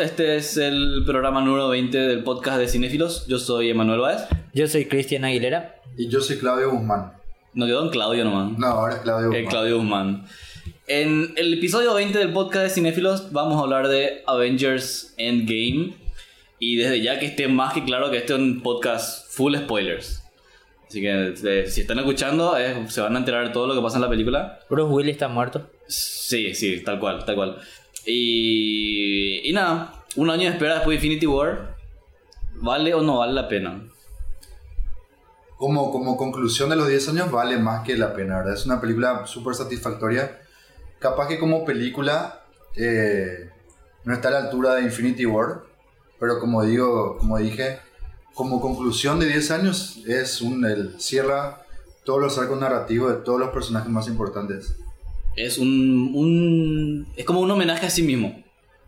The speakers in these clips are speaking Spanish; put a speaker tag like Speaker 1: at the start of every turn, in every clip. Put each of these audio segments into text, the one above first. Speaker 1: este es el programa número 20 del podcast de Cinéfilos. Yo soy Emanuel Báez.
Speaker 2: Yo soy Cristian Aguilera.
Speaker 3: Y yo soy Claudio Guzmán.
Speaker 1: No quedó en Claudio nomás.
Speaker 3: No, ahora es Claudio
Speaker 1: Eh,
Speaker 3: Guzmán.
Speaker 1: Claudio Guzmán. En el episodio 20 del podcast de Cinéfilos vamos a hablar de Avengers Endgame. Y desde ya que esté más que claro que este es un podcast full spoilers. Así que eh, si están escuchando, eh, se van a enterar de todo lo que pasa en la película.
Speaker 2: Bruce Willis está muerto.
Speaker 1: Sí, sí, tal cual, tal cual. Y, y nada, un año de espera después de Infinity War. ¿Vale o no vale la pena?
Speaker 3: Como, como conclusión de los 10 años, vale más que la pena, ¿verdad? Es una película súper satisfactoria. Capaz que como película eh, no está a la altura de Infinity War, pero como digo, como dije, como conclusión de 10 años es un el, cierra todos los arcos narrativos de todos los personajes más importantes.
Speaker 1: Es un, un- Es como un homenaje a sí mismo.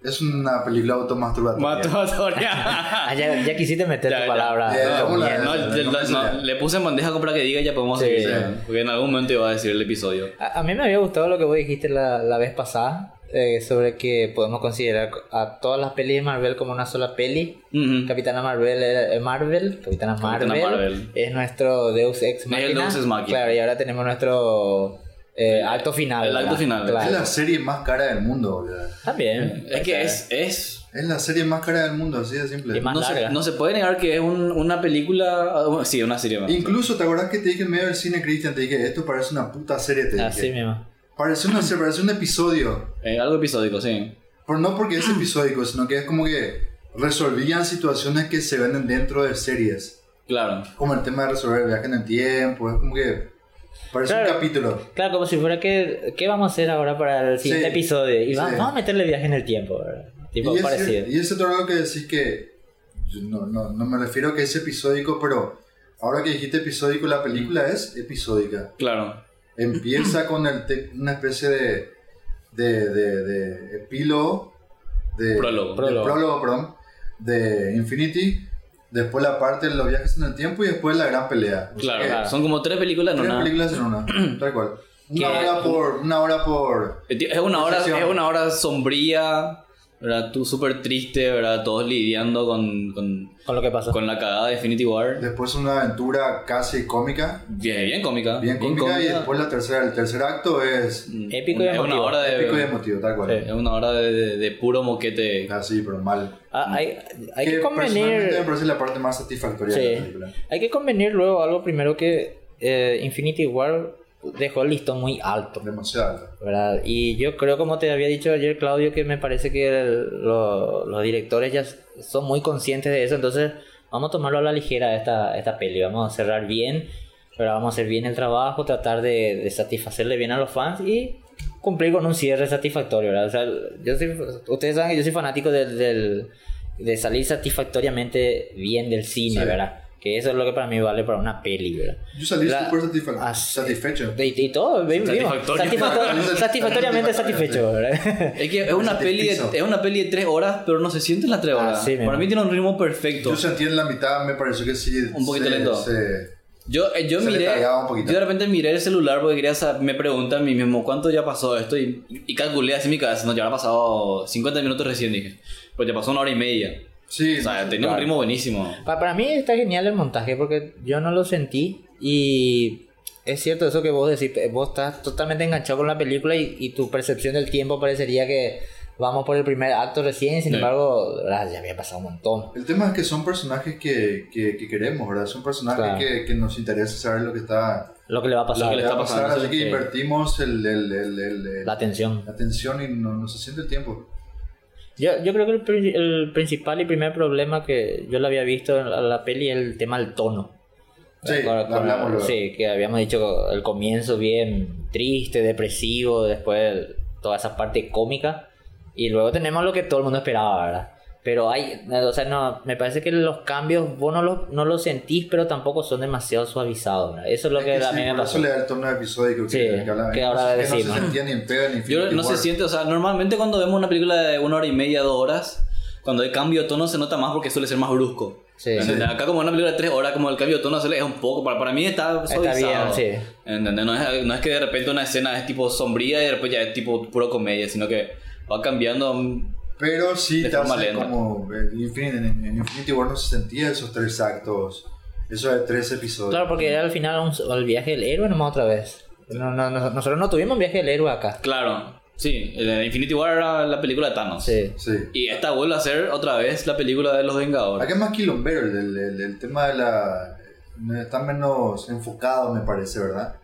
Speaker 3: Es una película automasturbatoria.
Speaker 1: Matatoria.
Speaker 2: Ah, ya, ya quisiste meter
Speaker 1: Ya,
Speaker 2: tu
Speaker 1: ya.
Speaker 2: palabra.
Speaker 3: Ya, ya,
Speaker 2: Pero
Speaker 3: hola.
Speaker 2: bien.
Speaker 1: No, le,
Speaker 3: no,
Speaker 1: no,
Speaker 3: no,
Speaker 1: le puse en bandeja como para que diga y ya podemos
Speaker 2: Sí.
Speaker 1: seguir. Porque en algún momento iba a decir el episodio.
Speaker 2: A, a mí me había gustado lo que vos dijiste la, la vez pasada eh, sobre que podemos considerar a todas las pelis de Marvel como una sola peli.
Speaker 1: Ujú.
Speaker 2: Capitana Marvel, eh, Marvel, Capitana Marvel,
Speaker 1: Capitana Marvel.
Speaker 2: es nuestro Deus Ex Machina.
Speaker 1: Deus Ex Machina.
Speaker 2: Claro, y ahora tenemos nuestro eh, acto final.
Speaker 1: el
Speaker 2: ¿verdad?
Speaker 1: acto final.
Speaker 3: Es
Speaker 2: Claro.
Speaker 3: la serie más cara del mundo, ¿verdad?
Speaker 2: También.
Speaker 1: Es que es. es
Speaker 3: Es la serie más cara del mundo, así de simple.
Speaker 2: Y más
Speaker 1: no, se,
Speaker 2: larga.
Speaker 1: no se puede negar que es un- una película. ah, bueno, Sí, una serie más.
Speaker 3: Incluso, ¿te acordás que te dije en medio del cine, Cristian? Te dije, esto parece una puta serie, te dije.
Speaker 2: Así mismo.
Speaker 3: Parece una serie, parece un episodio.
Speaker 1: Eh, algo episódico, sí.
Speaker 3: Pero no porque es episódico, sino que es como que resolvían situaciones que se venden dentro de series.
Speaker 1: Claro.
Speaker 3: Como el tema de resolver el viaje en el tiempo, es como que parece un
Speaker 2: Claro.
Speaker 3: capítulo.
Speaker 2: Claro, como si fuera que, ¿qué vamos a hacer ahora para el siguiente
Speaker 3: Sí,
Speaker 2: episodio? Y vamos,
Speaker 3: sí.
Speaker 2: vamos a meterle viaje en el tiempo, ¿verdad? Tipo,
Speaker 3: y, es,
Speaker 2: parecido.
Speaker 3: y es otro lado que decís que. yo No, no, no me refiero a que es episódico, pero ahora que dijiste episódico, la película es episódica.
Speaker 1: Claro.
Speaker 3: empieza con el te- una especie de, de, de, de epílogo, de
Speaker 1: Prólogo.
Speaker 3: de
Speaker 2: Prólogo.
Speaker 3: prólogo, perdón, de Infinity, después la parte de los viajes en el tiempo y después la gran pelea. O sea
Speaker 1: Claro.
Speaker 3: que
Speaker 2: claro.
Speaker 1: Son como tres películas en
Speaker 3: Tres
Speaker 1: una.
Speaker 3: películas en una, tal cual. Una
Speaker 2: Que-
Speaker 3: hora por... Una hora por...
Speaker 1: Es una hora,
Speaker 3: Percepción.
Speaker 1: es una hora sombría, ¿verdad? Tú súper triste, ¿verdad? Todos lidiando con, con,
Speaker 2: Con lo que pasó.
Speaker 1: con la cagada de Infinity War.
Speaker 3: Después una aventura casi cómica,
Speaker 1: Bien, bien cómica.
Speaker 3: bien cómica, y después la tercera, el tercer acto es
Speaker 2: Épico y
Speaker 1: es una
Speaker 2: emotivo.
Speaker 1: hora de,
Speaker 3: épico y emotivo, tal cual.
Speaker 1: Es una hora de, de- de puro moquete.
Speaker 3: Así, pero mal.
Speaker 2: Ah, hay, hay que
Speaker 3: personalmente me
Speaker 2: convenir.
Speaker 3: parece la parte más satisfactoria
Speaker 2: Sí.
Speaker 3: de la película.
Speaker 2: Hay que convenir luego algo primero que eh, Infinity War dejó el listón muy alto.
Speaker 3: Demasiado.
Speaker 2: ¿verdad? Y yo creo, como te había dicho ayer, Claudio, que me parece que el- lo- los directores ya s- son muy conscientes de eso. Entonces, vamos a tomarlo a la ligera esta, esta peli. Vamos a cerrar bien, pero vamos a hacer bien el trabajo, tratar de, de satisfacerle bien a los fans y cumplir con un cierre satisfactorio, ¿verdad? O sea, yo soy- ustedes saben que yo soy fanático del, del- de salir satisfactoriamente bien del cine,
Speaker 3: Sí.
Speaker 2: ¿verdad? Que eso es lo que para mí vale para una peli, ¿verdad?
Speaker 3: Yo salí
Speaker 2: La-
Speaker 3: súper satisfa-
Speaker 2: Ah, sí.
Speaker 3: satisfecho.
Speaker 2: Y, y todo, vimos, vimos.
Speaker 1: Satisfactorio.
Speaker 2: Satisfacto- satisfactoriamente satisfecho, ¿verdad?
Speaker 1: Es que es una,
Speaker 3: Te
Speaker 1: peli de,
Speaker 3: piso.
Speaker 1: es una peli de tres horas, pero no se sienten las tres
Speaker 2: Ah,
Speaker 1: horas.
Speaker 2: sí, mi
Speaker 1: Para
Speaker 2: amor.
Speaker 1: mí tiene un ritmo perfecto.
Speaker 3: Yo sentí en la mitad, me pareció que sí.
Speaker 1: Un poquito
Speaker 3: se-
Speaker 1: lento.
Speaker 3: se-
Speaker 1: Yo, eh, yo
Speaker 3: Se le
Speaker 1: miré.
Speaker 3: cargaba un poquito.
Speaker 1: Yo de repente miré el celular porque quería sa- me preguntan a mí mismo cuánto ya pasó esto y, y calculé así en mi cabeza. No, ya habrá pasado 50 minutos recién, dije. Pues ya pasó una hora y media.
Speaker 3: sí,
Speaker 1: O sea,
Speaker 3: no,
Speaker 1: tenía un
Speaker 3: claro.
Speaker 1: ritmo buenísimo.
Speaker 2: Pa- para mí está genial el montaje porque yo no lo sentí y es cierto eso que vos decís, eh, vos estás totalmente enganchado con la película y, y tu percepción del tiempo parecería que vamos por el primer acto recién, sin
Speaker 1: Sí.
Speaker 2: embargo, ah, ya había pasado un montón.
Speaker 3: El tema es que son personajes que, que, que queremos, ¿verdad? Son personajes
Speaker 2: Claro.
Speaker 3: que, que nos interesa saber lo que está,
Speaker 2: Lo que le va a pasar,
Speaker 1: Lo que le
Speaker 3: va
Speaker 1: está
Speaker 3: a pasar.
Speaker 1: pasando,
Speaker 3: así
Speaker 1: sí,
Speaker 3: que
Speaker 1: sí.
Speaker 3: invertimos el, el, el, el- el-
Speaker 2: la tensión.
Speaker 3: la atención y no, no se siente el tiempo.
Speaker 2: Yo, yo creo que el, pri- el principal y primer problema que yo le había visto en la, la peli es el tema del tono.
Speaker 3: Sí,
Speaker 2: Con-
Speaker 3: lo
Speaker 2: con-
Speaker 3: hablamos luego.
Speaker 2: sí, que habíamos dicho el comienzo bien triste, depresivo, después el- toda esa parte cómica. Y luego tenemos lo que todo el mundo esperaba, ¿verdad? Pero hay, o sea, no, me parece que los cambios vos no los, no los sentís, pero tampoco son demasiado suavizados, ¿verdad? Eso es lo
Speaker 3: Es
Speaker 2: que,
Speaker 3: que
Speaker 2: a
Speaker 3: sí,
Speaker 2: mí me
Speaker 3: por
Speaker 2: pasó.
Speaker 3: eso le da el tono episódico que,
Speaker 2: Sí,
Speaker 3: que hablaba.
Speaker 2: que ahora
Speaker 3: Entonces, que no
Speaker 2: decimos.
Speaker 3: se sentía ni en pedo ni en
Speaker 1: Yo
Speaker 3: Infinity
Speaker 1: no se
Speaker 3: War.
Speaker 1: siente, o sea, normalmente cuando vemos una película de una hora y media, dos horas, cuando hay cambio de tono se nota más porque suele ser más brusco.
Speaker 2: Sí.
Speaker 1: ¿Entendés? Acá como una película de tres horas, como el cambio de tono suele- es un poco, para, para mí está
Speaker 2: Está
Speaker 1: suavizado.
Speaker 2: bien, sí.
Speaker 1: ¿Entendés? No es, no es que de repente una escena es tipo sombría y de repente ya es tipo puro comedia, sino que va cambiando mm,
Speaker 3: Pero sí
Speaker 1: De
Speaker 3: te
Speaker 1: forma
Speaker 3: hace
Speaker 1: lenta.
Speaker 3: como en Infinity, en, en Infinity War no se sentía esos tres actos, esos de tres episodios.
Speaker 2: Claro, porque era al final un- el viaje del héroe nomás otra vez. No, no, no- nosotros no tuvimos un viaje del héroe acá.
Speaker 1: Claro, sí. eh, Infinity War era la película de Thanos.
Speaker 2: Sí.
Speaker 3: Sí.
Speaker 1: Y esta vuelve a ser otra vez la película de los Vengadores.
Speaker 3: Acá es más quilombero el, el- el- el tema de la... eh, Está menos enfocado, me parece, ¿verdad?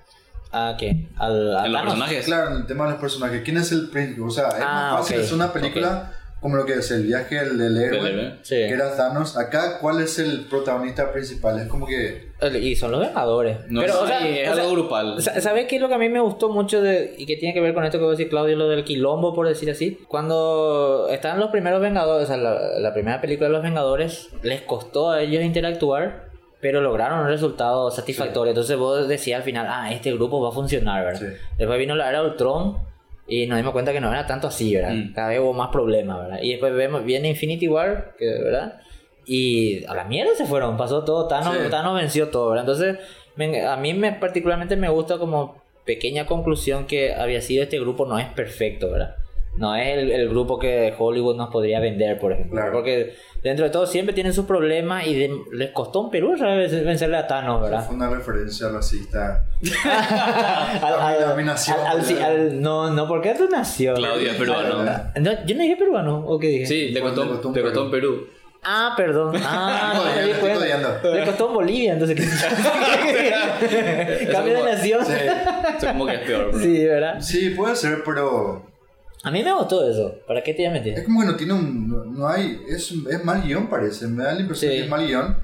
Speaker 2: ¿A qué? Al, a
Speaker 1: En los
Speaker 2: Thanos.
Speaker 1: personajes.
Speaker 3: Claro, el tema de los personajes. ¿Quién es el príncipe? O sea, es
Speaker 2: Ah,
Speaker 3: más fácil
Speaker 2: ok,
Speaker 3: hacer una película como lo que es el viaje del, del héroe,
Speaker 1: Del héroe.
Speaker 2: Sí.
Speaker 3: que era Thanos. Acá, ¿cuál es el protagonista principal? Es como que...
Speaker 2: Y son los ganadores.
Speaker 1: No
Speaker 2: Pero,
Speaker 1: es,
Speaker 2: o sea,
Speaker 1: sí, es
Speaker 2: o sea,
Speaker 1: algo grupal.
Speaker 2: Sa- ¿Sabes qué es lo que a mí me gustó mucho de, y que tiene que ver con esto que vos decís, Claudio, lo del quilombo, por decir así? Cuando estaban los primeros Vengadores, o sea, la, la primera película de los Vengadores, les costó a ellos interactuar, pero lograron un resultado satisfactorio. Entonces vos decías al final, ah, este grupo va a funcionar, ¿verdad?
Speaker 3: Sí.
Speaker 2: Después vino la era de Ultron y nos dimos cuenta que no era tanto así, ¿verdad?
Speaker 1: Mm.
Speaker 2: Cada vez hubo más problemas, ¿verdad? Y después vemos, viene Infinity War, que- ¿verdad? Y a la mierda se fueron, pasó todo, Thanos,
Speaker 3: Sí.
Speaker 2: Thanos venció todo, ¿verdad? Entonces, me- a mí me, particularmente me gusta como pequeña conclusión que había sido este grupo no es perfecto, ¿verdad? No es el, el grupo que Hollywood nos podría vender, por ejemplo.
Speaker 3: Claro.
Speaker 2: Porque dentro de todo siempre tienen sus problemas y de- les costó un Perú ¿sabes? vencerle a Thanos, ¿verdad?
Speaker 3: Fue una referencia racista.
Speaker 2: Al-
Speaker 3: A mí
Speaker 2: al-
Speaker 3: la- mi nación,
Speaker 2: al- al- sí,
Speaker 3: ¿verdad?
Speaker 2: al- no, no, ¿por qué tu nación?
Speaker 1: Claudio es peruano.
Speaker 2: No, yo no dije peruano, ¿o qué dije?
Speaker 1: Sí, le
Speaker 3: Bueno, le
Speaker 1: costó,
Speaker 3: costó un
Speaker 1: le costó en Perú.
Speaker 2: Ah, perdón. Ah, no me di
Speaker 3: Estoy
Speaker 2: cuenta.
Speaker 3: jodiendo.
Speaker 2: Le costó en Bolivia, entonces. ¿qué? Cambio de
Speaker 1: como-
Speaker 2: nación.
Speaker 3: Sí.
Speaker 1: O sea, como que es peor. bro.
Speaker 2: Sí, ¿verdad?
Speaker 3: Sí, puede ser, pero
Speaker 2: A mí me gustó eso. ¿Para qué te voy a mentir?
Speaker 3: es como que no tiene un. No, no hay. Es, un- es mal guión, parece. Me da la impresión
Speaker 2: Sí.
Speaker 3: que es mal guión.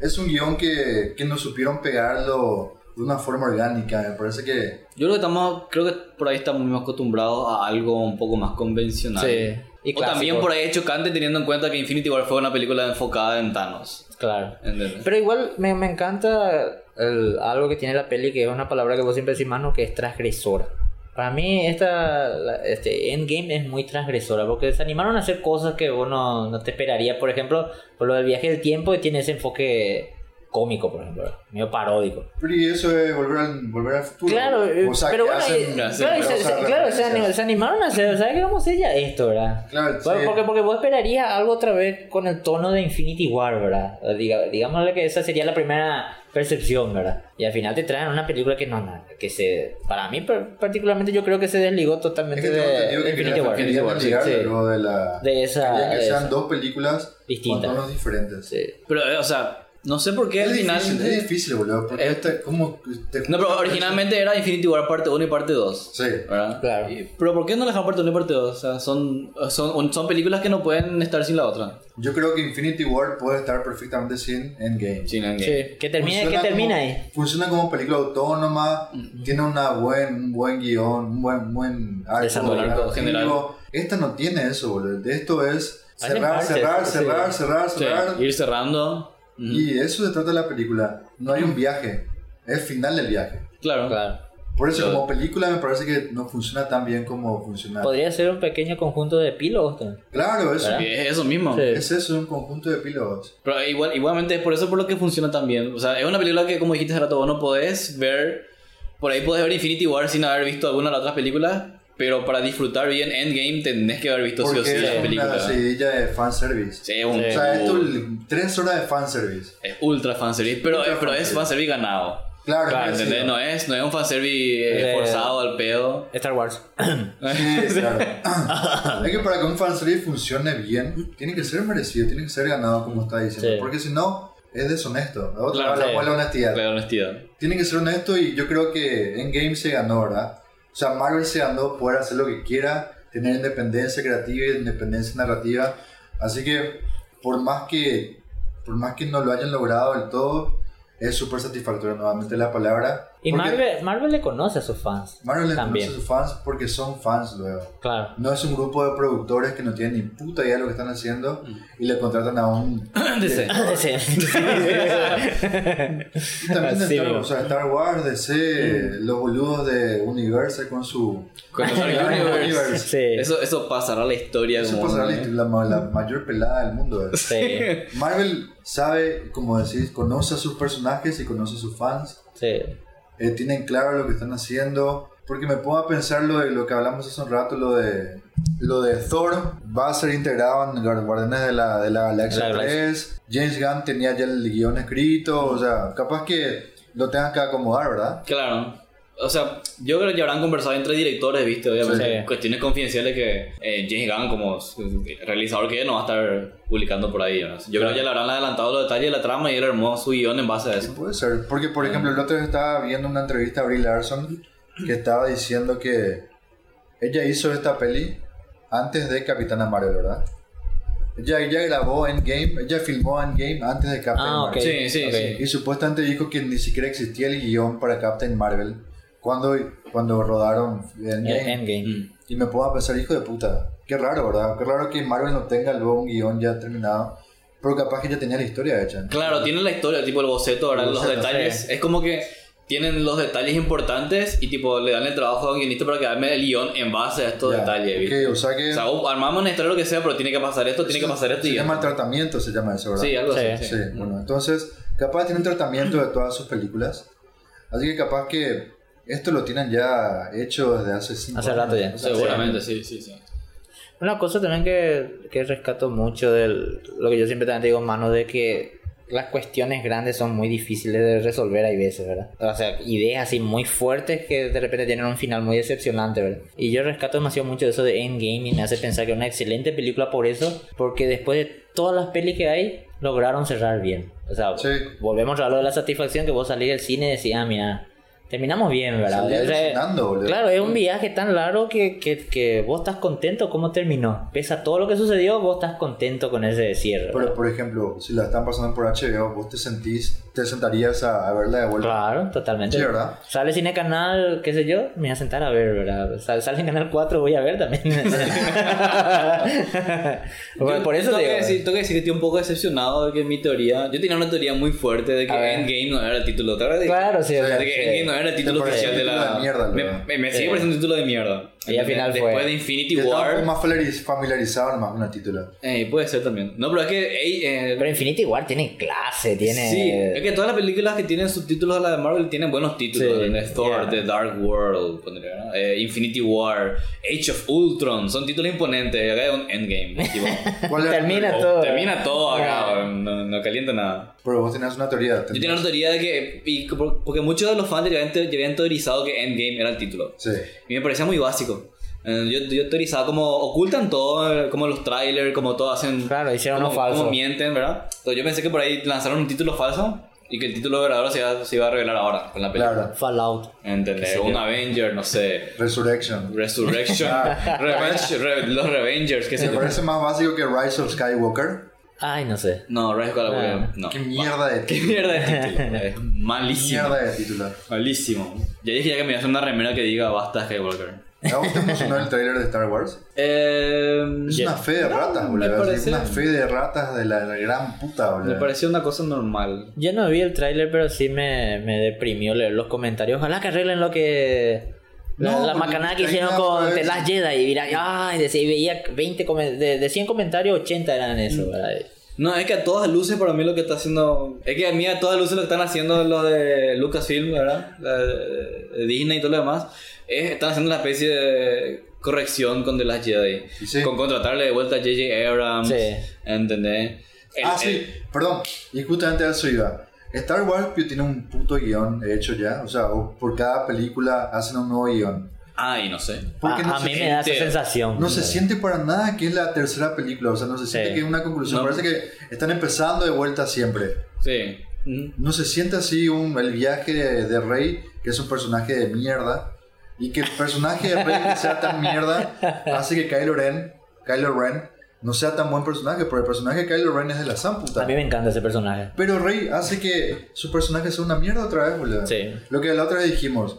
Speaker 3: Es un guión que, que no supieron pegarlo de una forma orgánica. Me parece que.
Speaker 1: Yo creo que estamos, creo que por ahí estamos más acostumbrados a algo un poco más convencional.
Speaker 2: Sí. Y
Speaker 1: o
Speaker 2: clásico.
Speaker 1: también por ahí es chocante teniendo en cuenta que Infinity War fue una película enfocada en Thanos.
Speaker 2: Claro.
Speaker 1: ¿entendés?
Speaker 2: Pero igual me, me encanta el- algo que tiene la peli, que es una palabra que vos siempre decís, mano, que es transgresora. Para mí, esta, la- este Endgame es muy transgresora, porque se animaron a hacer cosas que vos no, no te esperaría. Por ejemplo, por lo del viaje del tiempo, que tiene ese enfoque cómico, por ejemplo, medio paródico.
Speaker 3: Pero y eso es volver al, volver al futuro.
Speaker 2: Claro, eh,
Speaker 3: O sea,
Speaker 2: pero
Speaker 3: que
Speaker 2: bueno,
Speaker 3: hacen
Speaker 1: hacen
Speaker 2: eh, claro, se,
Speaker 3: numerosas
Speaker 2: se- claro, se,
Speaker 3: referencias.
Speaker 2: ani- se animaron a hacer, ¿sabes qué vamos a hacer ya esto, verdad?
Speaker 3: Claro,
Speaker 2: Bueno,
Speaker 3: sí.
Speaker 2: porque, porque vos esperarías algo otra vez con el tono de Infinity War, ¿verdad? Diga, digámosle que esa sería la primera percepción, ¿verdad? Y al final te traen una película que no, no, que se, para mí per- particularmente yo creo que se desligó
Speaker 3: Es
Speaker 2: totalmente
Speaker 3: que tengo entendido
Speaker 2: de
Speaker 3: que
Speaker 2: Infinity
Speaker 3: querían,
Speaker 2: War.
Speaker 3: querían
Speaker 2: sí,
Speaker 3: ligar
Speaker 2: sí.
Speaker 3: lo de la.
Speaker 2: De esa-
Speaker 3: querían que
Speaker 2: de
Speaker 3: sean
Speaker 2: esa.
Speaker 3: dos películas
Speaker 2: Distintas.
Speaker 3: con tonos diferentes.
Speaker 2: Sí.
Speaker 1: Pero, eh, o sea, no sé por qué
Speaker 3: Es,
Speaker 1: al final.
Speaker 3: difícil, es difícil, boludo. Porque
Speaker 1: Eh,
Speaker 3: este- ¿cómo te-
Speaker 1: No, pero originalmente era Infinity War parte 1 y parte 2.
Speaker 3: Sí.
Speaker 1: ¿Verdad?
Speaker 2: Claro.
Speaker 1: Y- Pero ¿por qué no le dejaron parte 1 y parte 2? O sea, son, son, son películas que no pueden estar sin la otra.
Speaker 3: Yo creo que Infinity War puede estar perfectamente sin Endgame.
Speaker 1: Sin Endgame.
Speaker 2: Sí. Que termina, que
Speaker 3: Funciona
Speaker 2: termina
Speaker 3: como-
Speaker 2: ahí. Mm.
Speaker 3: Funciona como película autónoma, tiene una buen, un buen guión, un buen, buen arco,
Speaker 2: Desarrollo,
Speaker 1: arco
Speaker 3: narrativo.
Speaker 1: general.
Speaker 3: Esta no tiene eso, boludo. De Esto es
Speaker 2: Hacen
Speaker 3: cerrar,
Speaker 2: parches,
Speaker 3: cerrar,
Speaker 2: sí. Mm.
Speaker 3: cerrar, cerrar,
Speaker 1: Sí,
Speaker 3: cerrar.
Speaker 1: Ir cerrando. Ujú.
Speaker 3: Y de eso se trata la película. No hay un viaje, es final del viaje.
Speaker 1: Claro.
Speaker 2: Claro.
Speaker 3: Por eso,
Speaker 1: Claro.
Speaker 3: como película, me parece que no funciona tan bien como funciona.
Speaker 2: Podría ser un pequeño conjunto de epílogos también.
Speaker 3: Claro, eso.
Speaker 1: Y es eso mismo.
Speaker 2: Sí.
Speaker 3: Es eso, un conjunto de epílogos.
Speaker 1: Pero igual, igualmente es por eso por lo que funciona tan bien. O sea, es una película que, como dijiste hace rato, vos no podés ver. Por ahí podés ver Infinity War sin haber visto alguna de las otras películas. Pero para disfrutar bien Endgame tenés que haber visto sí o sí
Speaker 3: Porque
Speaker 1: la
Speaker 3: es
Speaker 1: película.
Speaker 3: una
Speaker 1: Sí,
Speaker 3: seguidilla de fanservice.
Speaker 1: es un-
Speaker 3: O sea,
Speaker 1: uh.
Speaker 3: esto es tres horas de fanservice.
Speaker 1: es ultra fanservice. Pero,
Speaker 3: Ultra
Speaker 1: pero es
Speaker 3: fanservice.
Speaker 1: fanservice ganado.
Speaker 3: Claro,
Speaker 2: Claro,
Speaker 3: sí,
Speaker 1: ¿Entendés? No es, no es un fanservice eh,
Speaker 2: Eh,
Speaker 1: forzado al pedo.
Speaker 2: Star Wars.
Speaker 3: Sí, claro. es que para que un fanservice funcione bien, tiene que ser merecido, tiene que ser ganado, como está diciendo.
Speaker 2: Sí.
Speaker 3: Porque si no, es deshonesto. La otra
Speaker 1: Claro,
Speaker 3: la
Speaker 1: sí.
Speaker 3: cual la honestidad.
Speaker 1: La honestidad.
Speaker 3: Tiene que ser honesto y yo creo que Endgame se ganó, ¿verdad? O sea, Marvel se ganó poder hacer lo que quiera, tener independencia creativa y independencia narrativa. Así que, por más que, por más que no lo hayan logrado del todo, es súper satisfactorio, nuevamente la palabra.
Speaker 2: Y
Speaker 3: Porque
Speaker 2: Marvel, Marvel le conoce a sus fans.
Speaker 3: Marvel le
Speaker 2: también.
Speaker 3: conoce a sus fans porque son fans luego.
Speaker 2: Claro.
Speaker 3: No es un grupo de productores que no tienen ni puta idea de lo que están haciendo y le contratan a un...
Speaker 1: DC.
Speaker 2: Sí.
Speaker 3: Y también de
Speaker 2: Sí,
Speaker 3: Star,
Speaker 2: mismo.
Speaker 3: o sea, Star Wars, DC, los boludos de Universal con su...
Speaker 1: Con los Dark
Speaker 3: Universe.
Speaker 1: Universe.
Speaker 2: Sí.
Speaker 1: Eso, eso pasará a la historia.
Speaker 3: Eso
Speaker 1: como-
Speaker 3: pasa la, la- la mayor pelada del mundo. eh.
Speaker 2: Sí.
Speaker 3: Marvel sabe, como decís, conoce a sus personajes y conoce a sus fans.
Speaker 2: Sí.
Speaker 3: eh, tienen claro lo que están haciendo. Porque me pongo a pensar lo de lo que hablamos hace un rato, lo de lo de Thor va a ser integrado en los Guardianes de la, de la Galaxia
Speaker 2: La Galaxia.
Speaker 3: 3. James Gunn tenía ya el guión escrito, o sea, capaz que lo tengan que acomodar, ¿verdad?
Speaker 1: Claro. O sea, yo creo que habrán conversado entre directores, viste, obviamente.
Speaker 2: Sí.
Speaker 1: Cuestiones confidenciales que eh, James Gunn, como realizador que es, no va a estar publicando por ahí. ¿no? Yo creo
Speaker 2: Claro.
Speaker 1: que ya le habrán adelantado los detalles de la trama y él armó su guión en base a
Speaker 3: Sí,
Speaker 1: eso.
Speaker 3: puede ser. Porque, por ejemplo, el otro día estaba viendo una entrevista a Brie Larson que estaba diciendo que ella hizo esta peli antes de Capitana Marvel, ¿verdad? Ella, ella grabó Endgame, ella filmó Endgame antes de Captain
Speaker 2: Ah, ok.
Speaker 1: Sí,
Speaker 3: Marvel.
Speaker 1: sí,
Speaker 2: ok.
Speaker 1: sí.
Speaker 3: Y supuestamente dijo que ni siquiera existía el guión para Captain Marvel cuando, cuando rodaron
Speaker 2: Eh,
Speaker 3: Endgame.
Speaker 2: Endgame.
Speaker 1: Mm.
Speaker 3: Y me puedo pensar, hijo de puta, qué raro, ¿verdad? Qué raro que Marvel no tenga luego un guión ya terminado, pero capaz que ya tenía la historia hecha.
Speaker 1: Claro, tienen la historia, tipo el boceto, ahora
Speaker 3: El
Speaker 1: los
Speaker 3: boceto,
Speaker 1: detalles. Es como que tienen los detalles importantes y tipo le dan el trabajo a un guionista para que arme el guión en base a estos
Speaker 3: Ya.
Speaker 1: detalles, ¿viste?
Speaker 3: Ok, o sea que...
Speaker 1: O sea, o armamos un estreno lo que sea, pero tiene que pasar esto, tiene que pasar esto
Speaker 3: Se
Speaker 1: y ya.
Speaker 3: llama tratamiento, se llama eso, ¿verdad?
Speaker 1: Sí, algo así.
Speaker 2: Sí.
Speaker 3: Sí, bueno, entonces, capaz tienen tratamiento de todas sus películas. Así que capaz que esto lo tienen ya hecho desde hace cinco
Speaker 2: Hace rato ya.
Speaker 3: años.
Speaker 1: Seguramente, sí, sí, sí.
Speaker 2: Una cosa también que, que rescato mucho del lo que yo siempre también te digo, mano, de que las cuestiones grandes son muy difíciles de resolver hay veces, ¿verdad? O sea, ideas así muy fuertes que de repente tienen un final muy decepcionante, ¿verdad? Y yo rescato demasiado mucho eso de Endgame y me hace pensar que es una excelente película por eso, porque después de todas las pelis que hay, lograron cerrar bien. O sea,
Speaker 3: Sí.
Speaker 2: volvemos a lo de la satisfacción que vos salís del cine y decís, ah, mira, terminamos bien, ¿verdad?
Speaker 3: Salí
Speaker 2: O sea,
Speaker 3: alucinando, boludo.
Speaker 2: Claro, es un viaje tan largo que, que, que vos estás contento cómo terminó. Pese a todo lo que sucedió, vos estás contento con ese cierre.
Speaker 3: Pero, por ejemplo, si la están pasando por HBO, vos te sentís, te sentarías a, a verla de vuelta.
Speaker 2: Claro, totalmente.
Speaker 3: Sí, ¿verdad?
Speaker 2: Sale Cine Canal, qué sé yo, me voy a sentar a ver, ¿verdad? Sal- sale en Canal 4, voy a ver también. Bueno,
Speaker 1: Yo
Speaker 2: por eso
Speaker 1: tengo
Speaker 2: te
Speaker 1: que
Speaker 2: digo. eh.
Speaker 1: decir, tengo que decir que estoy un poco decepcionado de que mi teoría. Yo tenía una teoría muy fuerte de que
Speaker 2: A ver.
Speaker 1: Endgame no era el título. ¿Te acuerdas de-
Speaker 2: eh, Claro, sí.
Speaker 3: Sí,
Speaker 2: o sea,
Speaker 1: de que
Speaker 2: sí.
Speaker 1: Endgame no era el título
Speaker 3: parece
Speaker 1: oficial
Speaker 3: un
Speaker 1: de la.
Speaker 3: título de mierda,
Speaker 1: me,
Speaker 3: luego.
Speaker 1: me- me sigue
Speaker 2: Sí.
Speaker 1: pareciendo un título de mierda.
Speaker 2: Y al final
Speaker 1: Después
Speaker 2: fue.
Speaker 1: de Infinity
Speaker 3: Yo estaba un
Speaker 1: War.
Speaker 3: poco más familiariz- familiarizado nomás con el título.
Speaker 1: Eh, puede ser también. No, pero es que. ey, eh,
Speaker 2: Pero Infinity War tiene clase, tiene...
Speaker 1: Sí, es que todas las películas que tienen subtítulos a las de Marvel tienen buenos títulos.
Speaker 2: Sí,
Speaker 1: ¿entendés? Thor,
Speaker 2: yeah.
Speaker 1: The Dark World, pondría, ¿no? Eh, Infinity War, Age of Ultron, son títulos imponentes. Acá hay un Endgame. tipo,
Speaker 3: ¿Cuál era?
Speaker 2: Termina
Speaker 1: oh,
Speaker 2: todo.
Speaker 1: termina todo acá,
Speaker 2: Ah.
Speaker 1: no, no calienta nada.
Speaker 3: Pero vos tenés una teoría.
Speaker 1: Yo
Speaker 3: tenés-
Speaker 1: tenía la teoría de que. y por- porque muchos de los fans ya habían, te- ya habían teorizado que Endgame era el título.
Speaker 3: Sí.
Speaker 1: Y me parecía muy básico. Eh, Yo, yo teorizaba como ocultan todo, eh, como los trailers, como todo hacen.
Speaker 2: Claro, hicieron
Speaker 1: como,
Speaker 2: uno falso.
Speaker 1: como mienten, ¿verdad? Entonces yo pensé que por ahí lanzaron un título falso y que el título verdadero se iba, se iba a revelar ahora con la película.
Speaker 3: Claro.
Speaker 2: Fallout. Qué
Speaker 1: ¿Entendés?
Speaker 2: sé
Speaker 1: Un
Speaker 2: yo.
Speaker 1: Avenger, no sé.
Speaker 3: Resurrection.
Speaker 1: Resurrection,
Speaker 3: Ah.
Speaker 1: Revenge, Re- los Revengers, qué sé
Speaker 3: Me
Speaker 1: yo.
Speaker 3: parece más básico que Rise of Skywalker.
Speaker 2: Ay, no sé.
Speaker 1: No, Rise of Skywalker,
Speaker 2: Ah.
Speaker 1: no.
Speaker 3: Qué mierda de
Speaker 1: ¿Qué
Speaker 3: título.
Speaker 1: mierda de título? Es malísimo.
Speaker 3: Mierda de título.
Speaker 1: Malísimo. Ya dije ya que me voy a hacer una remera que diga basta Skywalker.
Speaker 3: ¿A vos te emocionó el trailer de Star Wars?
Speaker 1: Eh,
Speaker 3: Es
Speaker 2: Yeah.
Speaker 3: una fe de
Speaker 1: No,
Speaker 3: ratas,
Speaker 1: me
Speaker 3: boludo. así,
Speaker 1: parece-
Speaker 3: Una fe de ratas de la, la gran puta, boludo.
Speaker 1: me pareció una cosa normal.
Speaker 2: Yo no vi el tráiler, pero sí me, me deprimió leer los comentarios. Ojalá que arreglen lo que... La,
Speaker 3: No,
Speaker 2: la
Speaker 3: porque
Speaker 2: macanada que
Speaker 3: ahí
Speaker 2: hicieron
Speaker 3: nada
Speaker 2: con
Speaker 3: más.
Speaker 2: The Last Jedi. Y mira, ay, decía, y veía 20 comen- de, de 100 comentarios, 80 eran
Speaker 3: Mm.
Speaker 2: eso. ¿verdad?
Speaker 1: No, es que a todas luces para mí lo que está haciendo... Es que a mí a todas luces lo que están haciendo los de Lucasfilm, ¿verdad? La de- de Disney y todo lo demás. es- están haciendo una especie de corrección con The Last Jedi.
Speaker 3: Y sí.
Speaker 1: Con contratarle de vuelta a J.J. Abrams.
Speaker 2: Sí.
Speaker 1: ¿Entendés? El-
Speaker 3: ah,
Speaker 1: el-
Speaker 3: sí, perdón. Y justamente a eso iba. Star Wars que tiene un puto guión hecho ya. O sea, o por cada película hacen un nuevo guión.
Speaker 1: Ay, no sé.
Speaker 3: Porque
Speaker 2: a
Speaker 3: no
Speaker 2: Ah, a
Speaker 3: se
Speaker 2: mí me da esa
Speaker 1: siente-
Speaker 2: sensación.
Speaker 3: No se siente para nada que es la tercera película. O sea, no se siente
Speaker 2: Sí.
Speaker 3: que es una conclusión.
Speaker 1: No.
Speaker 3: Parece que están empezando de vuelta siempre.
Speaker 1: Sí. Ujú.
Speaker 3: No se siente así un, el viaje de, de Rey, que es un personaje de mierda. Y que el personaje de Rey que sea tan mierda hace que Kylo Ren, Kylo Ren no sea tan buen personaje. Porque el personaje de Kylo Ren es de la
Speaker 2: A
Speaker 3: samputa.
Speaker 2: mí me encanta ese personaje.
Speaker 3: Pero Rey hace que su personaje sea una mierda otra vez, boludo.
Speaker 2: Sí.
Speaker 3: Lo que la otra vez dijimos.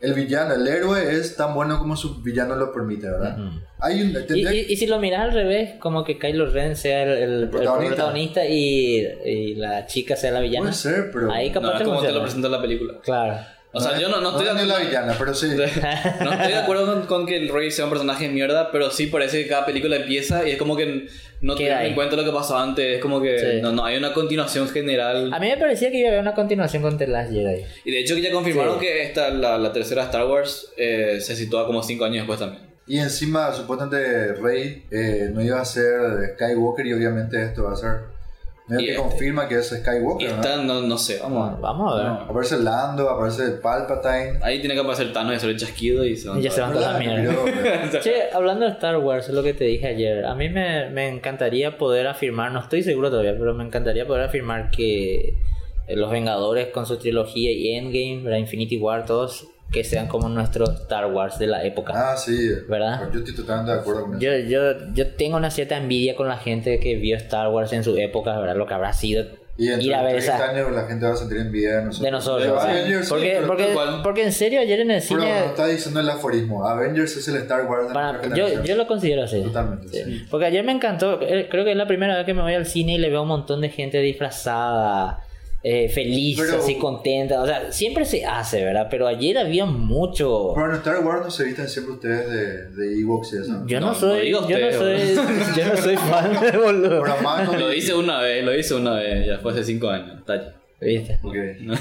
Speaker 3: El villano, el héroe es tan bueno como su villano lo permite, ¿verdad?
Speaker 2: Ujú.
Speaker 3: Hay un...
Speaker 2: Y,
Speaker 3: tendría-
Speaker 2: y- y si lo miras al revés, como que Kylo Ren sea el, el- el
Speaker 3: protagonista.
Speaker 2: protagonista, y, y la chica sea la villana.
Speaker 3: Puede ser, pero...
Speaker 2: Ahí capaz
Speaker 1: No, es
Speaker 2: te
Speaker 1: como te lo
Speaker 2: funciona.
Speaker 1: presenta la película.
Speaker 2: Claro.
Speaker 1: O sea, yo no, no estoy
Speaker 3: es
Speaker 1: de
Speaker 3: ni la villana, pero sí.
Speaker 1: No estoy de acuerdo con, con que el Roy sea un personaje de mierda, pero sí parece que cada película empieza y es como que no
Speaker 2: Queda
Speaker 1: tiene
Speaker 2: ahí.
Speaker 1: en cuenta lo que pasó antes, es como que
Speaker 2: Sí.
Speaker 1: no, no hay una continuación general.
Speaker 2: A mí me parecía que iba a haber una continuación con The Last Jedi.
Speaker 1: Y de hecho que ya confirmaron
Speaker 2: Sí.
Speaker 1: que esta, la, la tercera Star Wars eh, se sitúa como 5 años después también.
Speaker 3: Y encima, supuestamente Rey eh, no iba a ser Skywalker y obviamente esto va a ser. Medio
Speaker 1: Y
Speaker 3: que
Speaker 1: este-
Speaker 3: confirma que es
Speaker 1: Y
Speaker 3: Skywalker,
Speaker 1: esta, no, no sé, vamos
Speaker 2: Vamos,
Speaker 1: a-
Speaker 2: vamos a ver.
Speaker 3: ¿no? Aparece Lando, aparece Palpatine.
Speaker 1: Ahí tiene que aparecer Thanos y hacer el chasquido y se van
Speaker 2: Y ya
Speaker 1: todos.
Speaker 2: se van. Tanta
Speaker 3: ¿Verdad?
Speaker 2: mierda.
Speaker 3: Pero-
Speaker 2: Che, hablando de Star Wars, es lo que te dije ayer. A mí me, me encantaría poder afirmar, no estoy seguro todavía, pero me encantaría poder afirmar que eh, los Vengadores con su trilogía y Endgame, la Infinity War, todos que sean como nuestro Star Wars de la época.
Speaker 3: Ah, sí.
Speaker 2: ¿Verdad?
Speaker 3: Yo estoy totalmente de acuerdo con eso.
Speaker 2: Yo, yo, yo tengo una cierta envidia con la gente que vio Star Wars en su época, ¿verdad? Lo que habrá sido
Speaker 3: Y dentro
Speaker 2: ir a
Speaker 3: de
Speaker 2: ver
Speaker 3: 30
Speaker 2: esa
Speaker 3: años la gente va a sentir envidia de nosotros.
Speaker 2: de nosotros.
Speaker 3: Pero
Speaker 2: o sea,
Speaker 3: Avengers, sí,
Speaker 2: porque,
Speaker 3: pero-
Speaker 2: porque,
Speaker 1: igual.
Speaker 2: porque en serio, ayer en el
Speaker 3: Pero
Speaker 2: cine...
Speaker 3: no está diciendo el aforismo. Avengers es el Star Wars de
Speaker 2: para-
Speaker 3: nuestra
Speaker 2: yo,
Speaker 3: generación.
Speaker 2: yo lo considero así.
Speaker 3: Totalmente, sí.
Speaker 2: Porque ayer me encantó, eh, creo que es la primera vez que me voy al cine y le veo a un montón de gente disfrazada, eh, feliz,
Speaker 3: Pero-
Speaker 2: así contenta. O sea, siempre se hace, ¿verdad? Pero ayer había mucho.
Speaker 3: Pero en Star Wars no se visten siempre ustedes de, de Ewoks y eso.
Speaker 2: Yo no,
Speaker 1: No, no
Speaker 2: soy.
Speaker 1: diga
Speaker 2: yo, no soy
Speaker 1: usted,
Speaker 2: yo no soy fan, boludo.
Speaker 3: Pero más con...
Speaker 1: Lo hice una vez, lo hice una vez, ya fue hace 5 años. Talla.
Speaker 2: ¿Viste?
Speaker 3: Ok.
Speaker 2: Yo,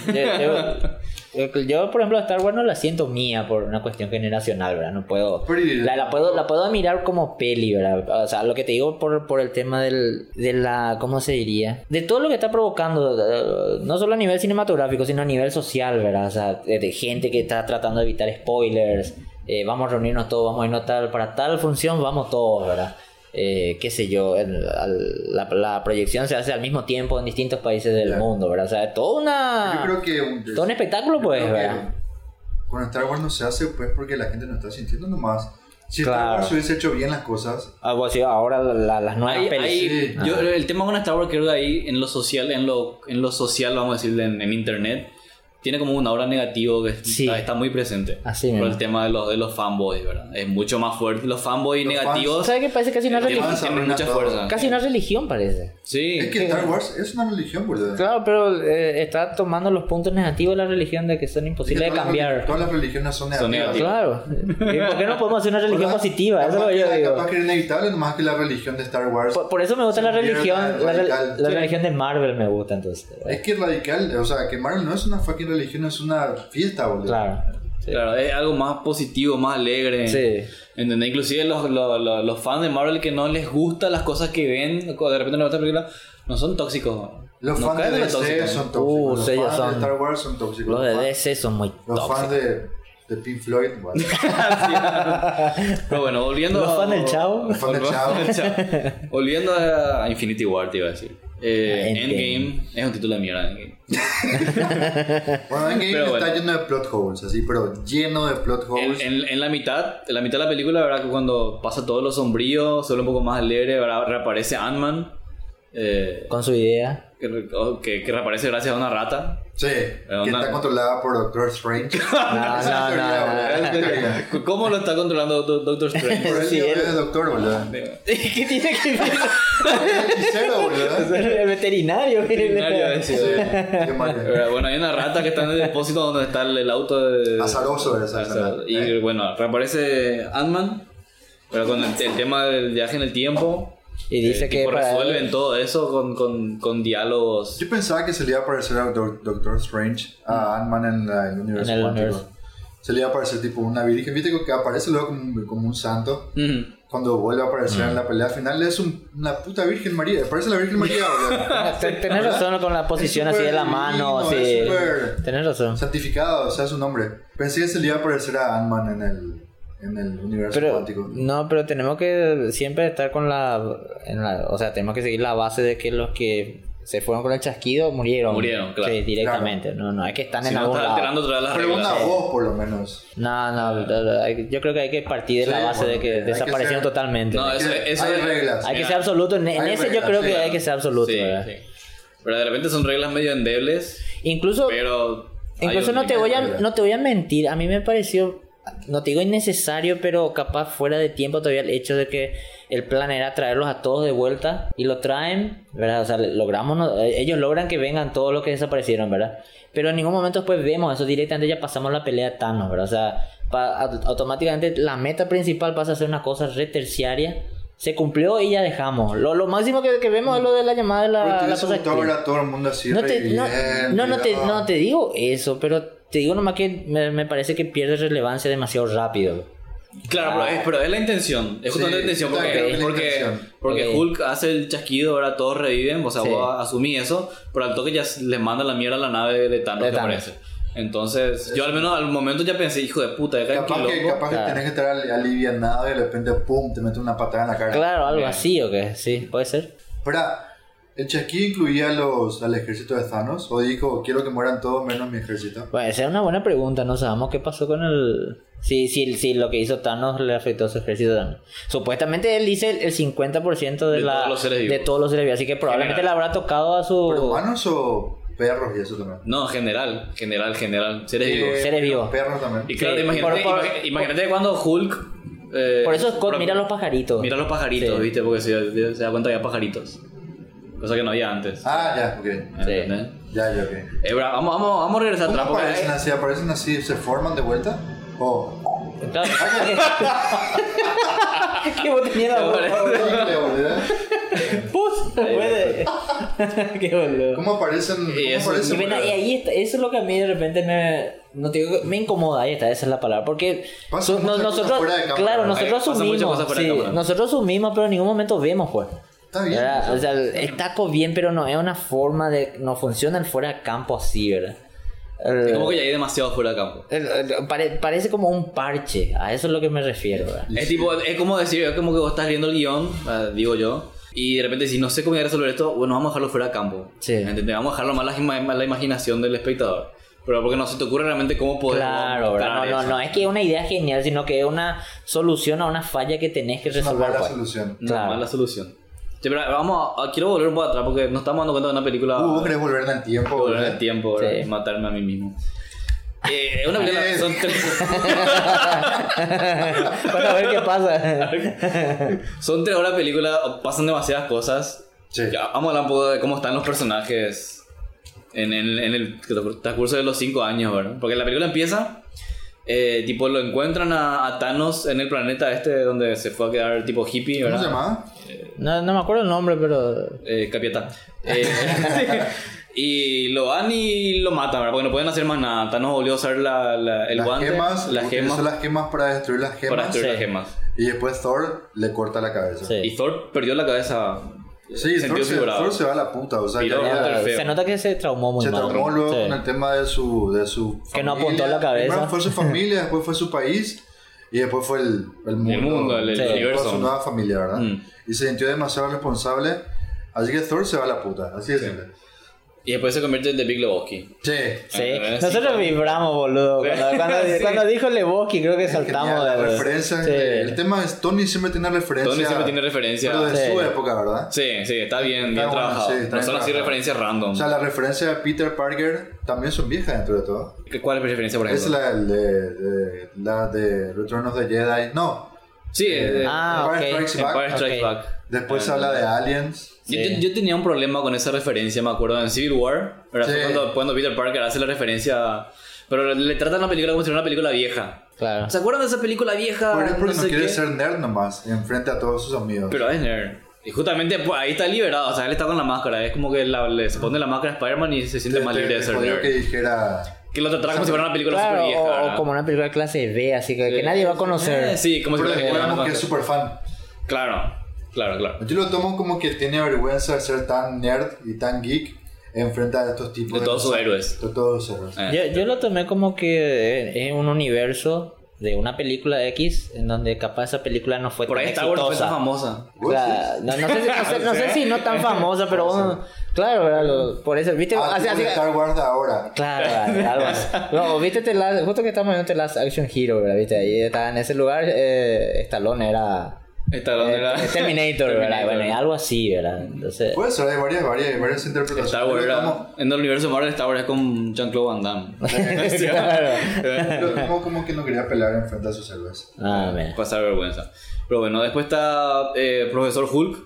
Speaker 2: yo- yo, por ejemplo, a Star Wars no la siento mía por una cuestión generacional, ¿verdad? No puedo.
Speaker 3: Pero y-
Speaker 2: La, la puedo, la puedo mirar como peli, ¿verdad? O sea, lo que te digo por, por el tema del, de la, ¿cómo se diría? De todo lo que está provocando, eh, no solo a nivel cinematográfico, sino a nivel social, ¿verdad? O sea, de, de gente que está tratando de evitar spoilers, eh, vamos a reunirnos todos, vamos a irnos tal, para tal función, vamos todos, ¿verdad? Eh, qué sé yo, el- al- la, la proyección se hace al mismo tiempo en distintos países del
Speaker 3: Ya.
Speaker 2: mundo, ¿verdad? O sea, es toda una...
Speaker 3: Yo creo que... un-
Speaker 2: Todo un espectáculo, Ah,
Speaker 3: yo
Speaker 2: pues,
Speaker 3: creo que
Speaker 2: ¿verdad?
Speaker 3: Con Star Wars no se hace pues porque la gente no está sintiendo nomás. Si Star
Speaker 2: Claro.
Speaker 3: Wars hubiese hecho bien las cosas...
Speaker 2: Algo así, ahora la- la- las nuevas
Speaker 1: Hay-
Speaker 2: pelis.
Speaker 1: hay-
Speaker 3: sí.
Speaker 1: yo- el tema con Star Wars creo que ahí en lo social, en lo, en lo social, vamos a decirle en, en internet, tiene como una aura negativa que
Speaker 2: Sí.
Speaker 1: está, está muy presente.
Speaker 2: Así
Speaker 1: por
Speaker 2: mismo.
Speaker 1: el tema de los, de los fanboys, ¿verdad? Es mucho más fuerte. Los fanboys
Speaker 3: Los
Speaker 1: negativos
Speaker 2: ¿Sabes qué? Parece casi una,
Speaker 1: tienen-
Speaker 2: religión,
Speaker 3: fans
Speaker 1: tienen
Speaker 3: arruinan
Speaker 1: mucha
Speaker 3: todo.
Speaker 1: fuerza.
Speaker 2: casi una religión, parece.
Speaker 1: Sí.
Speaker 3: Es que Star Wars es una religión, boludo.
Speaker 2: Claro, pero eh, está tomando los puntos negativos de la religión de que son
Speaker 3: Es que
Speaker 2: imposibles de
Speaker 3: todas las relig-
Speaker 2: cambiar.
Speaker 3: Todas las religiones son
Speaker 1: Son
Speaker 3: negativas.
Speaker 1: negativas.
Speaker 2: Claro. ¿Y por qué no podemos hacer una religión
Speaker 3: ¿Verdad?
Speaker 2: positiva? Eso es lo
Speaker 3: Capaz
Speaker 2: que yo
Speaker 3: que-
Speaker 2: digo.
Speaker 3: Capaz que era inevitable, nomás que la religión de Star Wars.
Speaker 2: Por, por eso me gusta la
Speaker 3: Sí,
Speaker 2: religión, la, re-
Speaker 3: radical.
Speaker 2: la
Speaker 3: Sí.
Speaker 2: religión de Marvel me gusta entonces.
Speaker 3: Es que es radical, o sea, que Marvel no es una fucking religión, es una fiesta, boludo.
Speaker 2: Claro. Sí.
Speaker 1: Claro, es algo más positivo, más alegre.
Speaker 2: Sí.
Speaker 1: ¿Entendés? Inclusive los, los, los- los fans de Marvel que no les gustan las cosas que ven, cuando de repente no les gusta la película, no son tóxicos.
Speaker 3: Los
Speaker 1: No
Speaker 3: fans
Speaker 1: caen
Speaker 3: de
Speaker 1: en lo
Speaker 3: DC
Speaker 1: tóxico.
Speaker 3: son
Speaker 2: Uh, sí,
Speaker 3: tóxicos. los
Speaker 2: ellos
Speaker 3: fans de
Speaker 2: son-
Speaker 3: Star Wars son tóxicos.
Speaker 2: Los de
Speaker 3: fans-
Speaker 2: DC son muy
Speaker 3: Los fans
Speaker 2: tóxicos.
Speaker 3: de, de Pink Floyd, bueno,
Speaker 1: Pero bueno, volviendo
Speaker 2: Los
Speaker 1: a-
Speaker 2: fans del Chavo.
Speaker 3: Los fans del Chao.
Speaker 1: Volviendo- Chao. Volviendo a Infinity War, te iba a decir. Eh,
Speaker 2: A
Speaker 1: Endgame.
Speaker 2: Ah, Endgame.
Speaker 1: es un título de mierda. Endgame.
Speaker 3: Bueno, Endgame
Speaker 1: Pero bueno.
Speaker 3: está lleno de plot holes, así, pero lleno de plot
Speaker 1: En,
Speaker 3: holes.
Speaker 1: en- en la mitad, en la mitad de la película, ¿verdad? Que cuando pasa todo lo sombrío, solo un poco más alegre, ¿verdad? Reaparece Ant-Man. eh,
Speaker 2: Con su idea.
Speaker 1: que, re- o- que- que reaparece gracias a una rata.
Speaker 3: Sí, que
Speaker 1: onda?
Speaker 3: está controlada por Doctor Strange. Esa es la
Speaker 2: no,
Speaker 3: teoría,
Speaker 2: no,
Speaker 3: boludo,
Speaker 2: no.
Speaker 3: esa es la teoría.
Speaker 1: ¿Cómo lo está controlando Do- Doctor Strange?
Speaker 3: Por
Speaker 2: Sí,
Speaker 3: él
Speaker 2: él-
Speaker 3: es doctor, boludo.
Speaker 2: ¿Qué tiene que ver?
Speaker 3: Es hechicero, boludo.
Speaker 2: El veterinario.
Speaker 1: Veterinario,
Speaker 3: Sí,
Speaker 1: ese.
Speaker 3: qué mal.
Speaker 1: Pero Eh, bueno, hay una rata que está en el depósito donde está el, el auto de...
Speaker 3: Azaroso esa, esa
Speaker 1: Azaroso.
Speaker 3: rata,
Speaker 1: Y
Speaker 3: eh.
Speaker 1: bueno, reaparece Ant-Man, pero con el, el tema del viaje en el tiempo.
Speaker 2: Y dice
Speaker 1: eh,
Speaker 2: que
Speaker 1: tipo,
Speaker 2: para él-
Speaker 1: resuelven todo eso con, con, con diálogos.
Speaker 3: Yo pensaba que se le iba a aparecer a Doc- Doctor Strange, a Ant-Man en, la- en el universo
Speaker 2: En el
Speaker 3: cuántico.
Speaker 2: universo.
Speaker 3: Se le iba a aparecer tipo una virgen, viste que aparece luego como, un- como un santo.
Speaker 1: Mm.
Speaker 3: Cuando vuelve a
Speaker 2: Mm.
Speaker 3: aparecer en la pelea final es un- una puta Virgen María, parece la Virgen María. boludo.
Speaker 2: Ten- Tenés razón con la posición
Speaker 3: Es
Speaker 2: así de
Speaker 3: súper
Speaker 2: la mano,
Speaker 3: divino, es
Speaker 2: así.
Speaker 3: súper-
Speaker 2: Tenés razón.
Speaker 3: Santificado, o sea, su nombre. Pensé que se le iba a aparecer a Ant-Man en el, en el universo
Speaker 2: Pero,
Speaker 3: cuántico.
Speaker 2: no, pero tenemos que siempre estar con la, en la- O sea, tenemos que seguir la base de que los que se fueron con el chasquido murieron.
Speaker 1: Murieron, claro.
Speaker 2: Sí, directamente. No, no, hay que estar
Speaker 1: Si
Speaker 2: en
Speaker 1: no,
Speaker 2: algún
Speaker 1: está
Speaker 2: lado.
Speaker 1: alterando otra vez las
Speaker 3: Pero
Speaker 1: reglas.
Speaker 3: una voz, por lo menos.
Speaker 2: No, no, no, no, hay- yo creo que hay que partir de
Speaker 3: Sí,
Speaker 2: la base
Speaker 3: bueno,
Speaker 2: de que
Speaker 3: hay que
Speaker 2: desaparecieron
Speaker 3: ser-
Speaker 2: totalmente.
Speaker 1: No, eso, eso
Speaker 3: Hay
Speaker 1: es-
Speaker 3: reglas.
Speaker 2: hay que
Speaker 1: mira,
Speaker 2: ser absoluto. En, en
Speaker 3: hay
Speaker 2: ese yo
Speaker 3: reglas,
Speaker 2: creo
Speaker 3: sí,
Speaker 2: que
Speaker 3: claro.
Speaker 2: hay que ser absoluto.
Speaker 1: Sí,
Speaker 2: ¿verdad?
Speaker 1: sí. Pero de repente son reglas medio endebles,
Speaker 2: Incluso
Speaker 1: pero... hay
Speaker 2: Incluso
Speaker 1: un
Speaker 2: no te,
Speaker 1: límite.
Speaker 2: voy a,
Speaker 3: realidad.
Speaker 2: no te voy a mentir, a mí me pareció no te digo innecesario, pero capaz fuera de tiempo todavía el hecho de que el plan era traerlos a todos de vuelta y lo traen, ¿verdad? O sea, logramos, no- Eh, ellos logran que vengan todos los que desaparecieron, ¿verdad? Pero en ningún momento después vemos eso, directamente ya pasamos la pelea de Thanos, ¿verdad? O sea, pa- au- automáticamente la meta principal pasa a ser una cosa re terciaria. Se cumplió y ya dejamos. Lo, lo máximo que, que vemos es lo de la llamada de Ah, la...
Speaker 3: Pero te
Speaker 2: la
Speaker 3: hubiese
Speaker 2: cosa
Speaker 3: gustado
Speaker 2: actriz.
Speaker 3: ver a todo el mundo así
Speaker 2: No te, no,
Speaker 3: reviviendo,
Speaker 2: no, no te,
Speaker 3: ah.
Speaker 2: no te digo eso, pero te digo nomás que me, me parece que pierde relevancia demasiado rápido.
Speaker 1: Claro,
Speaker 2: Ah.
Speaker 1: pero, es, pero es la intención. Es
Speaker 3: Sí,
Speaker 1: justamente la intención.
Speaker 3: yo
Speaker 1: Porque,
Speaker 3: creo que es la
Speaker 1: porque,
Speaker 3: intención.
Speaker 1: porque
Speaker 2: Ok.
Speaker 1: Hulk hace el chasquido, ahora todos reviven. O sea,
Speaker 2: Sí.
Speaker 1: vos asumí eso. Pero al toque ya les manda la mierda a la nave de Thanos
Speaker 2: De
Speaker 1: que
Speaker 2: Thanos.
Speaker 1: aparece. Entonces, yo al menos al momento ya pensé, hijo de puta, deja el
Speaker 3: Capaz que,
Speaker 1: quilombo.
Speaker 3: capaz que
Speaker 2: Claro.
Speaker 3: tenés que estar al- alivianado y de repente, pum, te mete una patada en la cara.
Speaker 2: Claro, algo
Speaker 1: Bien.
Speaker 2: así o qué, sí, puede ser.
Speaker 3: Espera, ¿el chasquido incluía a los, al ejército de Thanos? ¿O dijo, quiero que mueran todos menos mi ejército?
Speaker 2: Bueno, esa es una buena pregunta, no sabemos qué pasó con el... Sí, sí, sí, lo que hizo Thanos le afectó a su ejército. también. Supuestamente él dice el, el 50% de,
Speaker 1: De
Speaker 2: la,
Speaker 1: todos los seres vivos.
Speaker 2: de todos los seres vivos, así que probablemente le
Speaker 1: General.
Speaker 2: habrá tocado a
Speaker 1: Oh.
Speaker 2: su...
Speaker 3: ¿Pero humanos o perros y eso también?
Speaker 1: No, general, general, general. Seres
Speaker 3: Eh,
Speaker 1: vivos.
Speaker 2: seres vivos.
Speaker 3: Perros también.
Speaker 1: Y claro,
Speaker 2: sí,
Speaker 1: imagínate,
Speaker 2: por- por-
Speaker 1: imagi- imagínate cuando Hulk. eh,
Speaker 2: Por eso Scott
Speaker 1: pro-
Speaker 2: mira los pajaritos.
Speaker 1: mira los pajaritos,
Speaker 2: Sí.
Speaker 1: ¿viste? Porque se, se da cuenta que había pajaritos. Cosa que no había antes.
Speaker 3: Ah, ya, ok.
Speaker 1: ¿entendés?
Speaker 3: Ya, ya, ok.
Speaker 1: Eh, bra- vamos, vamos, vamos a regresar
Speaker 3: ¿Cómo
Speaker 1: atrás. porque-
Speaker 3: aparecen así? ¿Aparecen así? ¿Se forman de vuelta? Oh. ¿O?
Speaker 2: Claro. ¿Qué vos tenías la boca?
Speaker 3: Horrible, boludo.
Speaker 2: Pus, puede. Qué boludo.
Speaker 3: ¿Cómo aparecen? ¿Cómo
Speaker 1: Y eso-
Speaker 2: Y,
Speaker 3: aparecen?
Speaker 2: ven,
Speaker 3: boludo?
Speaker 2: ahí- ahí está, eso es lo que a mí de repente me, no te digo que- me incomoda, ahí está, esa es la palabra, porque
Speaker 3: Pasa
Speaker 2: so- no-
Speaker 3: muchas cosas
Speaker 2: nosotros,
Speaker 3: fuera de cámara,
Speaker 2: claro,
Speaker 3: ¿verdad?
Speaker 2: nosotros
Speaker 1: Pasa muchas
Speaker 2: asumimos,
Speaker 1: cosas fuera de
Speaker 2: sí,
Speaker 1: cámara.
Speaker 2: nosotros asumimos, pero en ningún momento vemos, pues.
Speaker 3: Está bien.
Speaker 2: ¿Verdad?
Speaker 3: eso.
Speaker 2: O sea, está co- bien, pero no es una forma de, no funciona el fuera de campo así, ¿verdad? El-
Speaker 1: Es como que ya hay demasiado fuera de campo.
Speaker 2: el- el- pare- parece como un parche, a eso es lo que me refiero, ¿verdad?
Speaker 1: Es tipo, es como decir, es como que vos estás viendo el guión, ah, digo yo, y de repente decís, no sé cómo voy a resolver esto, bueno, vamos a dejarlo fuera de campo.
Speaker 2: Sí.
Speaker 1: ¿Entendés? Vamos a dejarlo más a la, ima- a la imaginación del espectador. Pero porque no se te ocurre realmente cómo poder.
Speaker 2: Claro, ¿verdad?
Speaker 1: encarar
Speaker 2: no, no,
Speaker 1: eso.
Speaker 2: no, es que es una idea genial, sino que es una solución a una falla que tenés que
Speaker 3: Es una
Speaker 2: resolver.
Speaker 3: mala
Speaker 2: pues.
Speaker 3: solución.
Speaker 1: No,
Speaker 2: Claro.
Speaker 1: mala solución. Che, pero vamos a, a- quiero volver un poco atrás porque nos estamos dando cuenta de una película.
Speaker 3: Uh, vos querés volver en el tiempo,
Speaker 1: Volver en
Speaker 3: boludo.
Speaker 1: el tiempo, ¿verdad?
Speaker 2: Sí.
Speaker 1: Y matarme a mí mismo. Eh, es una película.
Speaker 3: Bien.
Speaker 1: Son tres,
Speaker 2: Para ver qué pasa.
Speaker 1: son tres horas de película, pasan demasiadas cosas.
Speaker 3: Sí.
Speaker 1: Ya, vamos a hablar un poco de cómo están los personajes en, en- en el transcurso de los cinco años, ¿verdad? Porque la película empieza, eh, tipo, lo encuentran a, a Thanos en el planeta este donde se fue a quedar tipo hippie,
Speaker 3: ¿Cómo se
Speaker 1: ¿verdad?
Speaker 3: llamaba?
Speaker 2: No, no me acuerdo el nombre, pero.
Speaker 1: Eh, Capiatá. Eh, y lo van y lo matan, ¿verdad? Porque no pueden hacer más nada. Thanos volvió a usar la, la- el
Speaker 3: las
Speaker 1: guante,
Speaker 3: gemas.
Speaker 1: las
Speaker 3: utilizó
Speaker 1: gemas,
Speaker 3: las gemas para destruir las gemas.
Speaker 1: para destruir
Speaker 2: Sí.
Speaker 1: las gemas.
Speaker 3: Y después Thor le corta la cabeza.
Speaker 2: Sí.
Speaker 1: Y Thor perdió la cabeza. eh,
Speaker 3: Sí, Thor
Speaker 1: sentido
Speaker 3: se,
Speaker 1: figurado.
Speaker 3: Thor se va a la puta. O sea,
Speaker 1: Piró.
Speaker 3: que
Speaker 1: Claro,
Speaker 2: Ya,
Speaker 1: Ah, feo.
Speaker 2: se nota que se traumó muy
Speaker 3: se
Speaker 2: mal.
Speaker 3: tomó luego
Speaker 2: Sí.
Speaker 3: con el tema de su, de su
Speaker 2: Que no
Speaker 3: familia.
Speaker 2: apuntó la cabeza.
Speaker 3: Primero fue su familia, después fue su país. Y después fue el, el mundo.
Speaker 1: mundo, el- el
Speaker 3: Después
Speaker 1: universo.
Speaker 3: Fue su nueva familia, ¿verdad?
Speaker 1: Mm.
Speaker 3: Y se sintió demasiado responsable. Así que Thor se va a la puta. Así es.
Speaker 1: Y después se convierte en The Big Lebowski.
Speaker 3: Che.
Speaker 2: Sí.
Speaker 1: Ah, sí.
Speaker 2: Nosotros vibramos, boludo. Cuando, cuando-
Speaker 1: Sí.
Speaker 2: cuando dijo Lebowski, creo que
Speaker 3: Genial,
Speaker 2: saltamos
Speaker 3: la
Speaker 2: de
Speaker 3: referencia. El tema es Tony siempre tiene referencia.
Speaker 1: Tony siempre tiene referencia.
Speaker 3: Pero de
Speaker 2: Sí.
Speaker 3: su época, ¿verdad?
Speaker 1: Sí, sí, está bien, bien
Speaker 3: Está bueno,
Speaker 1: trabajado.
Speaker 3: sí, está
Speaker 1: no
Speaker 3: bien
Speaker 1: son así
Speaker 3: trabajado.
Speaker 1: referencias random.
Speaker 3: O sea, la referencia de Peter Parker también son viejas dentro de todo.
Speaker 1: ¿Qué- ¿Cuál es la referencia, por
Speaker 3: Es
Speaker 1: ejemplo?
Speaker 3: la de, de- la de Return of the Jedi. No.
Speaker 1: Sí, eh,
Speaker 2: Ah,
Speaker 3: Empire
Speaker 2: ok.
Speaker 3: Strikes Back.
Speaker 1: Empire Strikes
Speaker 2: ok.
Speaker 1: Back.
Speaker 3: Después se
Speaker 1: Ah,
Speaker 3: habla de Aliens.
Speaker 1: Yo,
Speaker 2: Sí.
Speaker 1: yo- yo tenía un problema con esa referencia, me acuerdo, en Civil War. ¿verdad?
Speaker 3: Sí.
Speaker 1: Fue Cuando, cuando Peter Parker hace la referencia. Pero le tratan la película como si fuera una película vieja.
Speaker 2: Claro.
Speaker 1: ¿Se acuerdan de esa película vieja?
Speaker 3: Pero es porque no,
Speaker 1: Ah, sé
Speaker 3: quiere
Speaker 1: qué?
Speaker 3: ser nerd nomás, enfrente a todos sus amigos.
Speaker 1: Pero es nerd. Y justamente pues, ahí está liberado, o sea, él está con la máscara. Es como que la- le se pone la máscara a Spider-Man y se siente
Speaker 3: Te-
Speaker 1: más
Speaker 3: te-
Speaker 1: libre de
Speaker 3: te
Speaker 1: ser
Speaker 3: jodió
Speaker 1: nerd.
Speaker 3: que
Speaker 1: Que,
Speaker 3: dijera.
Speaker 1: lo tratara como si fuera una película
Speaker 2: Claro,
Speaker 1: super
Speaker 2: o-
Speaker 1: vieja.
Speaker 2: o,
Speaker 1: ¿verdad?
Speaker 2: como una película de clase B, así que, que
Speaker 1: Sí.
Speaker 2: nadie va a conocer.
Speaker 1: Eh, Sí, como si
Speaker 3: Pero
Speaker 1: fuera
Speaker 3: después
Speaker 1: una
Speaker 3: vemos que
Speaker 1: máscara.
Speaker 3: es super fan.
Speaker 1: Claro, claro, claro.
Speaker 3: Yo lo tomo como que tiene vergüenza de ser tan nerd y tan geek enfrente a estos tipos.
Speaker 1: De todos sus héroes.
Speaker 3: De todos sus héroes.
Speaker 1: Eh.
Speaker 2: Yo, yo lo tomé como que es- es un universo de una película X en donde capaz esa película no fue
Speaker 1: Por
Speaker 2: tan
Speaker 1: ahí está
Speaker 2: exitosa.
Speaker 1: Wars fue tan famosa.
Speaker 3: ¿Vos
Speaker 2: Clara- no, no sé si, no, sé, no sé si no tan famosa, pero bueno, claro, ¿verdad? Lo- por eso, ¿viste?
Speaker 3: Ah,
Speaker 2: Así-
Speaker 3: tipo
Speaker 2: así-
Speaker 3: de Star Wars de ahora.
Speaker 2: claro, ¿verdad? algo así. No, ¿viste? The Last- justo que estamos viendo The Last Action Hero, ¿verdad? ¿Viste? Ahí estaba en ese lugar, eh, Stallone era
Speaker 1: Esta donde
Speaker 2: Eh,
Speaker 1: era-
Speaker 2: Terminator, ¿verdad?
Speaker 1: Terminator.
Speaker 2: Bueno, y algo así, ¿verdad? Entonces,
Speaker 3: Puede ser, hay varias, varias, varias interpretaciones.
Speaker 1: Star Wars
Speaker 3: Creo que
Speaker 1: era-
Speaker 3: estamos-
Speaker 1: en el universo Marvel Star Wars es con Jean-Claude Van Damme. Sí.
Speaker 3: Yo como, como que no quería pelar enfrente a su cerveza.
Speaker 2: ah, mira.
Speaker 1: Pasar vergüenza. Pero bueno, después está eh, Profesor Hulk.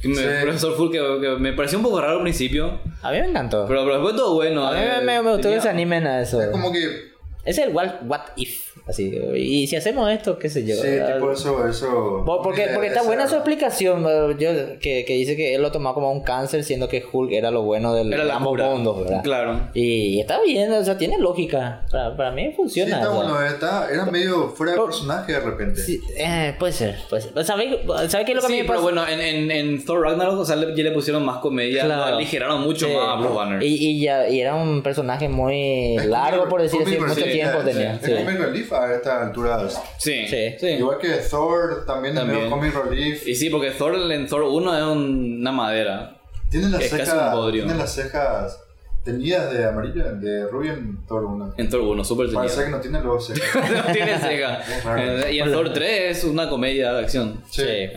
Speaker 1: que me-
Speaker 3: Sí.
Speaker 1: Profesor Hulk que, que me pareció un poco raro al principio.
Speaker 2: A mí me encantó.
Speaker 1: Pero, pero después todo bueno.
Speaker 2: a mí
Speaker 1: eh,
Speaker 2: me, me- me gustó
Speaker 1: tenía-
Speaker 2: que se animen a eso.
Speaker 3: Es como que.
Speaker 2: Es el what, what if. Así, y si hacemos esto, qué sé yo.
Speaker 3: sí,
Speaker 2: ¿verdad?
Speaker 3: tipo eh, eso. eso
Speaker 2: Por- porque,
Speaker 3: idea
Speaker 2: porque
Speaker 3: de
Speaker 2: está buena su
Speaker 3: esa-
Speaker 2: explicación, ¿verdad? yo, que, que dice que él lo tomaba como un cáncer, siendo que Hulk era lo bueno del,
Speaker 1: Era
Speaker 2: de
Speaker 1: la
Speaker 2: ambos
Speaker 1: cura.
Speaker 2: mundos, ¿verdad?
Speaker 1: Claro.
Speaker 2: Y está bien, o sea, tiene lógica. Para, para mí
Speaker 3: Sí,
Speaker 2: funciona.
Speaker 3: está
Speaker 2: o sea.
Speaker 3: bueno, está, era medio fuera de
Speaker 2: Pero-
Speaker 3: personaje de repente.
Speaker 2: Sí, eh, puede ser, puede ser. ¿Sabes, sabes qué es lo que a
Speaker 1: Sí,
Speaker 2: mí me
Speaker 1: pero
Speaker 2: pasa?
Speaker 1: bueno, en, en, en Thor Ragnarok o sea, le- ya le pusieron más comedia,
Speaker 2: Claro.
Speaker 1: lo aligeraron mucho
Speaker 2: Sí.
Speaker 1: más a Bruce Banner.
Speaker 2: Y, y ya, y era un personaje muy
Speaker 3: Es
Speaker 2: largo,
Speaker 3: como-
Speaker 2: por decir así,
Speaker 3: comic
Speaker 2: mucho
Speaker 3: relief,
Speaker 2: tiempo
Speaker 3: eh,
Speaker 2: tenía.
Speaker 3: Es
Speaker 2: sí.
Speaker 3: comic relief a esta altura.
Speaker 1: Sí.
Speaker 2: Sí.
Speaker 3: Igual que Thor, también, es medio
Speaker 1: También.
Speaker 3: comic relief.
Speaker 1: Y sí, porque Thor en Thor 1 es un- una madera.
Speaker 3: Tiene las
Speaker 1: es casi
Speaker 3: cejas.
Speaker 1: un bodrio.
Speaker 3: Tiene las cejas teñidas de amarillo, de rubio en Thor 1.
Speaker 1: En Thor 1, súper
Speaker 3: Parece
Speaker 1: tenida.
Speaker 3: que no tiene luego cejas.
Speaker 1: no tiene ceja.
Speaker 3: Es raro.
Speaker 1: Eh, y en Thor 3 es una comedia de acción.
Speaker 3: Sí.
Speaker 1: Eh,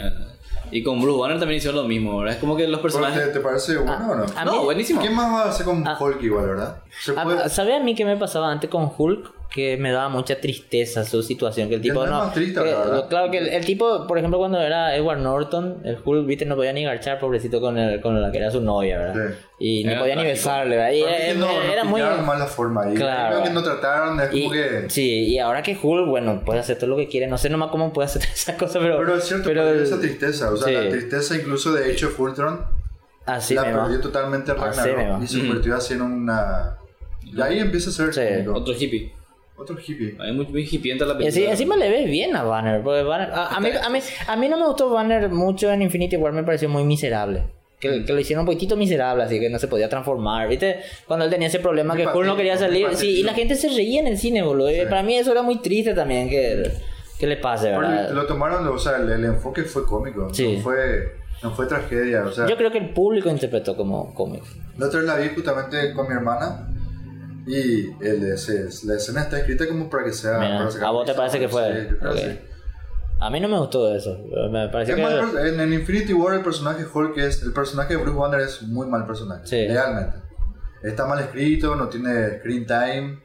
Speaker 1: Y con Bruce Banner también hicieron lo mismo, ¿verdad? Es como que los
Speaker 3: Pero ¿Te,
Speaker 1: personajes...
Speaker 3: te parece bueno o no?
Speaker 2: a
Speaker 1: no,
Speaker 2: mí-
Speaker 1: Ah, buenísimo.
Speaker 3: ¿Qué más va a hacer con
Speaker 2: Ah.
Speaker 3: Hulk igual, verdad? ¿Se
Speaker 2: Ah,
Speaker 3: puede?
Speaker 2: ah, ¿Sabes a mí qué me pasaba antes con Hulk? Que me daba mucha tristeza su situación. Que el tipo
Speaker 3: Es
Speaker 2: no.
Speaker 3: más triste,
Speaker 2: que-
Speaker 3: la verdad.
Speaker 2: claro, que el, el tipo, por ejemplo, cuando era Edward Norton, el Hulk, viste, no podía ni garchar, pobrecito, con, el, con la que era su novia, ¿verdad? Y no
Speaker 1: Era
Speaker 2: podía ni
Speaker 1: trágico.
Speaker 2: besarle, ¿verdad? Y
Speaker 3: Porque
Speaker 2: era,
Speaker 3: no, no
Speaker 2: eh, era muy.
Speaker 3: pillaron mala forma ahí.
Speaker 2: Claro.
Speaker 3: Creo que no trataron, es
Speaker 2: Y,
Speaker 3: como que.
Speaker 2: Sí, y ahora que Hulk, bueno, puede hacer todo lo que quiere. No sé nomás cómo puede hacer esas cosas, pero.
Speaker 3: Pero es cierto, pero esa tristeza, o sea,
Speaker 2: sí.
Speaker 3: la tristeza incluso de Age of Ultron
Speaker 2: Así
Speaker 3: la
Speaker 2: me va. Ah,
Speaker 3: perdió totalmente
Speaker 2: me
Speaker 3: Ragnarok
Speaker 2: va. Mm.
Speaker 3: y se convirtió así en una. Y ahí empieza a ser
Speaker 2: Sí.
Speaker 3: cómico.
Speaker 1: Otro hippie.
Speaker 3: otro hippie.
Speaker 1: Hay muy, muy hippienta la
Speaker 2: Y así-
Speaker 1: película.
Speaker 2: encima le ves bien a Banner. Porque Banner a, a mí, a, mí, a mí no me gustó Banner mucho en Infinity War, me pareció muy miserable.
Speaker 3: Mm.
Speaker 2: Que, que lo hicieron un poquitito miserable, así que no se podía transformar. ¿Viste? Cuando él tenía ese problema
Speaker 3: Muy
Speaker 2: que Hulk no
Speaker 3: patético,
Speaker 2: quería
Speaker 3: muy
Speaker 2: salir. Sí,
Speaker 3: patético.
Speaker 2: y la gente se reía en el cine, boludo. Y
Speaker 3: Sí.
Speaker 2: Para mí eso era muy triste también que, que le pase,
Speaker 3: Pero
Speaker 2: ¿verdad?
Speaker 3: lo tomaron, o sea, el, el enfoque fue cómico,
Speaker 2: Sí.
Speaker 3: no, fue, no fue tragedia. O sea,
Speaker 2: Yo creo que el público interpretó como cómic.
Speaker 3: La otra vez la vi justamente con mi hermana y el, ese- la escena está escrita como para que sea.
Speaker 2: Mira,
Speaker 3: para sacar
Speaker 2: ¿a vos te
Speaker 3: risa,
Speaker 2: parece que fue?
Speaker 3: Sí, yo creo que
Speaker 2: Ok.
Speaker 3: sí.
Speaker 2: A mí no me gustó eso. Me pareció
Speaker 3: Es
Speaker 2: que.
Speaker 3: mal per- en, en Infinity War el personaje Hulk es el personaje de Bruce Banner es muy mal personaje
Speaker 2: Sí.
Speaker 3: realmente está mal escrito no tiene screen time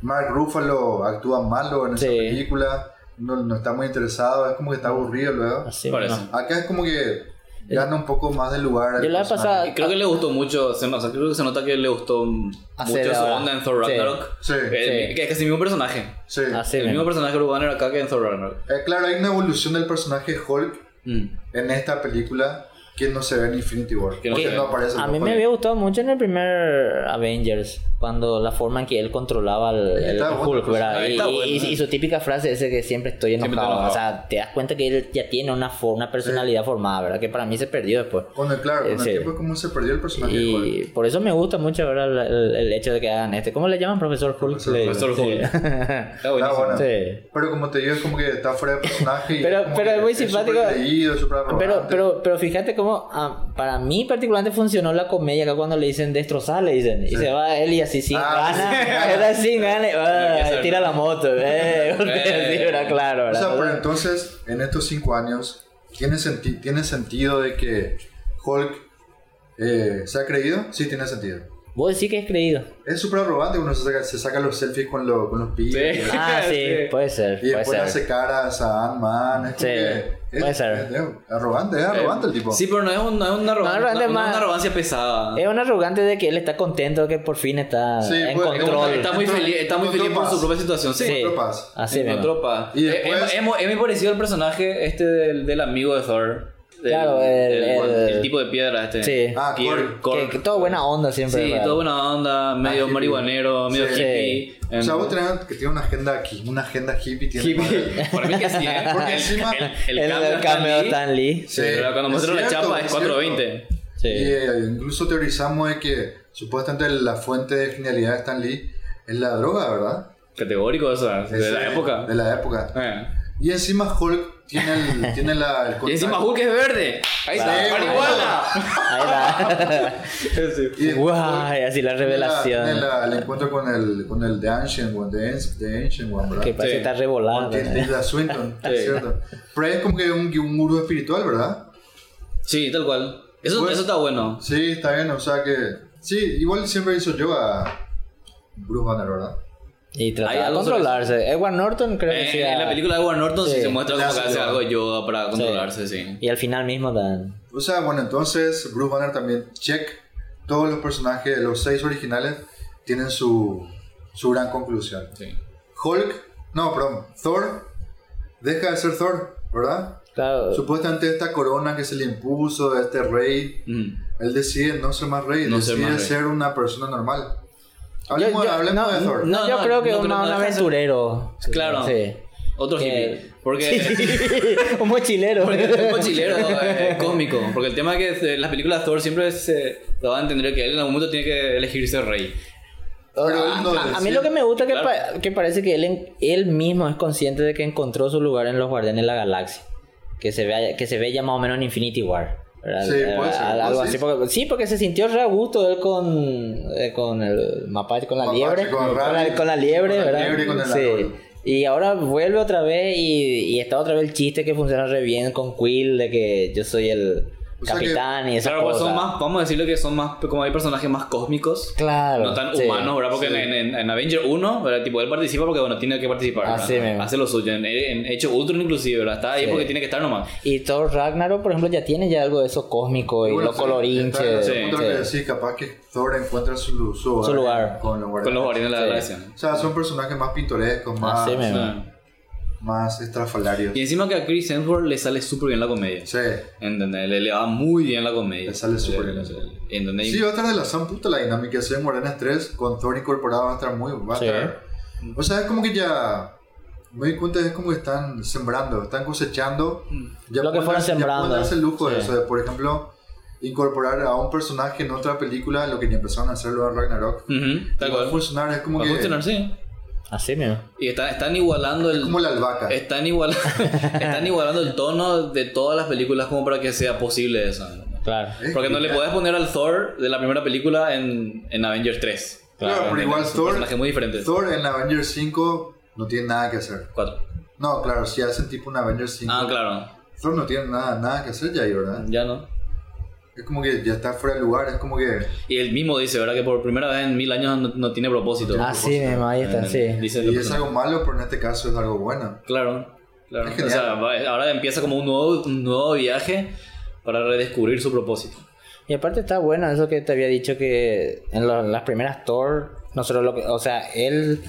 Speaker 3: Mark Ruffalo actúa malo en esa
Speaker 2: Sí.
Speaker 3: película no, no está muy interesado es como que está aburrido luego
Speaker 2: Así,
Speaker 1: Parece.
Speaker 2: no.
Speaker 3: acá es como que gana un poco más de lugar al
Speaker 2: Yo la he
Speaker 3: personaje.
Speaker 2: pasado.
Speaker 1: Y Ah, Creo que le gustó mucho, se- o sea, creo que se nota que le gustó
Speaker 2: Hacer
Speaker 1: mucho su
Speaker 2: ahora.
Speaker 1: onda en Thor
Speaker 2: Sí.
Speaker 1: Ragnarok.
Speaker 3: Sí.
Speaker 1: Eh,
Speaker 2: Sí.
Speaker 1: Que es casi el mismo personaje.
Speaker 3: sí
Speaker 2: Así
Speaker 1: el
Speaker 2: mismo.
Speaker 1: mismo personaje de Bruce Banner acá que en Thor Ragnarok.
Speaker 3: Eh, claro hay una evolución del personaje Hulk
Speaker 1: Mm.
Speaker 3: en esta película que no se ve en Infinity War
Speaker 1: Que no
Speaker 3: porque
Speaker 1: se ve.
Speaker 3: no aparece
Speaker 2: A
Speaker 3: no
Speaker 2: mí me
Speaker 3: aparece.
Speaker 2: había gustado mucho en el primer Avengers, cuando la forma en que él controlaba al el
Speaker 3: Está bueno,
Speaker 2: Hulk,
Speaker 3: pues,
Speaker 2: ¿verdad?
Speaker 1: ahí
Speaker 2: Y,
Speaker 1: está
Speaker 2: y-
Speaker 1: bueno.
Speaker 2: y- y su típica frase ese que siempre estoy enojado.
Speaker 1: Siempre estoy enojado.
Speaker 2: O sea, te das cuenta que él ya tiene una, for- una personalidad formada, ¿verdad? Que para mí se perdió después.
Speaker 3: con el, claro,
Speaker 2: Eh,
Speaker 3: con el
Speaker 2: sí.
Speaker 3: tiempo es como se perdió el personaje Hulk.
Speaker 2: Y por eso me gusta mucho, ¿verdad? El, el- el hecho de que hagan este. ¿Cómo le llaman profesor Hulk?
Speaker 3: Profesor
Speaker 2: Le-
Speaker 1: Profesor
Speaker 2: sí.
Speaker 1: Hulk. Está
Speaker 3: Está
Speaker 1: buenísimo.
Speaker 3: bueno.
Speaker 2: Sí.
Speaker 3: Pero como te digo, es como que está fuera de personaje. y
Speaker 2: Pero-
Speaker 3: como
Speaker 2: pero
Speaker 3: que
Speaker 2: es muy
Speaker 3: súper
Speaker 2: simpático.
Speaker 3: creído, súper
Speaker 2: Pero,
Speaker 3: arrogante.
Speaker 2: pero, pero fíjate cómo ah, para mí particularmente funcionó la comedia acá cuando le dicen destrozar, le dicen. Y se va él y así sin
Speaker 3: Ah, sí.
Speaker 2: ganas, era sin ganas, y, ah,
Speaker 1: Empieza el-
Speaker 2: tira la moto, eh, golpea
Speaker 1: Eh.
Speaker 2: así, era claro.
Speaker 3: O
Speaker 2: ¿verdad?
Speaker 3: sea, pero entonces, en estos cinco años, ¿tiene, senti- tiene sentido de que Hulk eh, se ha creído? Sí, tiene sentido.
Speaker 2: Vos decís que es creído.
Speaker 3: Es súper arrogante, uno se saca, se saca los selfies con, lo- con los pibes.
Speaker 1: Sí.
Speaker 2: Ah, sí,
Speaker 1: Sí.
Speaker 2: puede ser,
Speaker 3: Y
Speaker 2: puede
Speaker 3: después
Speaker 2: ser.
Speaker 3: hace caras a Ant-Man. Es como
Speaker 2: Sí,
Speaker 3: que es-
Speaker 2: puede ser. Eh,
Speaker 3: es- es arrogante, es arrogante el tipo.
Speaker 1: Eh, Sí, pero no es, un- no es una, arrogancia,
Speaker 2: No, arrogante
Speaker 1: no- no es
Speaker 2: más-
Speaker 1: una arrogancia pesada.
Speaker 2: Es un arrogante de que él está contento de que por fin está
Speaker 3: Sí, pues,
Speaker 2: en
Speaker 3: puede-
Speaker 2: control.
Speaker 1: Está muy
Speaker 3: Entró-
Speaker 1: feliz, está muy
Speaker 3: entró
Speaker 1: feliz por
Speaker 3: paz.
Speaker 1: su propia situación. Sí.
Speaker 2: Sí.
Speaker 3: Otro paz.
Speaker 2: Así
Speaker 1: en Eh,
Speaker 2: mismo.
Speaker 1: tropa.
Speaker 3: Y
Speaker 1: Y
Speaker 3: después-
Speaker 1: es, muy parecido el personaje este del, del amigo de Thor. Del-
Speaker 2: Claro, el-
Speaker 1: del-
Speaker 2: el-
Speaker 1: el tipo de piedra este.
Speaker 2: Sí.
Speaker 3: Ah,
Speaker 1: Gear
Speaker 3: Korg. Ah,
Speaker 1: Korg.
Speaker 2: Que, que todo buena onda siempre.
Speaker 1: Sí,
Speaker 2: ¿verdad?
Speaker 1: toda buena onda, medio
Speaker 3: hippie.
Speaker 1: marihuanero, medio
Speaker 3: Sí.
Speaker 1: hippie.
Speaker 3: O sea,
Speaker 1: em,
Speaker 3: vos tenés que tiene una agenda aquí, una agenda hippie. Tiene
Speaker 1: hippie. Por mí que sí, ¿eh?
Speaker 3: Porque encima-
Speaker 1: el,
Speaker 2: El, el
Speaker 1: cambio
Speaker 2: cameo
Speaker 1: está
Speaker 2: Stan Lee.
Speaker 1: Sí, pero cuando
Speaker 3: es
Speaker 1: mostraron la
Speaker 3: cierto,
Speaker 1: chapa es
Speaker 3: es cierto.
Speaker 1: 420.
Speaker 2: Sí.
Speaker 3: Y
Speaker 1: este,
Speaker 3: eh, incluso teorizamos de que supuestamente la fuente de genialidad de Stan Lee es la droga, ¿verdad?
Speaker 1: Categórico eso, ¿eh? de
Speaker 3: Es,
Speaker 1: la
Speaker 3: eh,
Speaker 1: época.
Speaker 3: De la época.
Speaker 1: Eh.
Speaker 3: Y encima Hulk tiene el, tiene la, el
Speaker 1: Y encima
Speaker 3: contacto.
Speaker 1: Hulk es verde. Ahí está,
Speaker 3: Sí,
Speaker 1: marihuana.
Speaker 2: Ahí
Speaker 3: Y
Speaker 2: va. Guay, así la
Speaker 3: tiene la-
Speaker 2: revelación.
Speaker 3: tiene la- el encuentro con el, con el The Ancient One, The Anci- The Ancient One, ¿verdad?
Speaker 2: Que parece
Speaker 1: Sí.
Speaker 2: que está revolado.
Speaker 3: Con Tilda Swinton,
Speaker 1: eh. Sí.
Speaker 3: ¿cierto? Pero es como que un, un gurú espiritual, ¿verdad?
Speaker 1: Sí, tal cual. Eso,
Speaker 3: Bueno.
Speaker 1: eso está bueno.
Speaker 3: Sí, está bien, o sea que... Sí, igual siempre hizo yo a Bruce Banner, ¿verdad?
Speaker 2: Y
Speaker 1: Hay
Speaker 2: trataba de
Speaker 1: algo sobre
Speaker 2: controlarse. Edward Norton creo que
Speaker 1: Eh,
Speaker 2: sí.
Speaker 1: en la
Speaker 2: ah.
Speaker 1: película de Edward Norton sí
Speaker 2: Sí.
Speaker 1: se muestra
Speaker 3: La
Speaker 1: como que hace
Speaker 3: ciudad.
Speaker 1: algo de yoga para controlarse, sí.
Speaker 2: Y al final mismo dan.
Speaker 3: O sea, bueno, entonces Bruce Banner también, check. Todos los personajes, los seis originales, tienen su, su gran conclusión.
Speaker 1: sí.
Speaker 3: Hulk, no, perdón, Thor, deja de ser Thor, ¿verdad?
Speaker 2: Claro,
Speaker 3: Supuestamente esta corona que se le impuso a este rey,
Speaker 1: Mm.
Speaker 3: él decide no ser más rey,
Speaker 1: No ser
Speaker 3: decide ser,
Speaker 1: más rey.
Speaker 3: una persona normal.
Speaker 2: Yo-
Speaker 3: Hablemos,
Speaker 2: yo-
Speaker 3: hablemos
Speaker 2: no,
Speaker 3: de Thor.
Speaker 2: no,
Speaker 1: No,
Speaker 2: yo
Speaker 1: no,
Speaker 2: creo que
Speaker 1: no
Speaker 2: un-
Speaker 1: creo-
Speaker 2: un
Speaker 1: no,
Speaker 2: aventurero.
Speaker 1: Claro.
Speaker 2: Sí.
Speaker 1: Otro
Speaker 2: Que-
Speaker 1: hippie. Porque.
Speaker 2: un mochilero.
Speaker 1: Porque es un mochilero eh, cósmico. Porque el tema es que en las películas de Thor siempre se daba a entender que él en algún momento tiene que elegir ser rey.
Speaker 3: Pero él no
Speaker 2: Ah, a, a mí
Speaker 3: decide.
Speaker 2: lo que me gusta es que,
Speaker 1: Claro.
Speaker 2: pa- que parece que él, en- él mismo es consciente de que encontró su lugar en los Guardianes de la Galaxia. Que se ve, que se ve ya más o menos en Infinity War. ¿verdad?
Speaker 3: Sí, puede ser,
Speaker 2: Al-
Speaker 3: puede
Speaker 2: algo así.
Speaker 3: ser.
Speaker 2: Porque, sí, porque se sintió re a gusto él con, eh, con el mapache, con la
Speaker 3: Mapache,
Speaker 2: liebre.
Speaker 3: con el rabbit,
Speaker 2: la, con la liebre,
Speaker 3: con la
Speaker 2: ¿verdad?
Speaker 3: liebre, con el
Speaker 2: Sí.
Speaker 3: árbol.
Speaker 2: Y ahora vuelve otra vez y, y está otra vez el chiste que funciona re bien con Quill de que yo soy el
Speaker 3: O sea que-
Speaker 2: capitán y esas
Speaker 1: Claro, pues
Speaker 2: cosas.
Speaker 1: son más, vamos a decirlo que son más, como hay personajes más cósmicos,
Speaker 2: Claro.
Speaker 1: no tan
Speaker 2: sí.
Speaker 1: humanos, ¿verdad? Porque en, en- en Avenger 1, ¿verdad? Tipo, él participa porque, bueno, tiene que participar. ¿verdad?
Speaker 2: Así mismo.
Speaker 1: Hace lo suyo. En, en Hecho Ultron, inclusive, ¿verdad? Está ahí
Speaker 2: Sí.
Speaker 1: porque tiene que estar nomás.
Speaker 2: Y Thor Ragnarok, por ejemplo, ya tiene ya algo de eso cósmico y
Speaker 3: Bueno,
Speaker 2: lo
Speaker 3: sí,
Speaker 2: colorinche.
Speaker 3: está
Speaker 1: sí,
Speaker 3: en el punto
Speaker 2: sí.
Speaker 3: que decís, capaz que Thor encuentra su, su hogar,
Speaker 2: Su lugar.
Speaker 3: Con los
Speaker 1: Con los
Speaker 3: guardianes.
Speaker 1: Guardianes de la
Speaker 2: Sí.
Speaker 1: Galaxia.
Speaker 3: O sea, son personajes más pintorescos, más,
Speaker 2: Así mismo.
Speaker 1: Ah.
Speaker 3: más estrafalarios.
Speaker 1: Y encima que a Chris Hemsworth le sale súper bien la comedia.
Speaker 3: Sí.
Speaker 1: ¿Entendés? Le, le va muy bien la comedia.
Speaker 3: Le sale súper bien.
Speaker 1: ¿Entendés?
Speaker 3: Sí, va a estar de la san puta la dinámica. Si en Guardianes 3 con Thor incorporado va a estar muy. Va a
Speaker 2: Sí.
Speaker 3: estar- O sea, es como que ya. Me di cuenta, es como que están sembrando, están cosechando. Ya
Speaker 2: Lo que fueron
Speaker 3: pueden darse- ya pueden
Speaker 2: sembrando.
Speaker 3: darse el lujo de
Speaker 2: Sí.
Speaker 3: eso. de, por ejemplo, incorporar a un personaje en otra película, lo que ya empezaron a hacerlo en Ragnarok.
Speaker 1: Ujú,
Speaker 3: Y
Speaker 1: Mm, Tal
Speaker 3: va a
Speaker 1: cual.
Speaker 3: funcionar, es como
Speaker 1: Va a
Speaker 3: que.
Speaker 1: funcionar, sí.
Speaker 2: Así mismo.
Speaker 1: Y están, están igualando el.
Speaker 3: Es como la albahaca.
Speaker 1: Están, igual, están igualando el tono de todas las películas como para que sea posible eso. ¿entendés?
Speaker 2: Claro.
Speaker 3: Es
Speaker 1: Porque no le
Speaker 3: genial.
Speaker 1: podés poner al Thor de la primera película en, en Avengers 3.
Speaker 3: Claro, pero
Speaker 1: ¿entendés?
Speaker 3: igual
Speaker 1: Es un
Speaker 3: Thor-
Speaker 1: personaje muy diferente.
Speaker 3: Thor en Avengers 5 no tiene nada que hacer.
Speaker 1: Cuatro.
Speaker 3: No, claro, si hacen tipo un Avengers 5,
Speaker 1: Ah, claro.
Speaker 3: Thor no tiene nada, nada que hacer ya ahí, ¿verdad?
Speaker 1: Ya no.
Speaker 3: Es como que ya está fuera de lugar, es como que...
Speaker 1: Y él mismo dice, ¿verdad? Que por primera vez en mil años no, no tiene propósito.
Speaker 2: Así mismo, ahí está, Ah, sí.
Speaker 1: Dice la
Speaker 3: Y es
Speaker 1: persona.
Speaker 3: algo malo, pero en este caso es algo bueno.
Speaker 1: Claro, claro.
Speaker 3: Es
Speaker 1: O
Speaker 3: genial.
Speaker 1: sea, va- ahora empieza como un nuevo, un nuevo viaje para redescubrir su propósito.
Speaker 2: Y aparte está bueno eso que te había dicho que en lo- las primeras Thor, nosotros lo que, o sea, él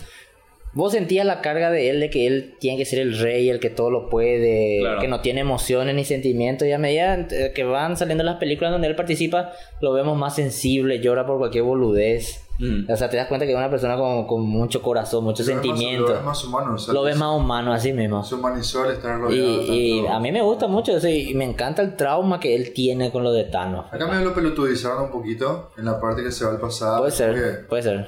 Speaker 2: vos sentías la carga de él de que él tiene que ser el rey, el que todo lo puede,
Speaker 1: Claro.
Speaker 2: que no tiene emociones ni sentimientos y a medida eh, que van saliendo las películas donde él participa, lo vemos más sensible, llora por cualquier boludez.
Speaker 1: Mm.
Speaker 2: O sea, te das cuenta que es una persona con, con mucho corazón, mucho
Speaker 3: Lo ves más-
Speaker 2: sentimiento.
Speaker 3: Lo ves más humano, o sea,
Speaker 2: Lo ves más humano así mismo.
Speaker 3: Se humanizó al estar
Speaker 2: Y,
Speaker 3: rodeado. de
Speaker 2: y
Speaker 3: tanto-
Speaker 2: a mí me gusta mucho eso y me encanta el trauma que él tiene con lo de Thanos.
Speaker 3: Acá me lo pelotudizaron un poquito en la parte que se va al pasado.
Speaker 2: Puede
Speaker 3: como
Speaker 2: ser, puede ser.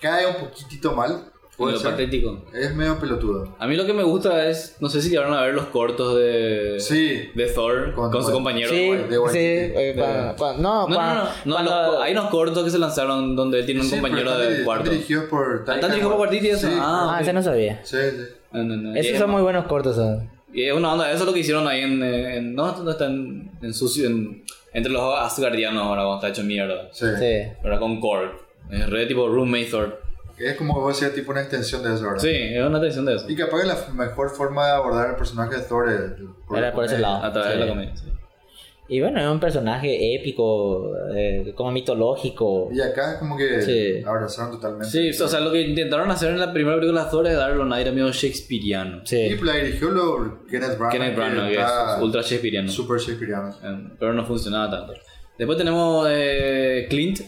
Speaker 3: que Cae un poquitito mal.
Speaker 1: Lo
Speaker 3: Puede ser.
Speaker 1: patético.
Speaker 3: Es medio pelotudo.
Speaker 1: A mí lo que me gusta es, no sé si llegaron a ver los cortos de,
Speaker 3: Sí.
Speaker 1: de Thor
Speaker 3: Con-
Speaker 1: con, su
Speaker 3: con-
Speaker 1: compañero.
Speaker 2: Sí,
Speaker 3: de Waititi.
Speaker 2: sí, eh,
Speaker 1: De-
Speaker 2: cuando- cuando-
Speaker 1: No, no,
Speaker 2: no,
Speaker 1: no,
Speaker 2: cuando-
Speaker 1: no, no,
Speaker 2: cuando-
Speaker 1: los- hay unos cortos que se lanzaron donde él tiene un
Speaker 3: Sí,
Speaker 1: compañero
Speaker 3: pero están
Speaker 1: de
Speaker 3: diri-
Speaker 1: cuarto.
Speaker 3: Están dirigidos por...
Speaker 1: Ah,
Speaker 3: Taika
Speaker 1: ¿están dirigidos por
Speaker 3: Waititi.
Speaker 1: Waititi?
Speaker 3: Sí.
Speaker 1: Ah,
Speaker 2: Ah, ese no sabía.
Speaker 3: Sí, sí.
Speaker 1: No, no, no. Y
Speaker 2: Esos
Speaker 1: es-
Speaker 2: son muy buenos cortos. son.
Speaker 1: Y es una onda, eso es lo que hicieron ahí en. eh, en- no, no está en, en sucio, en- entre los asgardianos ahora, cuando está hecho mierda.
Speaker 3: Sí.
Speaker 2: Sí.
Speaker 1: Ahora con Korg. Es re tipo roommate Thor.
Speaker 3: Es como que vos decías, tipo una extensión de eso, ¿verdad?
Speaker 1: Sí, es una atención de eso.
Speaker 3: Y capaz que la f- mejor forma de abordar el personaje de Thor es...
Speaker 2: Era por ese lado.
Speaker 1: A través
Speaker 2: Sí.
Speaker 1: de la comedia. sí.
Speaker 2: Y bueno, es un personaje épico, eh, como mitológico.
Speaker 3: Y acá es como que
Speaker 2: Sí.
Speaker 3: abrazaron totalmente.
Speaker 1: Sí, o sea, lo que intentaron hacer en la primera película de Thor es darle un aire medio shakespeariano. Ah,
Speaker 3: Y
Speaker 2: Sí.
Speaker 3: la dirigió lo Kenneth Branagh.
Speaker 1: Kenneth Branagh, que
Speaker 3: está
Speaker 1: es ultra shakespeariano.
Speaker 3: Super shakespeariano.
Speaker 1: Eh, Pero no funcionaba tanto. Después tenemos eh, Clint,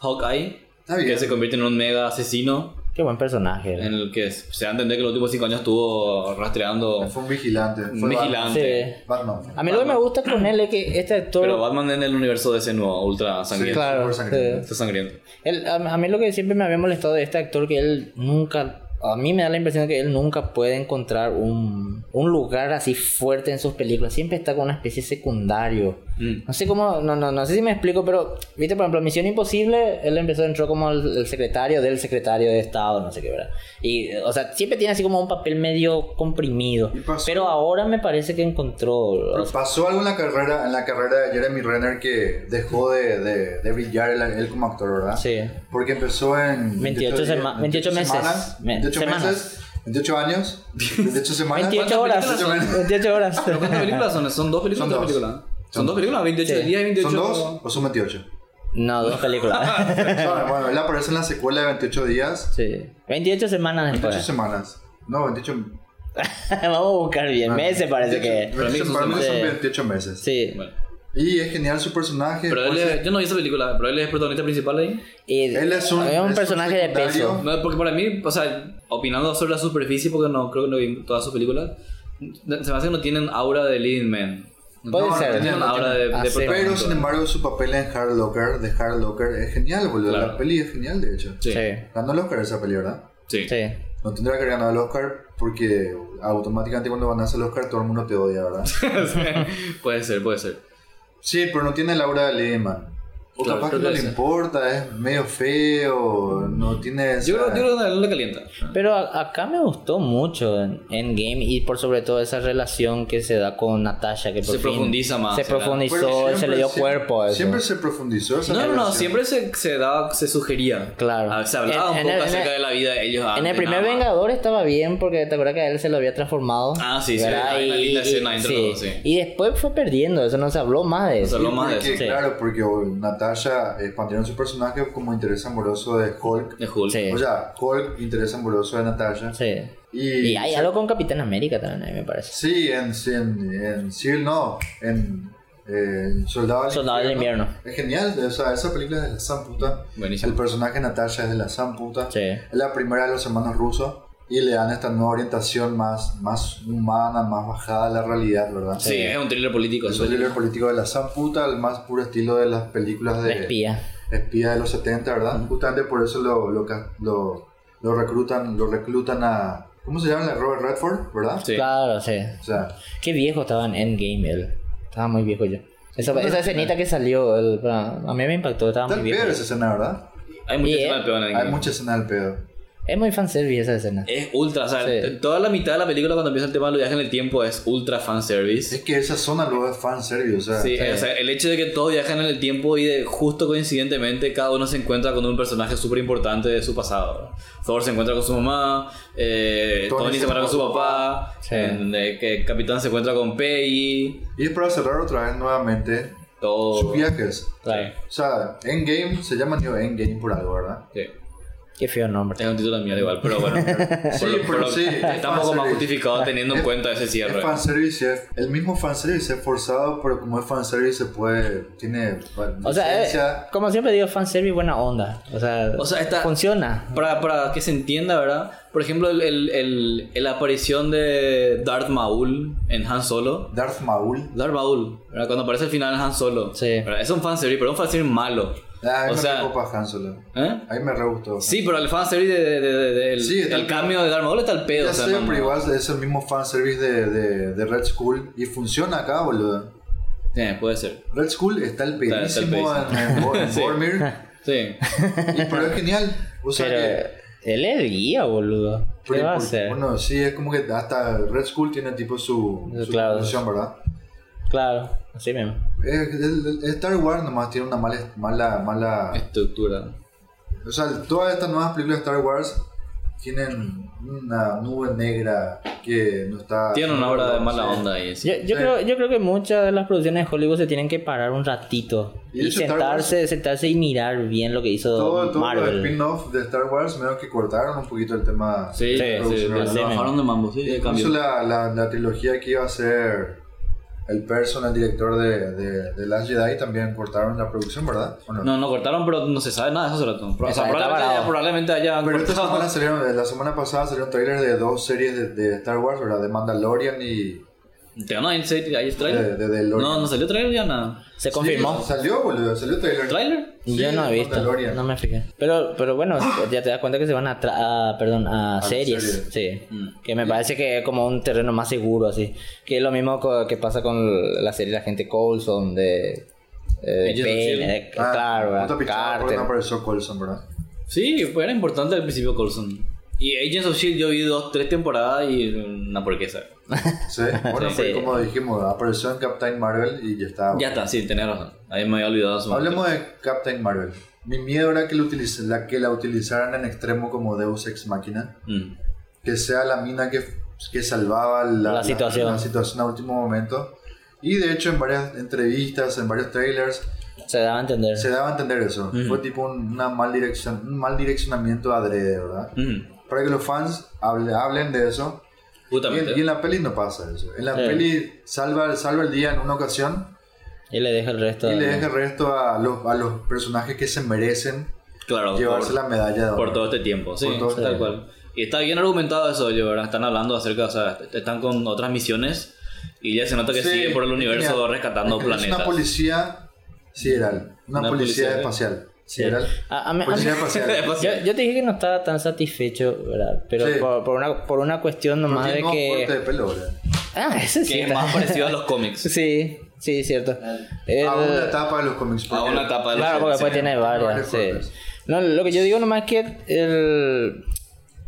Speaker 1: Hawkeye,
Speaker 3: Está bien.
Speaker 1: que se convierte en un mega asesino.
Speaker 2: Qué buen personaje.
Speaker 1: En el que se da a entender que los últimos 5 años estuvo rastreando
Speaker 3: Fue un vigilante. Fue
Speaker 1: Oh. un vigilante. Ah, pues,
Speaker 2: Sí.
Speaker 3: Batman. Batman.
Speaker 2: A mí lo que me gusta con él es que este actor.
Speaker 1: Pero Batman en el universo de ese nuevo, ultra sangriento.
Speaker 2: claro.
Speaker 3: Súper sangriento.
Speaker 2: sí.
Speaker 1: Está sangriento.
Speaker 2: Él- a, a mí lo que siempre me había molestado de este actor que él nunca a mí me da la impresión de que él nunca puede encontrar un, un lugar así fuerte en sus películas. Siempre está con una especie de secundario.
Speaker 1: Mm.
Speaker 2: No sé cómo, no, no, no sé si me explico, pero, viste, por ejemplo, Misión Imposible, él empezó, entró como el, el secretario del secretario de Estado, no sé qué, ¿verdad? Y, o sea, siempre tiene así como un papel medio comprimido.
Speaker 3: Y pasó.
Speaker 2: Pero ahora me parece que encontró...
Speaker 3: Pero pasó algo en la carrera, en la carrera de Jeremy Renner que dejó de, de- de brillar él, él como actor, ¿verdad?
Speaker 2: Sí.
Speaker 3: Porque empezó en
Speaker 2: 28
Speaker 3: días,
Speaker 2: sema- 28 meses.
Speaker 3: semanas,
Speaker 2: Me-
Speaker 3: 28
Speaker 2: semanas.
Speaker 3: meses, 28 años, 28 semanas.
Speaker 2: 28 horas.
Speaker 1: películas
Speaker 2: 28 horas.
Speaker 1: ¿Pero cuántas películas son? ¿Son dos películas
Speaker 3: Son
Speaker 1: o tres
Speaker 3: dos.
Speaker 1: películas? Son
Speaker 3: Son
Speaker 1: dos películas, 28
Speaker 2: Sí.
Speaker 1: de día y 28
Speaker 3: ¿Son dos o son 28?
Speaker 2: No, dos películas.
Speaker 3: Bueno, bueno, él aparece en la secuela de 28 días,
Speaker 2: sí. 28 semanas
Speaker 3: 28
Speaker 2: después.
Speaker 3: semanas. No, 28
Speaker 2: Vamos a buscar bien.
Speaker 1: Ah,
Speaker 2: Meses parece
Speaker 3: 28
Speaker 2: que...
Speaker 1: Para mí que son
Speaker 3: 28 para mí
Speaker 2: semanas.
Speaker 3: son 28 meses.
Speaker 2: Sí.
Speaker 1: Bueno.
Speaker 3: Y es genial su personaje.
Speaker 1: Pero él
Speaker 3: pues,
Speaker 1: es- yo no vi esa película, pero él es el protagonista principal ahí.
Speaker 2: Y
Speaker 3: Él es un-
Speaker 2: había
Speaker 3: es
Speaker 2: un
Speaker 3: un
Speaker 2: personaje de
Speaker 3: secundario.
Speaker 2: peso.
Speaker 1: No, porque para mí, o sea, opinando sobre la superficie, porque no creo que no vi todas sus películas, se me hace que no tienen aura de leading man. No
Speaker 2: Puede
Speaker 3: no,
Speaker 2: ser.
Speaker 3: no
Speaker 1: tienen
Speaker 3: no
Speaker 1: aura de, de
Speaker 2: Ah, sí.
Speaker 1: protagonista.
Speaker 3: Pero sin embargo su papel en Hard Locker, de Hard Locker, es genial, boludo.
Speaker 1: Claro.
Speaker 3: La peli es genial, de hecho.
Speaker 1: Sí.
Speaker 2: Sí.
Speaker 3: Ganó el Oscar esa peli, ¿verdad?
Speaker 1: Sí.
Speaker 2: Sí.
Speaker 3: No tendría que haber ganado el Oscar porque automáticamente cuando ganas el Oscar todo el mundo te odia, ¿verdad?
Speaker 1: puede ser, puede ser.
Speaker 3: sí, pero no tiene la aura de Lehman. O
Speaker 1: Claro,
Speaker 3: capaz que
Speaker 1: creo
Speaker 3: no
Speaker 1: que
Speaker 3: le
Speaker 1: sí.
Speaker 3: importa, es medio feo, no tiene... esa-
Speaker 1: Yo creo, yo creo que a él le calienta.
Speaker 2: Pero a- acá me gustó mucho en Endgame y por sobre todo esa relación que se da con Natasha que por
Speaker 1: Se
Speaker 2: fin
Speaker 1: profundiza más,
Speaker 2: Se
Speaker 1: ¿verdad?
Speaker 3: Pero
Speaker 2: profundizó,
Speaker 3: siempre-
Speaker 2: se le dio
Speaker 3: siempre-
Speaker 2: cuerpo a eso.
Speaker 3: Siempre se profundizó. esa
Speaker 1: No, no, no,
Speaker 3: relación.
Speaker 1: siempre se, se daba, se sugería.
Speaker 2: Claro.
Speaker 1: Ah, se hablaba
Speaker 2: En-
Speaker 1: un
Speaker 2: en
Speaker 1: poco
Speaker 2: el- en
Speaker 1: acerca
Speaker 2: el-
Speaker 1: de la vida de ellos
Speaker 2: en
Speaker 1: antes,
Speaker 2: el primer
Speaker 1: nada más.
Speaker 2: Vengador estaba bien porque te acuerdas que a él se lo había transformado.
Speaker 1: Ah, sí, sí,
Speaker 2: ¿verdad?
Speaker 1: hay una
Speaker 2: Y-
Speaker 1: linda
Speaker 2: y-
Speaker 1: escena entre
Speaker 2: sí.
Speaker 1: los dos, sí.
Speaker 2: Y después fue perdiendo, eso no se habló más de
Speaker 1: O sea,
Speaker 2: eso.
Speaker 1: lo más de
Speaker 3: Porque,
Speaker 1: eso.
Speaker 2: Sí.
Speaker 3: Claro, porque Natasha expandieron su personaje como interés amoroso de Hulk.
Speaker 1: De Hulk.
Speaker 2: Sí.
Speaker 3: O sea, Hulk, interés amoroso de Natasha.
Speaker 2: Sí.
Speaker 3: Y,
Speaker 2: Y hay algo con Capitán América también, ahí me parece.
Speaker 3: Sí, en, en, en Civil no, en, eh, en Soldado del
Speaker 2: Soldado del Invierno.
Speaker 3: Es genial, o sea, esa película es de la san puta.
Speaker 1: Buenísimo.
Speaker 3: El personaje de Natasha es de la san puta.
Speaker 2: Sí.
Speaker 3: Es la primera de los hermanos rusos y le dan esta nueva orientación más, más humana, más bajada a la realidad, ¿verdad?
Speaker 1: Sí, es un thriller político.
Speaker 3: Es un thriller político de la san puta, al más puro estilo de las películas
Speaker 2: La
Speaker 3: de
Speaker 2: espía.
Speaker 3: espía de los 70, ¿verdad? Justamente por eso lo, lo, ca- lo, lo reclutan, lo reclutan a... ¿Cómo se llama? Robert Redford, ¿verdad?
Speaker 1: Sí.
Speaker 2: Claro, sí.
Speaker 3: O sea,
Speaker 2: Qué viejo estaba en Endgame él. Estaba muy viejo yo. Esa, esa escenita que salió, él, a mí me impactó, estaba
Speaker 3: Está
Speaker 2: muy
Speaker 3: el
Speaker 2: viejo.
Speaker 3: pedo esa escena, ¿verdad?
Speaker 1: Hay mucha
Speaker 2: Y,
Speaker 1: escena
Speaker 2: eh,
Speaker 1: de peón ahí.
Speaker 3: Hay mucha escena del pedo.
Speaker 2: Es muy fanservice esa escena.
Speaker 1: Es ultra, o sea,
Speaker 2: Sí.
Speaker 1: t- toda la mitad de la película cuando empieza el tema del viaje en el tiempo es ultra fanservice.
Speaker 3: Es que esa zona luego es fanservice, o sea.
Speaker 1: Sí, o sea, el hecho de que todos viajan en el tiempo y de justo coincidentemente cada uno se encuentra con un personaje súper importante de su pasado. Thor se encuentra con su mamá, eh, Tony,
Speaker 3: Tony
Speaker 1: se encuentra con su papá,
Speaker 2: Sí.
Speaker 1: en- eh, que Capitán se encuentra con Peggy,
Speaker 3: Y es para cerrar otra vez nuevamente sus
Speaker 1: todo.
Speaker 3: viajes.
Speaker 2: Claro.
Speaker 3: O sea, Endgame se llama New Endgame por algo, ¿verdad?
Speaker 1: Sí.
Speaker 2: Qué feo nombre.
Speaker 1: Es un título mío igual, pero bueno.
Speaker 3: Sí, pero sí, es
Speaker 1: Está un poco más
Speaker 3: fanservice.
Speaker 1: justificado teniendo en cuenta ese cierre.
Speaker 3: Es fanservice, es- el mismo fanservice es forzado, pero como es fanservice se puede, tiene bueno,
Speaker 2: O sea, eh,
Speaker 3: licencia.
Speaker 2: como siempre digo, fanservice buena onda. O sea,
Speaker 1: O sea, está-
Speaker 2: funciona.
Speaker 1: Para, para que se entienda, ¿verdad? Por ejemplo, el, el, el- el- la aparición de Darth Maul en Han Solo.
Speaker 3: Darth Maul.
Speaker 1: Darth Maul, ¿verdad? Cuando aparece al final en Han Solo.
Speaker 2: Sí.
Speaker 1: ¿verdad? Es un fanservice, pero un fanservice malo.
Speaker 3: Ah, ahí
Speaker 1: o
Speaker 3: me
Speaker 1: sea,
Speaker 3: re copa Han Solo.
Speaker 1: ¿eh?
Speaker 3: Ahí me re gustó.
Speaker 1: Sí, pero el fanservice de, de, de- de- del-
Speaker 3: Sí, está
Speaker 1: el
Speaker 3: el-
Speaker 1: cambio de Darth Maul está el pedo.
Speaker 3: Ya
Speaker 1: o sea,
Speaker 3: sé,
Speaker 1: no- no-
Speaker 3: pero igual es el mismo fanservice de, de, de Red School y funciona acá, boludo.
Speaker 1: Sí, puede ser.
Speaker 3: Red School está el
Speaker 1: Está- está el
Speaker 3: pedísimo en, en Bo- en
Speaker 1: Sí.
Speaker 3: Boromir.
Speaker 1: Sí.
Speaker 3: Y, pero es genial. O sea
Speaker 2: Pero
Speaker 3: que-
Speaker 2: él es guía, boludo. ¿Qué
Speaker 3: pero
Speaker 2: va a
Speaker 3: por-
Speaker 2: hacer?
Speaker 3: Bueno, sí, es como que hasta Red School tiene tipo su,
Speaker 2: Su
Speaker 3: su
Speaker 2: clavo.
Speaker 3: función, ¿verdad?
Speaker 2: Claro, así mismo.
Speaker 3: Eh, el- el Star Wars nomás tiene una mala, mala, mala...
Speaker 1: Estructura.
Speaker 3: O sea, todas estas nuevas películas de Star Wars tienen una nube negra que no está...
Speaker 1: Tiene una obra de mala
Speaker 3: Sí.
Speaker 1: onda ahí. sí.
Speaker 2: Yo, yo creo, yo creo que muchas de las producciones de Hollywood se tienen que parar un ratito
Speaker 3: Y
Speaker 2: y
Speaker 3: eso Star
Speaker 2: sentarse, sentarse y mirar bien lo que hizo
Speaker 3: Todo, todo los
Speaker 2: Marvel.
Speaker 3: spin-off de Star Wars menos que cortaron un poquito el tema.
Speaker 1: Sí,
Speaker 2: Sí,
Speaker 1: sí,
Speaker 3: sí,
Speaker 1: lo
Speaker 2: sí,
Speaker 1: bajaron
Speaker 2: man.
Speaker 1: de mambo, sí, de
Speaker 3: Incluso
Speaker 1: cambio.
Speaker 3: la, la, la trilogía que iba a ser el personal director de, de, de Last Jedi también cortaron la producción, ¿verdad? ¿O no?
Speaker 1: No, no cortaron, pero no se sabe nada de eso, Serato. O sea,
Speaker 2: Está- está
Speaker 1: probablemente, haya-
Speaker 2: varado.
Speaker 1: probablemente hayan
Speaker 3: Pero esta
Speaker 1: cortado.
Speaker 3: semana salieron, la Eh, semana pasada salieron trailers de dos series de, de Star Wars, ¿verdad? De Mandalorian y,
Speaker 1: ¿Te ganó ahí ahí el
Speaker 3: De,
Speaker 1: trailer?
Speaker 3: de, de Lorian.
Speaker 1: No, no salió trailer ya nada.
Speaker 2: Se confirmó.
Speaker 3: Sí, salió, boludo, salió trailer.
Speaker 1: ¿Trailer?
Speaker 3: Sí,
Speaker 2: Yo no he
Speaker 3: de
Speaker 2: visto,
Speaker 3: Mandalorian. ¡Ah!
Speaker 2: no me fijé. Pero, pero bueno, ya te das cuenta que se van a, tra- a- perdón, a,
Speaker 3: A
Speaker 2: series,
Speaker 3: series.
Speaker 2: sí.
Speaker 1: Mm.
Speaker 2: Que me parece que es como un terreno más seguro, así. Que es lo mismo co- que pasa con la serie La Gente Coulson de... eh, de
Speaker 1: Agents of
Speaker 2: Payne,
Speaker 1: Shield.
Speaker 2: eh,
Speaker 3: Ah,
Speaker 2: claro,
Speaker 3: puta pichada, ¿por qué
Speaker 2: Carter.
Speaker 3: no apareció Colson, verdad?
Speaker 1: Sí, fue- era importante al principio Colson. Y Agents of Shield E yo vi dos, tres temporadas y una porquesa.
Speaker 3: Sí, Ah, bueno,
Speaker 1: Sí,
Speaker 3: fue
Speaker 2: sí.
Speaker 3: como dijimos, apareció en Captain Marvel y ya está.
Speaker 1: Ya está, sí, tenés razón. Ahí me había olvidado su
Speaker 3: Hablemos de Captain Marvel. Mi miedo era que, lo utilice- la, que la utilizaran en extremo como Deus Ex Machina.
Speaker 1: Mm.
Speaker 3: Que sea la mina que, que salvaba la,
Speaker 2: La situación.
Speaker 3: la situación a último momento. Y de hecho en varias entrevistas, en varios trailers,
Speaker 2: Se daba a entender.
Speaker 3: se daba a entender eso. Fue tipo un, una mal dirección, un mal direccionamiento adrede, ¿verdad?
Speaker 1: Mm.
Speaker 3: Para que los fans hable- hablen de eso. Y en,
Speaker 1: Justamente.
Speaker 3: y en la peli no pasa eso. En la
Speaker 2: Sí.
Speaker 3: peli salva, salva el día en una ocasión
Speaker 2: Y le deja el resto.
Speaker 3: y le
Speaker 2: al-
Speaker 3: deja el resto a los, a los personajes que se merecen
Speaker 1: claro,
Speaker 3: llevarse
Speaker 1: por,
Speaker 3: la medalla de oro.
Speaker 1: por todo este tiempo. Sí,
Speaker 3: Por todo este
Speaker 1: tal
Speaker 3: tiempo.
Speaker 1: cual. Y está bien argumentado eso, yo, ¿verdad? Están hablando acerca, o sea, están con otras misiones y ya se nota que
Speaker 3: Sí,
Speaker 1: sigue por el
Speaker 3: es
Speaker 1: universo
Speaker 3: genial.
Speaker 1: rescatando
Speaker 3: Es que Es
Speaker 1: planetas.
Speaker 3: una policía sideral, una,
Speaker 1: Una
Speaker 3: policía,
Speaker 1: policía- ¿eh?
Speaker 3: espacial. Sideral.
Speaker 2: A- a mí- a mí-
Speaker 3: Policía espacial.
Speaker 2: yo, yo te dije que no estaba tan satisfecho, ¿verdad? Pero
Speaker 3: Sí.
Speaker 2: por, por una, por una cuestión nomás de
Speaker 3: Tiene un corte
Speaker 2: que...
Speaker 3: de pelo, ¿verdad?
Speaker 2: Ah, eso sí.
Speaker 1: que es
Speaker 2: está.
Speaker 1: más parecido a los cómics.
Speaker 2: Sí, sí, cierto. El-
Speaker 3: A una etapa de los cómics.
Speaker 1: A una etapa de los
Speaker 2: Claro, porque
Speaker 1: cómics.
Speaker 2: después tiene varias.
Speaker 3: varios
Speaker 2: sí.
Speaker 3: cortes.
Speaker 2: No, lo que yo digo nomás es que el,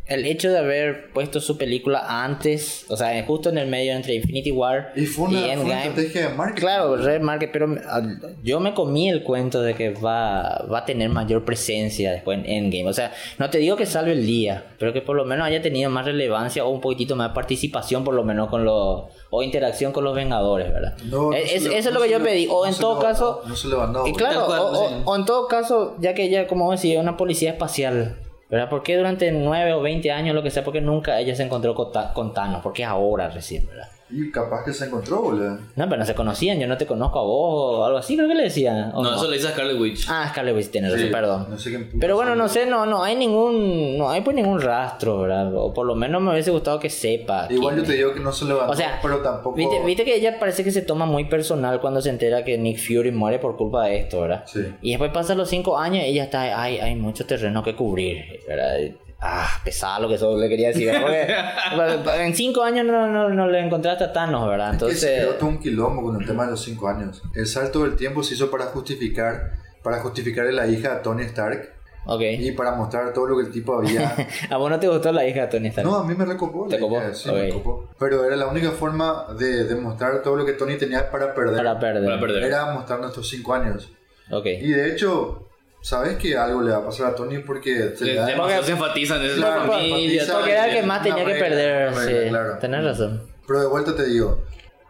Speaker 2: el hecho de haber puesto su película antes, o sea, justo en el medio entre Infinity War
Speaker 3: Y fue una, fue una
Speaker 2: Endgame.
Speaker 3: estrategia de marketing.
Speaker 2: Claro, Red Market, pero ah, yo me comí el cuento de que va, va a tener mayor presencia después en Endgame. O sea, no te digo que salve el día, pero que por lo menos haya tenido más relevancia o un poquitito más participación, por lo menos con los. o interacción con los Vengadores, ¿verdad?
Speaker 3: No, no
Speaker 2: Es-
Speaker 3: se
Speaker 2: E, es-
Speaker 3: lo-
Speaker 2: eso es lo
Speaker 3: no
Speaker 2: que
Speaker 3: se
Speaker 2: yo pedí. O
Speaker 3: no
Speaker 2: en
Speaker 3: se
Speaker 2: todo
Speaker 3: lo-
Speaker 2: caso.
Speaker 3: No se lo van a
Speaker 2: Y
Speaker 3: dar.
Speaker 2: claro,
Speaker 1: Tal cual,
Speaker 2: o, o-
Speaker 1: sí.
Speaker 2: o en todo caso, ya que ella, como decía, es una policía espacial, ¿verdad? ¿Por qué durante 9 o 20 años, lo que sea, porque nunca ella se encontró con, Ta- con Thanos? Porque ahora recién, ¿verdad?
Speaker 3: Y capaz que se encontró, boludo.
Speaker 2: No, pero no se conocían, yo no te conozco a vos o algo así, creo que le decían. ¿o
Speaker 1: No,
Speaker 2: no?
Speaker 1: eso le dice a Scarlet Witch.
Speaker 2: Ah, Scarlet Witch tiene razón,
Speaker 3: Sí,
Speaker 2: perdón.
Speaker 3: No sé qué
Speaker 2: Pero bueno, no sé, no, no hay ningún, no hay pues ningún rastro, ¿verdad? O por lo menos me hubiese gustado que sepa.
Speaker 3: Igual
Speaker 2: quién
Speaker 3: yo te digo que no se levantó,
Speaker 2: O sea,
Speaker 3: pero tampoco.
Speaker 2: Viste, viste que ella parece que se toma muy personal cuando se entera que Nick Fury muere por culpa de esto, ¿verdad?
Speaker 3: Sí.
Speaker 2: Y después pasan los cinco años y ella está, ay, hay mucho terreno que cubrir, ¿verdad? Y, Ah, pesado lo que eso le quería decir. ¿verdad? Porque en cinco años no, no, no le encontraste a Thanos, ¿verdad?
Speaker 3: Entonces... Que se
Speaker 2: Entonces...
Speaker 3: creó todo un quilombo con el tema de los 5 años. El salto del tiempo se hizo para justificar para justificarle la hija a Tony Stark
Speaker 2: Ok.
Speaker 3: y para mostrar todo lo que el tipo había.
Speaker 2: ¿A vos no te gustó la hija de Tony Stark?
Speaker 3: no, a mí me recopó. la
Speaker 2: ¿Te copó?
Speaker 3: idea, sí, me
Speaker 2: Ok.
Speaker 3: copó. Pero era la única forma de demostrar todo lo que Tony tenía para perder.
Speaker 2: Para perder.
Speaker 1: Para perder.
Speaker 3: Era mostrar nuestros 5 años.
Speaker 2: Ok.
Speaker 3: Y de hecho, ¿sabes que algo le va a pasar a Tony? Porque se
Speaker 1: Le-
Speaker 3: le da-
Speaker 1: demasiado se enfatizan en
Speaker 3: Claro,
Speaker 1: la familia.
Speaker 3: enfatiza-
Speaker 1: todo.
Speaker 2: Porque era el que más
Speaker 3: Una
Speaker 2: tenía que
Speaker 3: regla,
Speaker 2: perder.
Speaker 3: una regla,
Speaker 2: sí.
Speaker 3: claro.
Speaker 2: Tenés razón.
Speaker 3: Pero de vuelta te digo,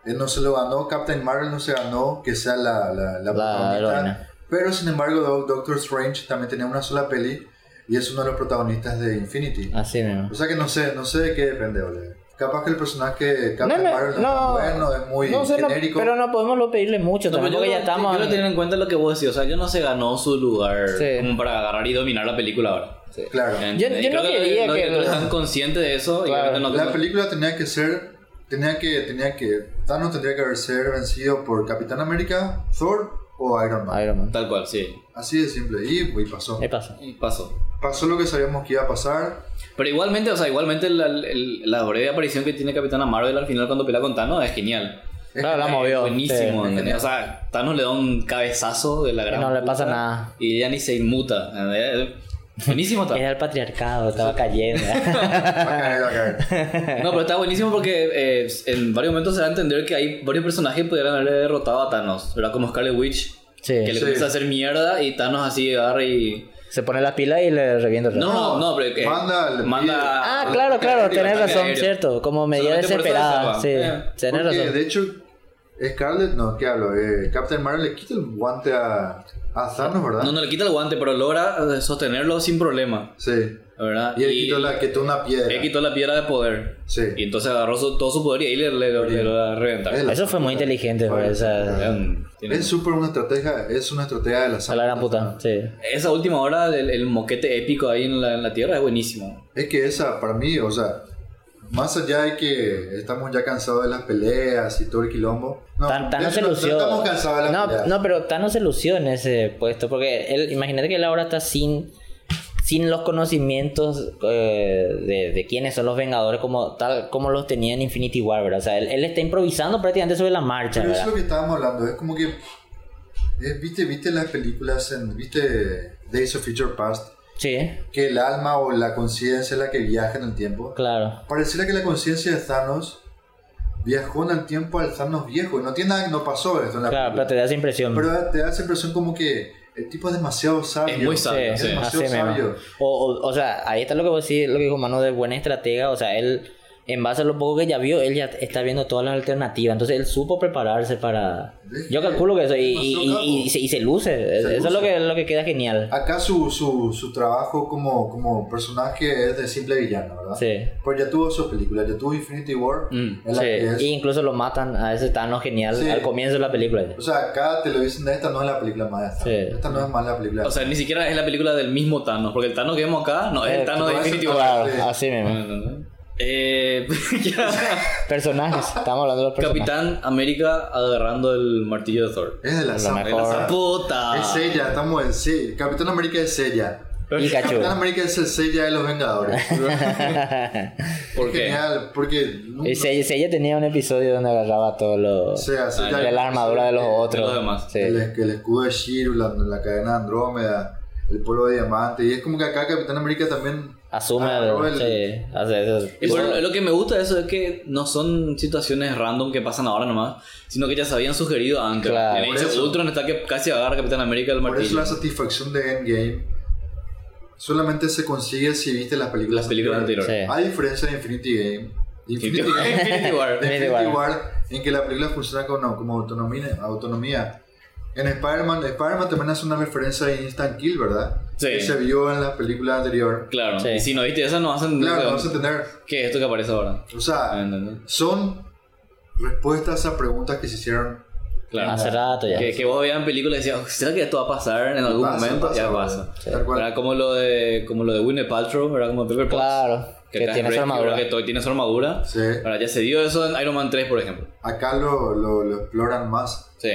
Speaker 3: él no se lo ganó, Captain Marvel no se ganó que sea la, la, la, protagonista.
Speaker 2: heroína.
Speaker 3: Pero sin embargo, Do- Doctor Strange también tenía una sola peli y es uno de los protagonistas de Infinity.
Speaker 2: Así mismo.
Speaker 3: O sea que no sé, no sé de qué depende, boludo. Capaz que el personaje de Captain Marvel no, es tan bueno, es muy
Speaker 2: no sé, no-
Speaker 3: genérico.
Speaker 2: pero no podemos lo pedirle mucho
Speaker 1: No,
Speaker 2: también,
Speaker 1: pero
Speaker 2: porque
Speaker 1: yo,
Speaker 2: ya estamos. eh.
Speaker 1: yo lo tenía en cuenta lo que vos decís, o sea, yo no se ganó su lugar
Speaker 2: Sí.
Speaker 1: como para agarrar y dominar la película ahora.
Speaker 3: Claro.
Speaker 2: Yo- yo
Speaker 1: Y
Speaker 2: no
Speaker 1: creo que
Speaker 2: quería
Speaker 1: los
Speaker 2: que
Speaker 1: directores
Speaker 2: lo-
Speaker 1: están conscientes de eso. y
Speaker 2: Claro.
Speaker 1: obviamente Eh, no-
Speaker 3: La película tenía que ser, tenía que, tenía que, Thanos tendría que haber sido vencido por Capitán América, Thor o Iron Man.
Speaker 2: Iron Man.
Speaker 1: Tal cual, sí.
Speaker 3: Así de simple. Y, y pasó.
Speaker 2: ¿Qué pasa?
Speaker 1: Y pasó.
Speaker 3: Pasó lo que sabíamos que iba a pasar.
Speaker 1: Pero igualmente, o sea, igualmente la, el- la breve aparición que tiene Capitana Marvel al final cuando pelea con Thanos es genial.
Speaker 2: Claro, la movió.
Speaker 1: Buenísimo,
Speaker 2: sí.
Speaker 1: ¿entendés? O sea, Thanos le da un cabezazo de la gran.
Speaker 2: no le
Speaker 1: puta
Speaker 2: pasa nada.
Speaker 1: Y ella ni se inmuta. ¿entendés? Buenísimo está.
Speaker 2: Era el patriarcado, estaba cayendo.
Speaker 3: Va a caer, va a caer.
Speaker 1: No, pero está buenísimo porque eh, en varios momentos se da a entender que hay varios personajes que pudieran haber derrotado a Thanos, ¿verdad? Como Scarlet Witch,
Speaker 2: sí.
Speaker 1: que le
Speaker 3: Sí.
Speaker 1: comienza a hacer mierda y Thanos así agarra y.
Speaker 2: Se pone la pila y le revienta el rabo.
Speaker 1: No, no, pero. que-
Speaker 3: Manda al-
Speaker 1: manda-
Speaker 2: Ah, claro, claro, tenés
Speaker 1: ataque
Speaker 2: razón,
Speaker 1: aéreo.
Speaker 2: cierto. Como medida
Speaker 1: Solamente por eso la
Speaker 2: desesperada.
Speaker 1: salva.
Speaker 2: Sí,
Speaker 1: Eh,
Speaker 2: tenés
Speaker 3: Porque,
Speaker 2: razón.
Speaker 3: De hecho, Scarlet, no, ¿qué hablo? Eh, Captain Marvel le quita el guante a, a Thanos, ¿verdad?
Speaker 1: No, no le quita el guante, pero logra eh, sostenerlo sin problema,
Speaker 3: Sí.
Speaker 1: ¿verdad?
Speaker 3: Y él quitó, la, quitó una piedra.
Speaker 1: él quitó la piedra de poder.
Speaker 3: Sí.
Speaker 1: Y entonces agarró su- todo su poder y ahí le, le, le- le lo va a reventar.
Speaker 3: Es la-
Speaker 2: Eso fue muy inteligente, güey, o sea,
Speaker 1: Vean, tiene-
Speaker 3: Es súper una estrategia, es una estrategia de la
Speaker 2: a la gran puta. Sí.
Speaker 1: Esa última hora del el moquete épico ahí en la, en la tierra es buenísimo.
Speaker 3: Es que esa, para mí, o sea, más allá de que estamos ya cansados de las peleas y todo el quilombo. No,
Speaker 2: Tan- Thanos
Speaker 3: de
Speaker 2: se
Speaker 3: hecho, no-
Speaker 2: lució.
Speaker 3: No estamos cansados de las
Speaker 2: no,
Speaker 3: peleas.
Speaker 2: no, pero Thanos se lució en ese puesto. Porque él, imagínate que él ahora está sin, sin los conocimientos eh, de, de quiénes son los Vengadores, como tal como los tenía en Infinity War, ¿verdad? O sea, él, él está improvisando prácticamente sobre la marcha,
Speaker 3: Pero eso
Speaker 2: ¿verdad?
Speaker 3: es lo que estábamos hablando, es como que. es- ¿Viste, viste las películas en. ¿Viste Days of Future Past?
Speaker 2: Sí,
Speaker 3: Que el alma o la conciencia es la que viaja en el tiempo.
Speaker 2: claro.
Speaker 3: Pareciera que la conciencia de Thanos viajó en el tiempo al Thanos viejo. No tiene nada, no pasó esto en la
Speaker 2: Claro, pero
Speaker 3: película.
Speaker 2: te da esa impresión.
Speaker 3: Pero te da esa impresión como que el tipo es demasiado sabio.
Speaker 1: Es muy
Speaker 2: Sí,
Speaker 1: sabio,
Speaker 3: es
Speaker 1: sí.
Speaker 3: demasiado
Speaker 2: así mismo.
Speaker 3: sabio.
Speaker 2: O, o, o sea, ahí está lo que vos decís, lo que dijo Manu de buena estratega. O sea, él, en base a lo poco que ya vio, él ya está viendo todas las alternativas. Entonces, él supo prepararse para.
Speaker 3: ¿Ves?
Speaker 2: Yo calculo que eso. Y,
Speaker 3: Pasó,
Speaker 2: y, y- y se, y se luce. eso es lo
Speaker 3: luce.
Speaker 2: que, lo que queda genial.
Speaker 3: Acá su, su, su trabajo como, como personaje es de simple villano, ¿verdad?
Speaker 2: Sí.
Speaker 3: Pues ya tuvo su película, ya tuvo Infinity War,
Speaker 1: Mm,
Speaker 3: en la
Speaker 2: Sí.
Speaker 3: que es-
Speaker 2: Y incluso lo matan a ese Thanos genial
Speaker 3: Sí.
Speaker 2: al comienzo de la película.
Speaker 3: O sea, acá te lo dicen, esta no es la película más de Thanos.
Speaker 2: Sí.
Speaker 3: Esta no es más la película.
Speaker 1: O sea, ni siquiera es la película del mismo Thanos, porque el Thanos que vemos acá no es
Speaker 2: Eh,
Speaker 1: el Thanos de
Speaker 3: todo eso
Speaker 1: Infinity War.
Speaker 2: Claro,
Speaker 3: Sí.
Speaker 2: así mismo.
Speaker 1: Eh, ya.
Speaker 2: Personajes, estamos hablando de los personajes.
Speaker 1: Capitán América agarrando el martillo de Thor.
Speaker 3: es de la
Speaker 2: lo
Speaker 3: saga.
Speaker 2: mejor.
Speaker 3: Es la saga.
Speaker 1: ¡Puta!
Speaker 3: Es ella, estamos en sí. Capitán América es ella.
Speaker 2: Pikachu.
Speaker 3: Capitán América es el sella de los Vengadores.
Speaker 1: ¿Por qué?
Speaker 3: Genial, porque no-
Speaker 2: Y si, si ella tenía un episodio donde agarraba todos los.
Speaker 3: se hace
Speaker 1: Ah,
Speaker 3: ya-
Speaker 2: de la armadura de los
Speaker 3: eh,
Speaker 2: otros.
Speaker 1: los demás.
Speaker 2: Sí.
Speaker 3: El, el escudo de Shiru, la, la cadena de Andrómeda, el polvo de diamante. Y es como que acá Capitán América también
Speaker 2: Asume
Speaker 3: Ah,
Speaker 2: el-
Speaker 3: Robert.
Speaker 2: sí, hace eso.
Speaker 1: Y por- lo que me gusta de eso es que no son situaciones random que pasan ahora nomás, sino que ya se habían sugerido antes.
Speaker 2: Claro.
Speaker 1: en
Speaker 3: Por
Speaker 1: ese
Speaker 3: eso.
Speaker 1: Ultron está que casi agarra a Capitán América el
Speaker 3: Por eso
Speaker 1: martillo.
Speaker 3: la satisfacción de Endgame solamente se consigue si viste las películas,
Speaker 1: Las películas anteriores.
Speaker 2: Sí.
Speaker 3: A diferencia de Infinity Game. Infinity,
Speaker 1: Infinity War. Infinity War.
Speaker 3: de Infinity
Speaker 2: Infinity
Speaker 3: War, en que la película funciona como, como autonomía, autonomía. En Spider-Man, Spider-Man también hace una referencia a Instant Kill, ¿verdad?
Speaker 1: Sí.
Speaker 3: Que se vio en la película anterior.
Speaker 1: Claro.
Speaker 2: Sí.
Speaker 1: Y si no viste eso, no hacen.
Speaker 3: Claro, vamos a Ah. entender.
Speaker 1: ¿Qué es esto que aparece ahora?
Speaker 3: O sea,
Speaker 1: ¿Entendés?
Speaker 3: son respuestas a preguntas que se hicieron.
Speaker 1: Claro.
Speaker 3: Ah,
Speaker 2: Hace rato ya.
Speaker 1: Que, que vos veías en películas y decías, "Oh, ¿será que esto va a pasar en algún
Speaker 3: Pasa,
Speaker 1: momento? ya
Speaker 3: boludo.
Speaker 1: pasa.
Speaker 3: Tal cual.
Speaker 1: Era como lo de como lo de Winnie Paltrow, era como Pepper Potts.
Speaker 2: Claro, que
Speaker 1: acá es
Speaker 2: tiene su
Speaker 1: Drake,
Speaker 2: armadura.
Speaker 1: Que todo- tiene su armadura.
Speaker 3: Sí.
Speaker 1: Ahora, ya se dio eso en Iron Man 3, por ejemplo.
Speaker 3: Acá lo- lo- lo exploran más.
Speaker 1: Sí.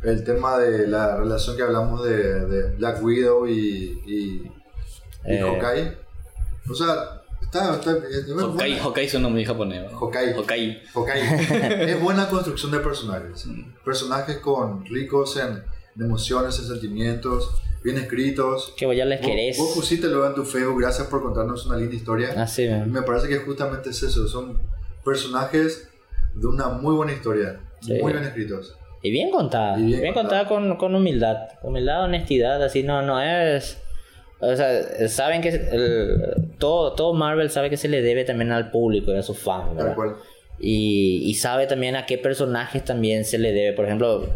Speaker 3: el tema de la relación que hablamos de, de Black Widow y, y, y
Speaker 2: Eh.
Speaker 3: Hawkeye. O sea, está, está- es buena-
Speaker 1: Hokai, Hokai suena muy japonés. ¿no?
Speaker 3: Hokai.
Speaker 1: Hokai.
Speaker 3: Hawkeye. es buena construcción de personajes. Personajes con ricos en en emociones, en sentimientos, bien escritos.
Speaker 2: Que vos ya les
Speaker 3: Vos-
Speaker 2: querés.
Speaker 3: Vos pusiste luego en tu Facebook, gracias por contarnos una linda historia.
Speaker 2: Así
Speaker 3: Y
Speaker 2: mismo.
Speaker 3: me parece que justamente es eso, son personajes de una muy buena historia,
Speaker 2: Sí.
Speaker 3: muy bien escritos.
Speaker 2: Y bien contada.
Speaker 3: Y bien
Speaker 2: bien, contada, con, con humildad. Humildad, honestidad, así no, no es. O sea, saben que el- todo, todo Marvel sabe que se le debe también al público y a sus fans,
Speaker 3: Tal
Speaker 2: ¿verdad?
Speaker 3: cual.
Speaker 2: Y, y sabe también a qué personajes también se le debe. Por ejemplo,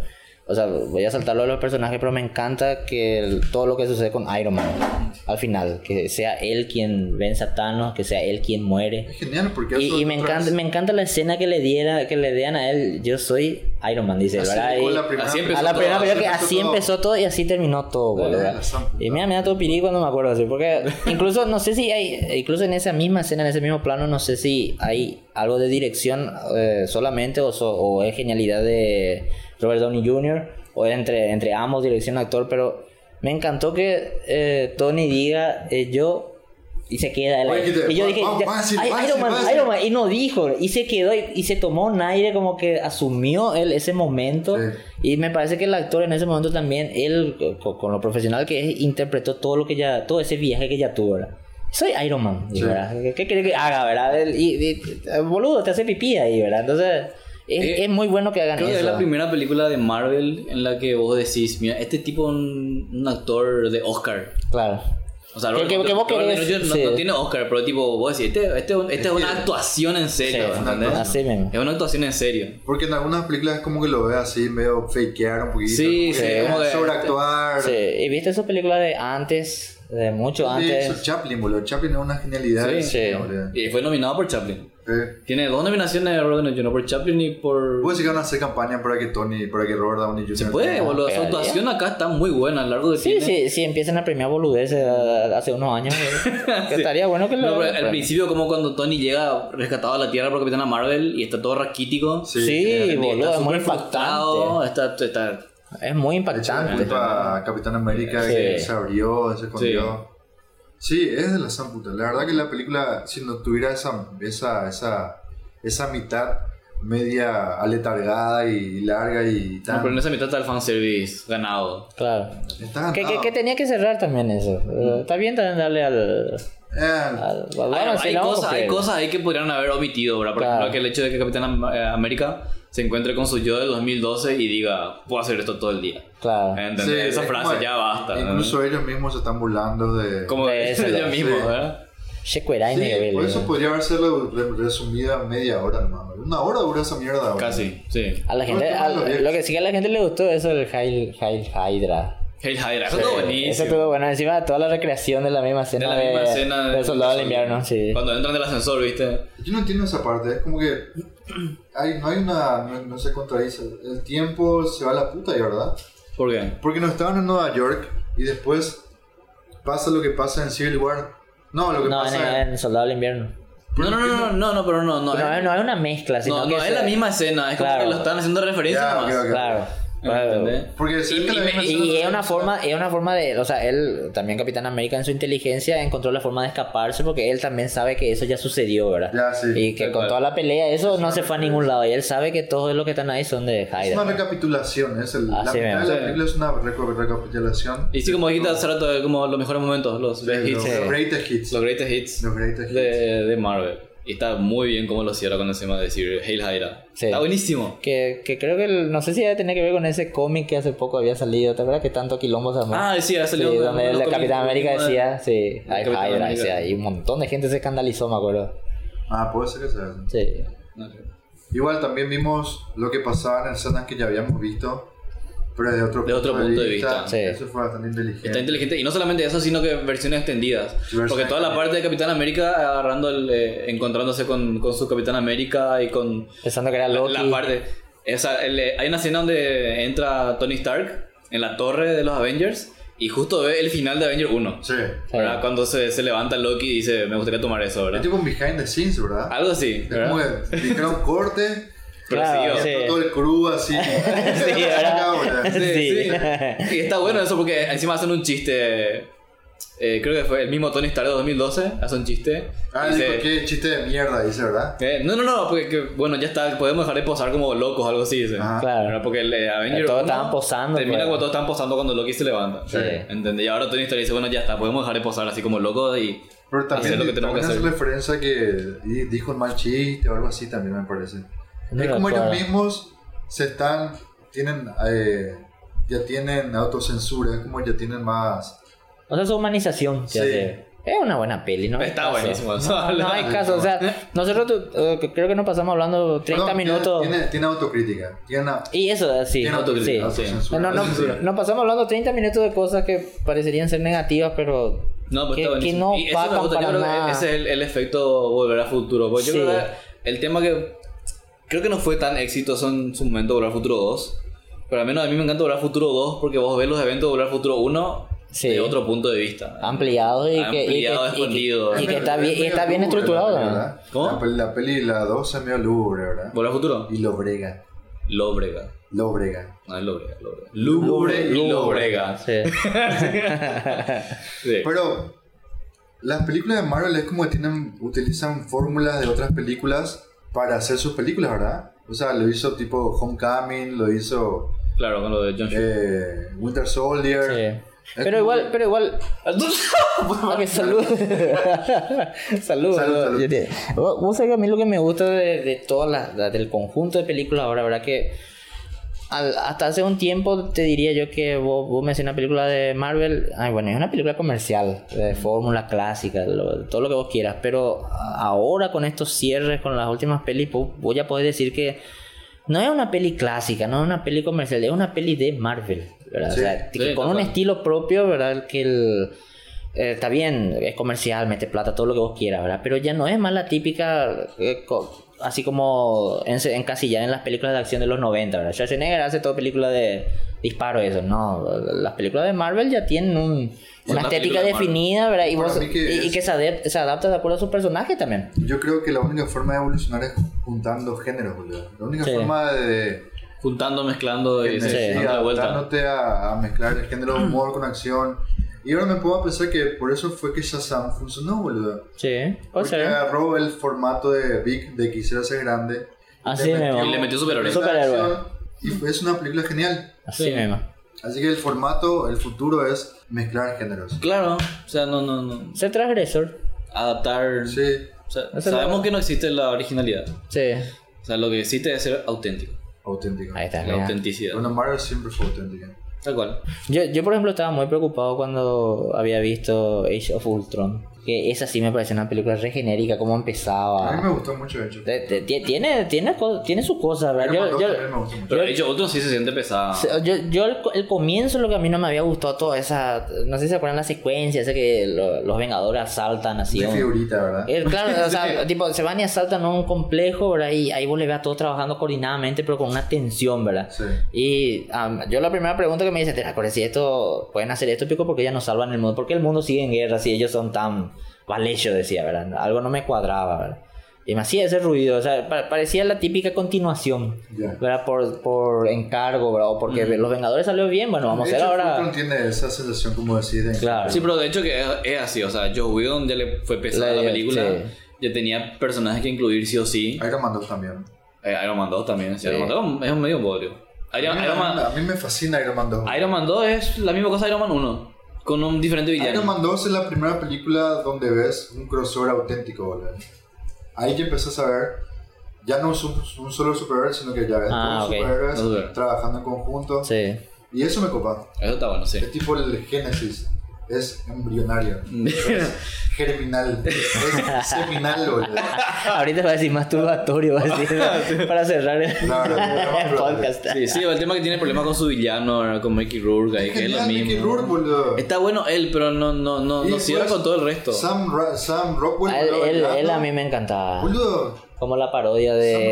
Speaker 2: o sea, voy a saltar lo de los personajes, pero me encanta que el- todo lo que sucede con Iron Man al final, que sea él quien vence a Thanos, que sea él quien muere.
Speaker 3: Es genial porque eso
Speaker 2: Y, y me
Speaker 3: otra vez-
Speaker 2: encanta, me encanta la escena que le diera, que le dieran a él. Yo soy Iron Man, dice,
Speaker 3: Así
Speaker 2: ¿verdad?
Speaker 3: fue
Speaker 2: Y
Speaker 3: la primera
Speaker 1: así empezó
Speaker 2: a la
Speaker 1: todo,
Speaker 2: primera
Speaker 1: así
Speaker 2: pero que
Speaker 3: empezó
Speaker 2: así
Speaker 3: todo.
Speaker 2: empezó todo y así terminó todo,
Speaker 3: Ah,
Speaker 2: ¿verdad?
Speaker 3: la san puta.
Speaker 2: Y mira, me da todo pirí cuando me acuerdo así, porque incluso no sé si hay, incluso en esa misma escena, en ese mismo plano, no sé si hay algo de dirección eh, solamente o, so- o es genialidad de Robert Downey Jr. o es entre, entre ambos, dirección actor, pero me encantó que eh, Tony diga, eh, yo... Y se queda él ahí.
Speaker 3: Oye, que te-
Speaker 2: Y yo
Speaker 3: va-
Speaker 2: dije,
Speaker 3: va-
Speaker 2: ya,
Speaker 3: va a decir,
Speaker 2: "Ay,
Speaker 3: va a
Speaker 2: Iron
Speaker 3: decir,
Speaker 2: Man,
Speaker 3: va a decir".
Speaker 2: Iron Man. Y no dijo. Y se quedó y, y se tomó un aire como que asumió él ese momento.
Speaker 3: Sí.
Speaker 2: Y me parece que el actor en ese momento también, él co- co- con, lo profesional que es, interpretó todo lo que ya, todo ese viaje que ya tuvo, ¿verdad? Soy Iron Man,
Speaker 3: Sí.
Speaker 2: ¿verdad? ¿Qué qué quiere que haga, verdad? Él- y, y- eh, boludo, te hace pipí ahí, ¿verdad? Entonces, es,
Speaker 1: Eh,
Speaker 2: es muy bueno que hagan
Speaker 1: Creo que es la
Speaker 2: eso.
Speaker 1: primera película de Marvel en la que vos decís, mira, este tipo es un, un actor de Oscar.
Speaker 2: Claro.
Speaker 1: O sea,
Speaker 2: Que-
Speaker 1: Robert-
Speaker 2: que- que vos
Speaker 1: Robert
Speaker 2: querés,
Speaker 1: Downey Jr. no,
Speaker 2: sí.
Speaker 1: no tiene Oscar, pero tipo, vos decís, este, este es un- esta es una actuación en serio,
Speaker 2: Sí,
Speaker 1: ¿entendés?
Speaker 2: Así mismo.
Speaker 1: Es una actuación en serio.
Speaker 3: Porque en algunas películas es como que lo ve así, medio fakear un poquito.
Speaker 1: Sí, sí,
Speaker 3: como
Speaker 1: como
Speaker 3: que
Speaker 1: que-
Speaker 3: sobreactuar.
Speaker 2: Sí, ¿Y viste sus películas de antes? De mucho
Speaker 3: Sí, eso,
Speaker 2: antes.
Speaker 3: Chaplin, boludo. Chaplin es una genialidad.
Speaker 1: Sí,
Speaker 3: del cine,
Speaker 2: sí.
Speaker 3: boludo.
Speaker 1: Y fue nominado por Chaplin.
Speaker 3: Eh,
Speaker 1: Tiene dos nominaciones de Robert Downey Jr. por Chaplin y por...
Speaker 3: ¿Puedes llegar a hacer campaña para que Tony, para que Robert Downey Jr.
Speaker 1: Se puede,
Speaker 3: tenga-
Speaker 1: boludo. Su
Speaker 2: pegaría.
Speaker 1: actuación acá está muy buena a lo largo de
Speaker 2: Sí, sí, sí, empiezan a premiar boludeces a- hace unos años. ¿verdad? Que estaría bueno que lo.
Speaker 1: No, pero al
Speaker 2: premien.
Speaker 1: principio como cuando Tony llega rescatado a la Tierra por Capitana Marvel y está todo raquítico.
Speaker 2: pues. Sí,
Speaker 1: Eh,
Speaker 2: boludo, es muy
Speaker 1: súper
Speaker 2: impactante.
Speaker 1: frustrado, Está, está-
Speaker 2: Es muy
Speaker 3: Echarle la
Speaker 2: impactante.
Speaker 3: culpa a Capitán América que
Speaker 2: Sí.
Speaker 3: se abrió, se escondió. Sí. es de la san puta. La verdad que la película, si no tuviera esa, esa, esa, esa mitad media aletargada y larga y
Speaker 1: no,
Speaker 3: tan...
Speaker 1: pero en esa mitad está el fanservice ganado.
Speaker 2: Claro.
Speaker 3: está
Speaker 2: Que,
Speaker 1: Ah.
Speaker 2: que-
Speaker 3: cantado.
Speaker 2: que tenía que cerrar también eso. Eh, Está bien también darle al.
Speaker 3: Eh,
Speaker 1: Ah,
Speaker 2: al-
Speaker 1: Hay-
Speaker 2: bueno, sí,
Speaker 1: hay,
Speaker 2: la vamos a
Speaker 1: cosas, hay
Speaker 2: hacer.
Speaker 1: cosas ahí que podrían haber omitido, ¿verdad? Por
Speaker 2: Claro.
Speaker 1: ejemplo, que el hecho de que Capitán Am- eh, América se encuentre con su yo del 2012 y diga, puedo hacer esto todo el día.
Speaker 2: Claro.
Speaker 1: ¿Entendés?
Speaker 3: sí,
Speaker 1: Esa
Speaker 3: es
Speaker 1: frase
Speaker 3: como-
Speaker 1: ya basta. ¿no?
Speaker 3: Incluso ellos mismos se están burlando de...
Speaker 1: como
Speaker 2: De
Speaker 1: ellos
Speaker 2: eso,
Speaker 1: mismos,
Speaker 3: sí.
Speaker 1: ¿verdad?
Speaker 2: Shekuerai
Speaker 3: Sí,
Speaker 2: nivel,
Speaker 3: por eso
Speaker 2: eh.
Speaker 3: podría haber sido re- resumida media hora, nomás. Una hora dura esa mierda. ahora.
Speaker 1: Casi, sí.
Speaker 2: A la gente,
Speaker 3: No, no,
Speaker 2: al-
Speaker 3: no, bien.
Speaker 2: lo que sí que a la gente le gustó es el Hail, Hail Hydra.
Speaker 1: Hail Hydra, eso estuvo
Speaker 2: Eh, Eso
Speaker 1: buenísimo.
Speaker 2: estuvo bueno. Encima toda la recreación de la misma escena.
Speaker 1: De la misma escena
Speaker 2: del Soldado del Invierno, sí.
Speaker 1: Cuando entran del ascensor, ¿viste?
Speaker 3: Yo no entiendo esa parte, es como que hay, no hay una, no, no se contradice, el tiempo se va a la puta, y ¿verdad?
Speaker 1: ¿Por qué?
Speaker 3: Porque nos estaban en Nueva York y después pasa lo que pasa en Civil War. No, lo que
Speaker 2: No, en,
Speaker 3: pasa en...
Speaker 2: en Soldado del Invierno.
Speaker 1: No, no, no, no, no, no, pero no, no.
Speaker 2: No, no,
Speaker 1: es,
Speaker 2: es una mezcla, sino
Speaker 1: no,
Speaker 2: que
Speaker 1: no es la
Speaker 2: se-
Speaker 1: misma escena, es como
Speaker 2: Claro.
Speaker 1: que lo están haciendo referencia
Speaker 3: Ya,
Speaker 1: nomás.
Speaker 3: ok, ok.
Speaker 2: Claro.
Speaker 1: ¿Entendés?
Speaker 3: Porque se ve
Speaker 1: Y-
Speaker 3: que la
Speaker 1: y-
Speaker 3: misma
Speaker 1: y-
Speaker 3: escena
Speaker 2: Y
Speaker 3: se-
Speaker 2: es una forma, es una forma de, o sea, él también Capitán América en su inteligencia encontró la forma de escaparse porque él también sabe que eso ya sucedió, ¿verdad?
Speaker 3: Ya, sí.
Speaker 2: y que
Speaker 1: Tal
Speaker 2: con
Speaker 1: cual.
Speaker 2: toda la pelea eso no se fue a ningún lado y él sabe que todos los que están ahí son de
Speaker 3: Es una
Speaker 2: Hydra.
Speaker 3: recapitulación, es el,
Speaker 2: Así
Speaker 3: la
Speaker 2: mismo.
Speaker 3: mitad de la
Speaker 1: Sí.
Speaker 3: película es una reco- recapitulación.
Speaker 1: Y sí, como dijiste hace rato, como los mejores momentos, los
Speaker 3: de
Speaker 1: best hits,
Speaker 3: los greatest hits.
Speaker 1: los greatest hits
Speaker 3: Los greatest hits.
Speaker 1: de, de Marvel. Y está muy bien como lo cierra cuando se llama decir Hail Hydra.
Speaker 2: Sí.
Speaker 1: Está buenísimo.
Speaker 2: Que, que creo que el- no sé si debe tener que ver con ese cómic que hace poco había salido, ¿te acuerdas que tanto quilombo se armó?
Speaker 1: Ah, sí, ha
Speaker 2: Sí,
Speaker 1: salido. uno
Speaker 2: donde
Speaker 1: de
Speaker 2: el
Speaker 1: los
Speaker 2: de Capitán
Speaker 1: cómics,
Speaker 2: América
Speaker 1: uno de-
Speaker 2: decía, sí, hay
Speaker 1: Capitán
Speaker 2: Hydra,
Speaker 1: América.
Speaker 2: decía, y un montón de gente se escandalizó, me acuerdo.
Speaker 3: Ah, puede ser que sea eso.
Speaker 2: Sí.
Speaker 1: No, no.
Speaker 3: Igual también vimos lo que pasaba en escenas que ya habíamos visto, pero desde otro,
Speaker 1: De otro punto de vista,
Speaker 2: sí.
Speaker 3: Eso fue bastante inteligente.
Speaker 1: Está inteligente. Y no solamente eso, sino que versiones extendidas.
Speaker 3: Versiones
Speaker 1: Porque toda la parte de Capitán América agarrando el, eh, encontrándose con, con su Capitán América y con
Speaker 2: Pensando que era
Speaker 1: la-
Speaker 2: Loki.
Speaker 1: la parte. esa- el, eh, hay una escena donde entra Tony Stark en la torre de los Avengers y justo ve el final de Avengers 1.
Speaker 3: Sí.
Speaker 2: Sí.
Speaker 1: ¿verdad? Cuando se, se levanta Loki y dice, me gustaría tomar eso,
Speaker 3: Es
Speaker 1: ¿verdad?
Speaker 3: tipo un behind the scenes, ¿verdad?
Speaker 1: Algo así,
Speaker 3: Es como
Speaker 1: ¿verdad?
Speaker 3: que dijeron corte,
Speaker 1: Pero
Speaker 2: Claro,
Speaker 1: siguió.
Speaker 2: sí.
Speaker 3: todo el crew así.
Speaker 2: Sí, ¿verdad?
Speaker 3: Cámara.
Speaker 1: Sí,
Speaker 2: Sí.
Speaker 1: sí. Y está bueno eso porque encima hacen un chiste. eh, creo que fue el mismo Tony Stark de 2012. Hace un chiste.
Speaker 3: Ah,
Speaker 1: Dice,
Speaker 3: dijo qué chiste de mierda, dice, ¿verdad?
Speaker 1: eh, no, no, no, porque que, bueno, ya está, podemos dejar de posar como locos, algo así. dice.
Speaker 3: Ajá.
Speaker 2: Claro.
Speaker 1: Pero Porque el eh, Avenger
Speaker 2: Todos
Speaker 1: 1
Speaker 2: estaban posando,
Speaker 1: Termina
Speaker 2: pues.
Speaker 1: cuando todos están posando cuando Loki se levanta.
Speaker 2: Sí.
Speaker 1: ¿Entendés? Y ahora Tony Stark dice, bueno, ya está, podemos dejar de posar así como locos y.
Speaker 3: Pero también,
Speaker 1: Hacer lo que tenemos
Speaker 3: también
Speaker 1: que
Speaker 3: hace
Speaker 1: hacer.
Speaker 3: referencia que di- dijo un mal chiste o algo así también me parece.
Speaker 2: No
Speaker 3: es como ellos
Speaker 2: recuerdo.
Speaker 3: mismos se están, tienen, eh, ya tienen autocensura, es como ya tienen más...
Speaker 2: O sea, su humanización. se
Speaker 3: Sí.
Speaker 2: hace. Es una buena peli, ¿no? hay
Speaker 1: Está
Speaker 2: caso.
Speaker 1: buenísimo.
Speaker 2: No, no hay caso, o sea, nosotros tu- eh, creo que nos pasamos hablando 30
Speaker 3: Perdón, tiene-
Speaker 2: minutos.
Speaker 3: Tiene, tiene autocrítica, tiene, una-
Speaker 2: Y eso, eh, sí.
Speaker 3: tiene
Speaker 2: sí.
Speaker 3: autocrítica, autocensura.
Speaker 2: No, no,
Speaker 3: Autocensura.
Speaker 2: nos pasamos hablando 30 minutos de cosas que parecerían ser negativas, pero
Speaker 1: No, pues
Speaker 2: que,
Speaker 1: está
Speaker 2: que
Speaker 1: buenísimo.
Speaker 2: no
Speaker 1: Y eso me
Speaker 2: pagan
Speaker 1: gusta, yo
Speaker 2: para
Speaker 1: creo que
Speaker 2: nada.
Speaker 1: Ese es el, el efecto volver a futuro. Porque
Speaker 2: Sí.
Speaker 1: yo creo que el tema que creo que no fue tan exitoso en su momento Volver al Futuro 2. Pero al menos a mí me encanta Volver al Futuro 2 porque vos ves los eventos de Volver al Futuro 1
Speaker 2: Sí.
Speaker 1: de otro punto de vista.
Speaker 2: ampliado y que, y
Speaker 1: Ampliado,
Speaker 2: que- y que,
Speaker 1: escondido.
Speaker 2: y que está bien, y
Speaker 3: Es
Speaker 2: está bien
Speaker 3: medio lúgubre,
Speaker 2: estructurado.
Speaker 3: la
Speaker 2: ¿no?
Speaker 3: ¿verdad?
Speaker 1: ¿Cómo?
Speaker 3: La, pel- la peli, la 2 es medio lúgubre, ¿verdad?
Speaker 1: ¿Volver al Futuro?
Speaker 3: Y Lobrega.
Speaker 1: Lóbrega.
Speaker 3: Lóbrega.
Speaker 1: No es Lóbrega, Lóbrega. Lúgubre y Lóbrega.
Speaker 2: Sí.
Speaker 1: Sí.
Speaker 3: Pero las películas de Marvel es como que tienen, utilizan fórmulas de otras películas para hacer sus películas, ¿verdad? O sea, lo hizo tipo Homecoming, lo hizo
Speaker 1: Claro, con lo de John Sh-
Speaker 3: eh, Winter Soldier.
Speaker 2: Sí. Pero igual, pero igual, Ok, salud. salud.
Speaker 3: Salud, salud.
Speaker 2: Yo te- Vos vos sabés que a mí lo que me gusta de, de todas las, la- del conjunto de películas ahora, ¿verdad? Que al- hasta hace un tiempo te diría yo que vos, vos me hacías una película de Marvel. Ay, bueno, es una película comercial, de fórmula clásica, lo- todo lo que vos quieras. Pero ahora con estos cierres, con las últimas pelis, vos, vos ya podés decir que. No es una peli clásica, no es una peli comercial, es una peli de Marvel, ¿verdad?
Speaker 3: Sí,
Speaker 2: o sea,
Speaker 1: sí,
Speaker 2: que con
Speaker 1: tal
Speaker 2: un
Speaker 1: cual.
Speaker 2: estilo propio, ¿verdad? Que el, eh, está bien, es comercial, mete plata, todo lo que vos quieras, ¿verdad? Pero ya no es más la típica, eh, co- así como en, en en las películas de acción de los 90, ¿verdad? Schwarzenegger hace toda película de disparo, eso, no. Las películas de Marvel ya tienen un-
Speaker 1: Son
Speaker 2: una
Speaker 1: las
Speaker 2: estética
Speaker 1: películas de Marvel.
Speaker 2: definida, ¿verdad? Y,
Speaker 3: Para
Speaker 2: vos-
Speaker 3: mí que
Speaker 2: y- y
Speaker 3: es-
Speaker 2: que se, adep- se adapta de acuerdo a su personaje también.
Speaker 3: Yo creo que la única forma de evolucionar es juntando géneros, boludo. La única
Speaker 2: Sí.
Speaker 3: forma de.
Speaker 1: Juntando, mezclando y
Speaker 3: Sí,
Speaker 2: sí,
Speaker 1: dando la vuelta.
Speaker 3: adaptándote a, a mezclar el género de humor con acción. Y ahora me puedo pensar que por eso fue que Shazam funcionó, boludo.
Speaker 2: Sí, puede
Speaker 3: Porque
Speaker 2: ser.
Speaker 3: agarró el formato de Big de Quisiera ser grande.
Speaker 2: Así mismo.
Speaker 1: Y le metió superhéroe.
Speaker 3: esa
Speaker 2: Superhéroe.
Speaker 3: acción, Y fue- es una película genial.
Speaker 2: Así
Speaker 1: Sí.
Speaker 2: mismo.
Speaker 3: Así que el formato, el futuro es mezclar géneros.
Speaker 1: Claro, o sea, no, no, no.
Speaker 2: Ser transgresor.
Speaker 1: Adaptar.
Speaker 3: Sí,
Speaker 1: o sea,
Speaker 2: Eso
Speaker 1: sabemos
Speaker 2: no-
Speaker 1: que no existe la originalidad.
Speaker 2: Sí.
Speaker 1: O sea, lo que existe es ser auténtico.
Speaker 3: auténtico.
Speaker 2: Ahí está.
Speaker 1: La
Speaker 2: mira.
Speaker 1: autenticidad.
Speaker 3: Bueno, Marvel siempre fue auténtica.
Speaker 1: Tal cual.
Speaker 2: Yo, yo, por ejemplo, estaba muy preocupado cuando había visto Age of Ultron. Que esa sí me pareció una película re genérica, cómo
Speaker 3: A mí me
Speaker 2: empezaba.
Speaker 3: gustó mucho, de hecho.
Speaker 2: Te- te- tie- Tiene, tiene, co- tiene su cosa, ¿verdad?
Speaker 3: Iron Man
Speaker 2: Yo,
Speaker 3: 2
Speaker 2: yo,
Speaker 3: también me gustó mucho.
Speaker 1: Pero de hecho, otro sí se siente pesado.
Speaker 2: se- yo- yo el, co- el comienzo lo que a mí no me había gustado, toda esa. No sé si se acuerdan la secuencia, esa que lo- los Vengadores asaltan así.
Speaker 3: De
Speaker 2: un-
Speaker 3: figurita, ¿verdad?
Speaker 2: Eh, claro, o sea, tipo, se van y asaltan un complejo, ¿verdad? Y ahí vos le ves a todos trabajando coordinadamente, pero con una tensión, ¿verdad?
Speaker 3: Sí.
Speaker 2: Y am, yo la primera pregunta que me dicen, pero si esto, pueden hacer esto, pico, porque ya no salvan el mundo, porque el mundo sigue en guerra si ellos son tan valechos, decía, ¿verdad? Algo no me cuadraba, ¿verdad? Y me hacía ese ruido, o sea, pa- parecía la típica continuación,
Speaker 3: Ya.
Speaker 2: ¿verdad? Por, por encargo, ¿verdad? O porque Los Vengadores salió bien, bueno, vamos a
Speaker 3: De
Speaker 2: hacer
Speaker 3: hecho,
Speaker 2: ahora...
Speaker 3: Fulton tiene esa sensación como decir de...
Speaker 2: Claro.
Speaker 1: Sí, pero de hecho que es, es así, o sea, Joe Whedon ya le fue pesada
Speaker 2: La-
Speaker 1: la película,
Speaker 2: sí.
Speaker 1: ya tenía personajes que incluir sí o sí.
Speaker 3: Iron Man 2 también.
Speaker 1: Eh, Iron Man 2 también, sí,
Speaker 2: Sí.
Speaker 1: Iron Man 2 es un medio bodrio. Iron,
Speaker 3: a, mí,
Speaker 1: Iron
Speaker 3: a mí-
Speaker 1: Man,
Speaker 3: a mí me fascina Iron Man 2.
Speaker 1: Iron Man 2 es la misma cosa de Iron Man 1, con un diferente villano.
Speaker 3: Iron Man 2 es la primera película donde ves un crossover auténtico, boludo. Ahí que empezás a ver, ya no es un, un solo superhéroe, sino que ya ves
Speaker 2: Ah,
Speaker 3: todos
Speaker 2: ok.
Speaker 3: superhéroes
Speaker 1: No superhéroe.
Speaker 3: trabajando en conjunto.
Speaker 2: Sí.
Speaker 3: Y eso me copa.
Speaker 1: Eso está bueno, sí.
Speaker 3: Es tipo el génesis. Es embrionario. Es germinal. Es seminal, boludo.
Speaker 2: Ahorita va a decir masturbatorio, va a decir, para cerrar el,
Speaker 3: Claro,
Speaker 2: el podcast.
Speaker 1: Sí, sí, el tema que tiene problemas con su villano, ¿verdad? con Mickey Rourke, ahí,
Speaker 3: Es
Speaker 1: que es lo
Speaker 3: genial, Mickey
Speaker 1: mismo.
Speaker 3: Rourke, boludo.
Speaker 1: Está bueno él, pero no, no, no,
Speaker 3: Y
Speaker 1: no cierra
Speaker 3: pues,
Speaker 1: con todo el resto.
Speaker 3: Sam, Ra- Sam Rockwell,
Speaker 2: A él,
Speaker 3: boludo,
Speaker 2: él- él a
Speaker 3: bailando.
Speaker 2: mí me encantaba.
Speaker 3: Boludo,
Speaker 2: Como la parodia de,
Speaker 3: Sam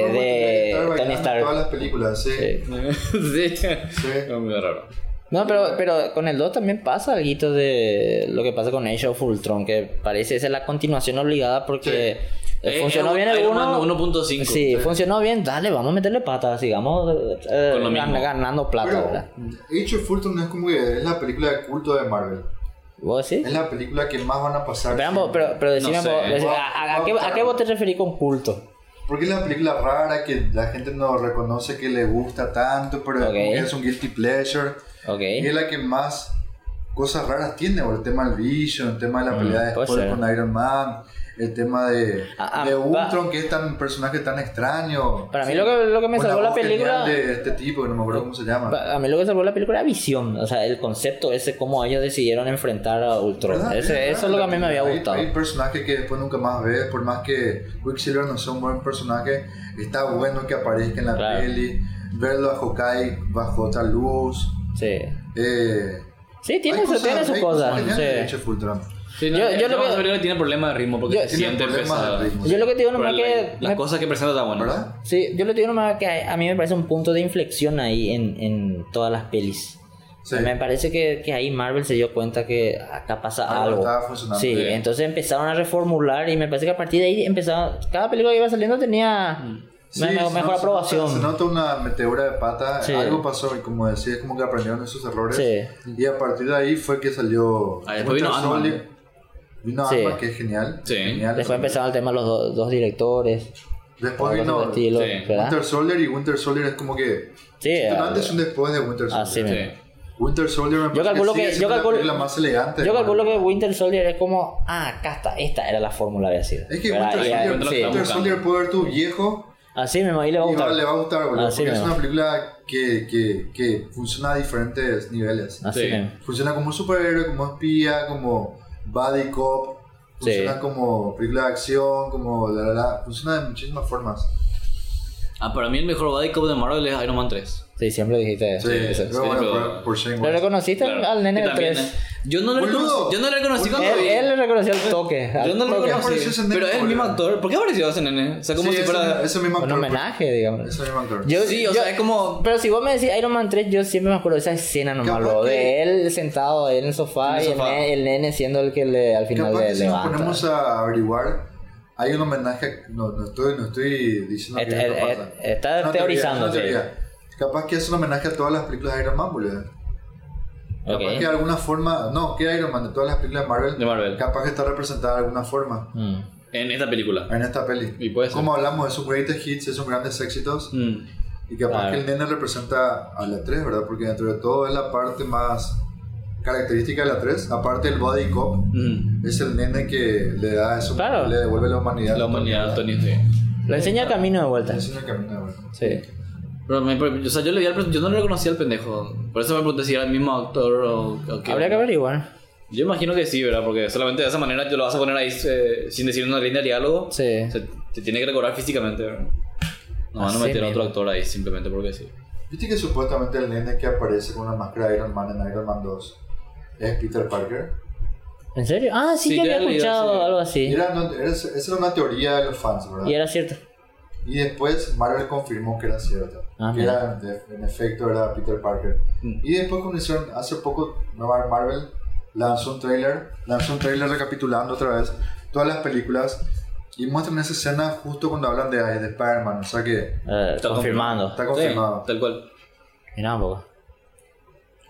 Speaker 3: Rockwell tiene que
Speaker 2: de
Speaker 3: estar
Speaker 2: Tony
Speaker 3: bailando en
Speaker 2: Stark.
Speaker 3: Todas las películas, sí.
Speaker 2: Sí.
Speaker 1: sí,
Speaker 3: sí.
Speaker 1: es muy raro.
Speaker 2: No, pero, pero con el 2 también pasa algo de lo que pasa con Age of Ultron, que parece ser la continuación obligada porque eh,
Speaker 1: Eh,
Speaker 2: funcionó
Speaker 1: eh,
Speaker 2: bien el
Speaker 1: Iron
Speaker 2: 1.
Speaker 1: Man 1.5.
Speaker 2: Sí, funcionó bien, dale, vamos a meterle patas, sigamos eh,
Speaker 1: Con lo
Speaker 2: gan-
Speaker 1: mismo.
Speaker 2: ganando plata,
Speaker 3: Pero,
Speaker 2: ¿verdad?
Speaker 3: Age of Fulton es como que es la película de culto de Marvel.
Speaker 2: ¿Vos decís?
Speaker 3: Es la película que más van a pasar.
Speaker 2: Pero, ambos- pero, pero decime,
Speaker 1: sé.
Speaker 2: vos, decime, ¿a, a- a qué, a qué vos te referís con culto?
Speaker 3: Porque es la película rara que la gente no reconoce que le gusta tanto, pero
Speaker 2: Ok.
Speaker 3: como que es un guilty pleasure.
Speaker 2: Ok.
Speaker 3: Y es la que más cosas raras tiene, por el tema del Vision, el tema de la
Speaker 2: Mm,
Speaker 3: pelea de
Speaker 2: puede
Speaker 3: Hulk
Speaker 2: ser.
Speaker 3: con Iron Man, el tema de,
Speaker 2: Ah, ah,
Speaker 3: de
Speaker 2: va.
Speaker 3: Ultron, que es tan un personaje tan extraño.
Speaker 2: Para mí lo que, lo que me
Speaker 3: Con
Speaker 2: salvó la
Speaker 3: voz genial
Speaker 2: película...
Speaker 3: de este tipo, que no me acuerdo cómo se llama.
Speaker 2: Pa- A mí lo que salvó la película era visión, o sea, el concepto ese, cómo ellos decidieron enfrentar a Ultron.
Speaker 3: ¿Verdad?
Speaker 2: Ese- eso es lo que a mí me había
Speaker 3: Hay-
Speaker 2: gustado.
Speaker 3: Hay, personajes que después nunca más ves, por más que Quicksilver no sea un buen personaje, está bueno que aparezca en la
Speaker 2: Claro.
Speaker 3: peli, verlo a Hawkeye bajo otra luz.
Speaker 2: Sí.
Speaker 3: Eh,
Speaker 2: Sí, tiene
Speaker 3: hay
Speaker 2: su, tiene sus
Speaker 3: hay
Speaker 2: cosas.
Speaker 3: geniales de
Speaker 2: sí.
Speaker 3: Age of Ultron.
Speaker 1: Sí, no, eh,
Speaker 2: Yo-
Speaker 1: el
Speaker 2: yo lo
Speaker 1: tema
Speaker 2: veo-
Speaker 1: de Gabriel tiene problemas de ritmo porque
Speaker 2: Yo-
Speaker 1: se
Speaker 3: Tiene
Speaker 1: siente
Speaker 3: problemas de
Speaker 1: pesada.
Speaker 3: ritmo,
Speaker 2: Yo lo que te digo
Speaker 1: Pero
Speaker 2: nomás
Speaker 1: la-
Speaker 2: que.
Speaker 1: las
Speaker 2: me-
Speaker 1: cosas que presenta está bueno.
Speaker 3: ¿Verdad?
Speaker 2: sí, yo lo que digo nomás que a, a mí me parece un punto de inflexión ahí en, en todas las pelis.
Speaker 3: Sí.
Speaker 2: Me parece que, que ahí Marvel se dio cuenta que acá pasa
Speaker 3: Algo
Speaker 2: algo.
Speaker 3: estaba funcionando. eh.
Speaker 2: Sí,
Speaker 1: Sí.
Speaker 2: entonces empezaron a reformular y me parece que a partir de ahí empezaron. Cada película que iba saliendo tenía
Speaker 3: Mm. Sí,
Speaker 2: me- me-
Speaker 3: se
Speaker 2: mejor
Speaker 3: nota-
Speaker 2: aprobación.
Speaker 3: Se nota una meteora de pata,
Speaker 2: Sí.
Speaker 3: algo pasó y como decía, es como que aprendieron de sus errores.
Speaker 2: Sí.
Speaker 3: Y a partir de ahí fue que salió...
Speaker 1: Ah, después vino
Speaker 3: Winter
Speaker 1: Ant-Man.
Speaker 3: Soldier. Vino
Speaker 2: Sí.
Speaker 3: Ant-Man, que es genial.
Speaker 1: Sí.
Speaker 3: genial.
Speaker 2: Después empezaron el tema de los do- dos directores.
Speaker 3: Pues, Después
Speaker 2: Algo
Speaker 3: vino
Speaker 2: de estilo,
Speaker 1: sí.
Speaker 2: ¿verdad?
Speaker 3: Winter Soldier y Winter Soldier es como que
Speaker 2: Sí,
Speaker 3: un
Speaker 2: ah,
Speaker 3: antes y un después de Winter Soldier.
Speaker 2: así
Speaker 1: Sí.
Speaker 2: mismo.
Speaker 3: Winter Soldier me parece
Speaker 2: calculo
Speaker 3: sigue
Speaker 2: que- yo
Speaker 3: siendo
Speaker 2: calculo-
Speaker 3: la película más elegante.
Speaker 2: Yo calculo que
Speaker 3: hermano.
Speaker 2: Winter Soldier es como, ah, acá está, esta era la fórmula había sido.
Speaker 3: es que
Speaker 2: ¿verdad?
Speaker 3: Winter
Speaker 2: Y ahí-
Speaker 3: Soldier,
Speaker 1: sí.
Speaker 3: Winter Soldier puede ver tu viejo
Speaker 2: Así mismo, ahí le va a
Speaker 3: y
Speaker 2: gustar. Ah,
Speaker 3: va- le va a gustar, boludo,
Speaker 2: Así
Speaker 3: porque es
Speaker 2: mismo.
Speaker 3: una película que, que, que funciona a diferentes niveles.
Speaker 2: Así
Speaker 1: Sí.
Speaker 2: mismo.
Speaker 3: Funciona como superhéroe, como espía, como body cop,
Speaker 2: Sí.
Speaker 3: funciona como película de acción, como la, la, la, funciona de muchísimas formas.
Speaker 1: Ah, para mí el mejor body cop de Marvel es Iron Man 3.
Speaker 2: Sí, siempre dijiste eso.
Speaker 3: Sí, pero
Speaker 1: sí,
Speaker 3: bueno,
Speaker 1: pero-
Speaker 3: por, por Shane
Speaker 2: ¿Lo
Speaker 3: West.
Speaker 2: reconociste
Speaker 1: Claro.
Speaker 2: al nene
Speaker 1: Que
Speaker 2: del
Speaker 1: también,
Speaker 2: 3?
Speaker 1: eh, Yo no lo
Speaker 3: Boludo.
Speaker 1: reconocí, yo no lo reconocí
Speaker 3: Boludo.
Speaker 1: cuando
Speaker 2: Él,
Speaker 1: vi.
Speaker 2: él le reconoció el toque.
Speaker 1: yo
Speaker 2: al
Speaker 1: no lo
Speaker 2: toque.
Speaker 3: reconocí.
Speaker 1: reconocí.
Speaker 3: apareció ese nene,
Speaker 1: Pero es el mismo
Speaker 3: boludo.
Speaker 1: actor. ¿Por qué apareció ese nene? O sea, como
Speaker 3: Sí,
Speaker 1: si
Speaker 3: ese,
Speaker 1: fuera.
Speaker 3: ese mismo
Speaker 2: Un
Speaker 3: actor.
Speaker 2: homenaje, digamos.
Speaker 3: Ese mismo actor.
Speaker 2: Yo-
Speaker 1: sí, o
Speaker 2: yo-
Speaker 1: sea, es como.
Speaker 2: Pero si vos me decís Iron Man 3, yo siempre me acuerdo de esa escena nomás,
Speaker 3: Capaz
Speaker 2: lo
Speaker 3: que-
Speaker 2: de él sentado en el sofá
Speaker 1: En el
Speaker 2: y el
Speaker 1: sofá.
Speaker 2: ne- el nene siendo el que le, al final
Speaker 3: Capaz
Speaker 2: le
Speaker 3: que si nos
Speaker 2: levanta.
Speaker 3: ponemos a averiguar, hay un homenaje. No, no, estoy, no estoy diciendo
Speaker 2: Et-
Speaker 3: que esto
Speaker 2: et- et-
Speaker 3: pasa.
Speaker 2: está
Speaker 3: Una teoría,
Speaker 2: teorizando,
Speaker 3: una
Speaker 2: sí.
Speaker 3: teoría. Capaz que es un homenaje a todas las películas de Iron Man, boludo.
Speaker 2: Ok.
Speaker 3: Capaz que de alguna forma. No, que Iron Man de todas las películas de Marvel.
Speaker 1: De Marvel.
Speaker 3: Capaz que está representada de alguna forma
Speaker 2: Mm.
Speaker 1: En esta película.
Speaker 3: en esta peli.
Speaker 1: Y puede ser.
Speaker 3: Como hablamos, es un greatest hits, es un grandes éxitos.
Speaker 1: Mm.
Speaker 3: Y capaz
Speaker 2: Claro.
Speaker 3: que el nene representa a la 3, ¿verdad? Porque dentro de todo es la parte más característica de la 3. Aparte el body cop,
Speaker 1: Mm.
Speaker 3: es el nene que le da eso,
Speaker 2: Claro.
Speaker 3: le devuelve la humanidad.
Speaker 1: La humanidad, Tony, sí.
Speaker 2: Lo enseña el camino de vuelta.
Speaker 3: Es una caminada, ¿verdad?
Speaker 2: Sí.
Speaker 1: Pero me- pero, o sea, yo, le vi al, yo no le reconocí al pendejo. Por eso me pregunté si era el mismo actor o, o qué.
Speaker 2: Habría que averiguar.
Speaker 1: Yo imagino que sí, ¿verdad? Porque solamente de esa manera te lo vas a poner ahí eh, sin decir una línea de diálogo.
Speaker 2: Sí.
Speaker 1: Se- te tiene que recordar físicamente, ¿verdad? No van a
Speaker 2: Así
Speaker 1: meter a otro
Speaker 2: mismo.
Speaker 1: actor ahí simplemente porque sí.
Speaker 3: Viste que supuestamente el nene que aparece con la máscara de Iron Man en Iron Man 2 es Peter Parker.
Speaker 2: ¿En serio? Ah, sí,
Speaker 1: Sí,
Speaker 2: yo
Speaker 1: ya
Speaker 2: había
Speaker 1: he leído,
Speaker 2: escuchado
Speaker 1: sí.
Speaker 2: algo
Speaker 3: Y
Speaker 2: así.
Speaker 3: era, no, era- esa era una teoría de los fans, ¿verdad?
Speaker 2: Y era cierto.
Speaker 3: Y después Marvel confirmó que era cierto.
Speaker 2: Ah,
Speaker 3: que
Speaker 2: mira.
Speaker 3: era, de- en efecto era Peter Parker.
Speaker 1: Mm.
Speaker 3: Y después cuando hicieron, hace poco Mar- Marvel lanzó un trailer, lanzó un trailer recapitulando otra vez todas las películas y muestran esa escena justo cuando hablan de, de Spider-Man, o sea que
Speaker 2: Eh,
Speaker 1: Está
Speaker 2: confirmando.
Speaker 3: está confirmado.
Speaker 1: Sí, tal cual.
Speaker 2: Mirá un poco.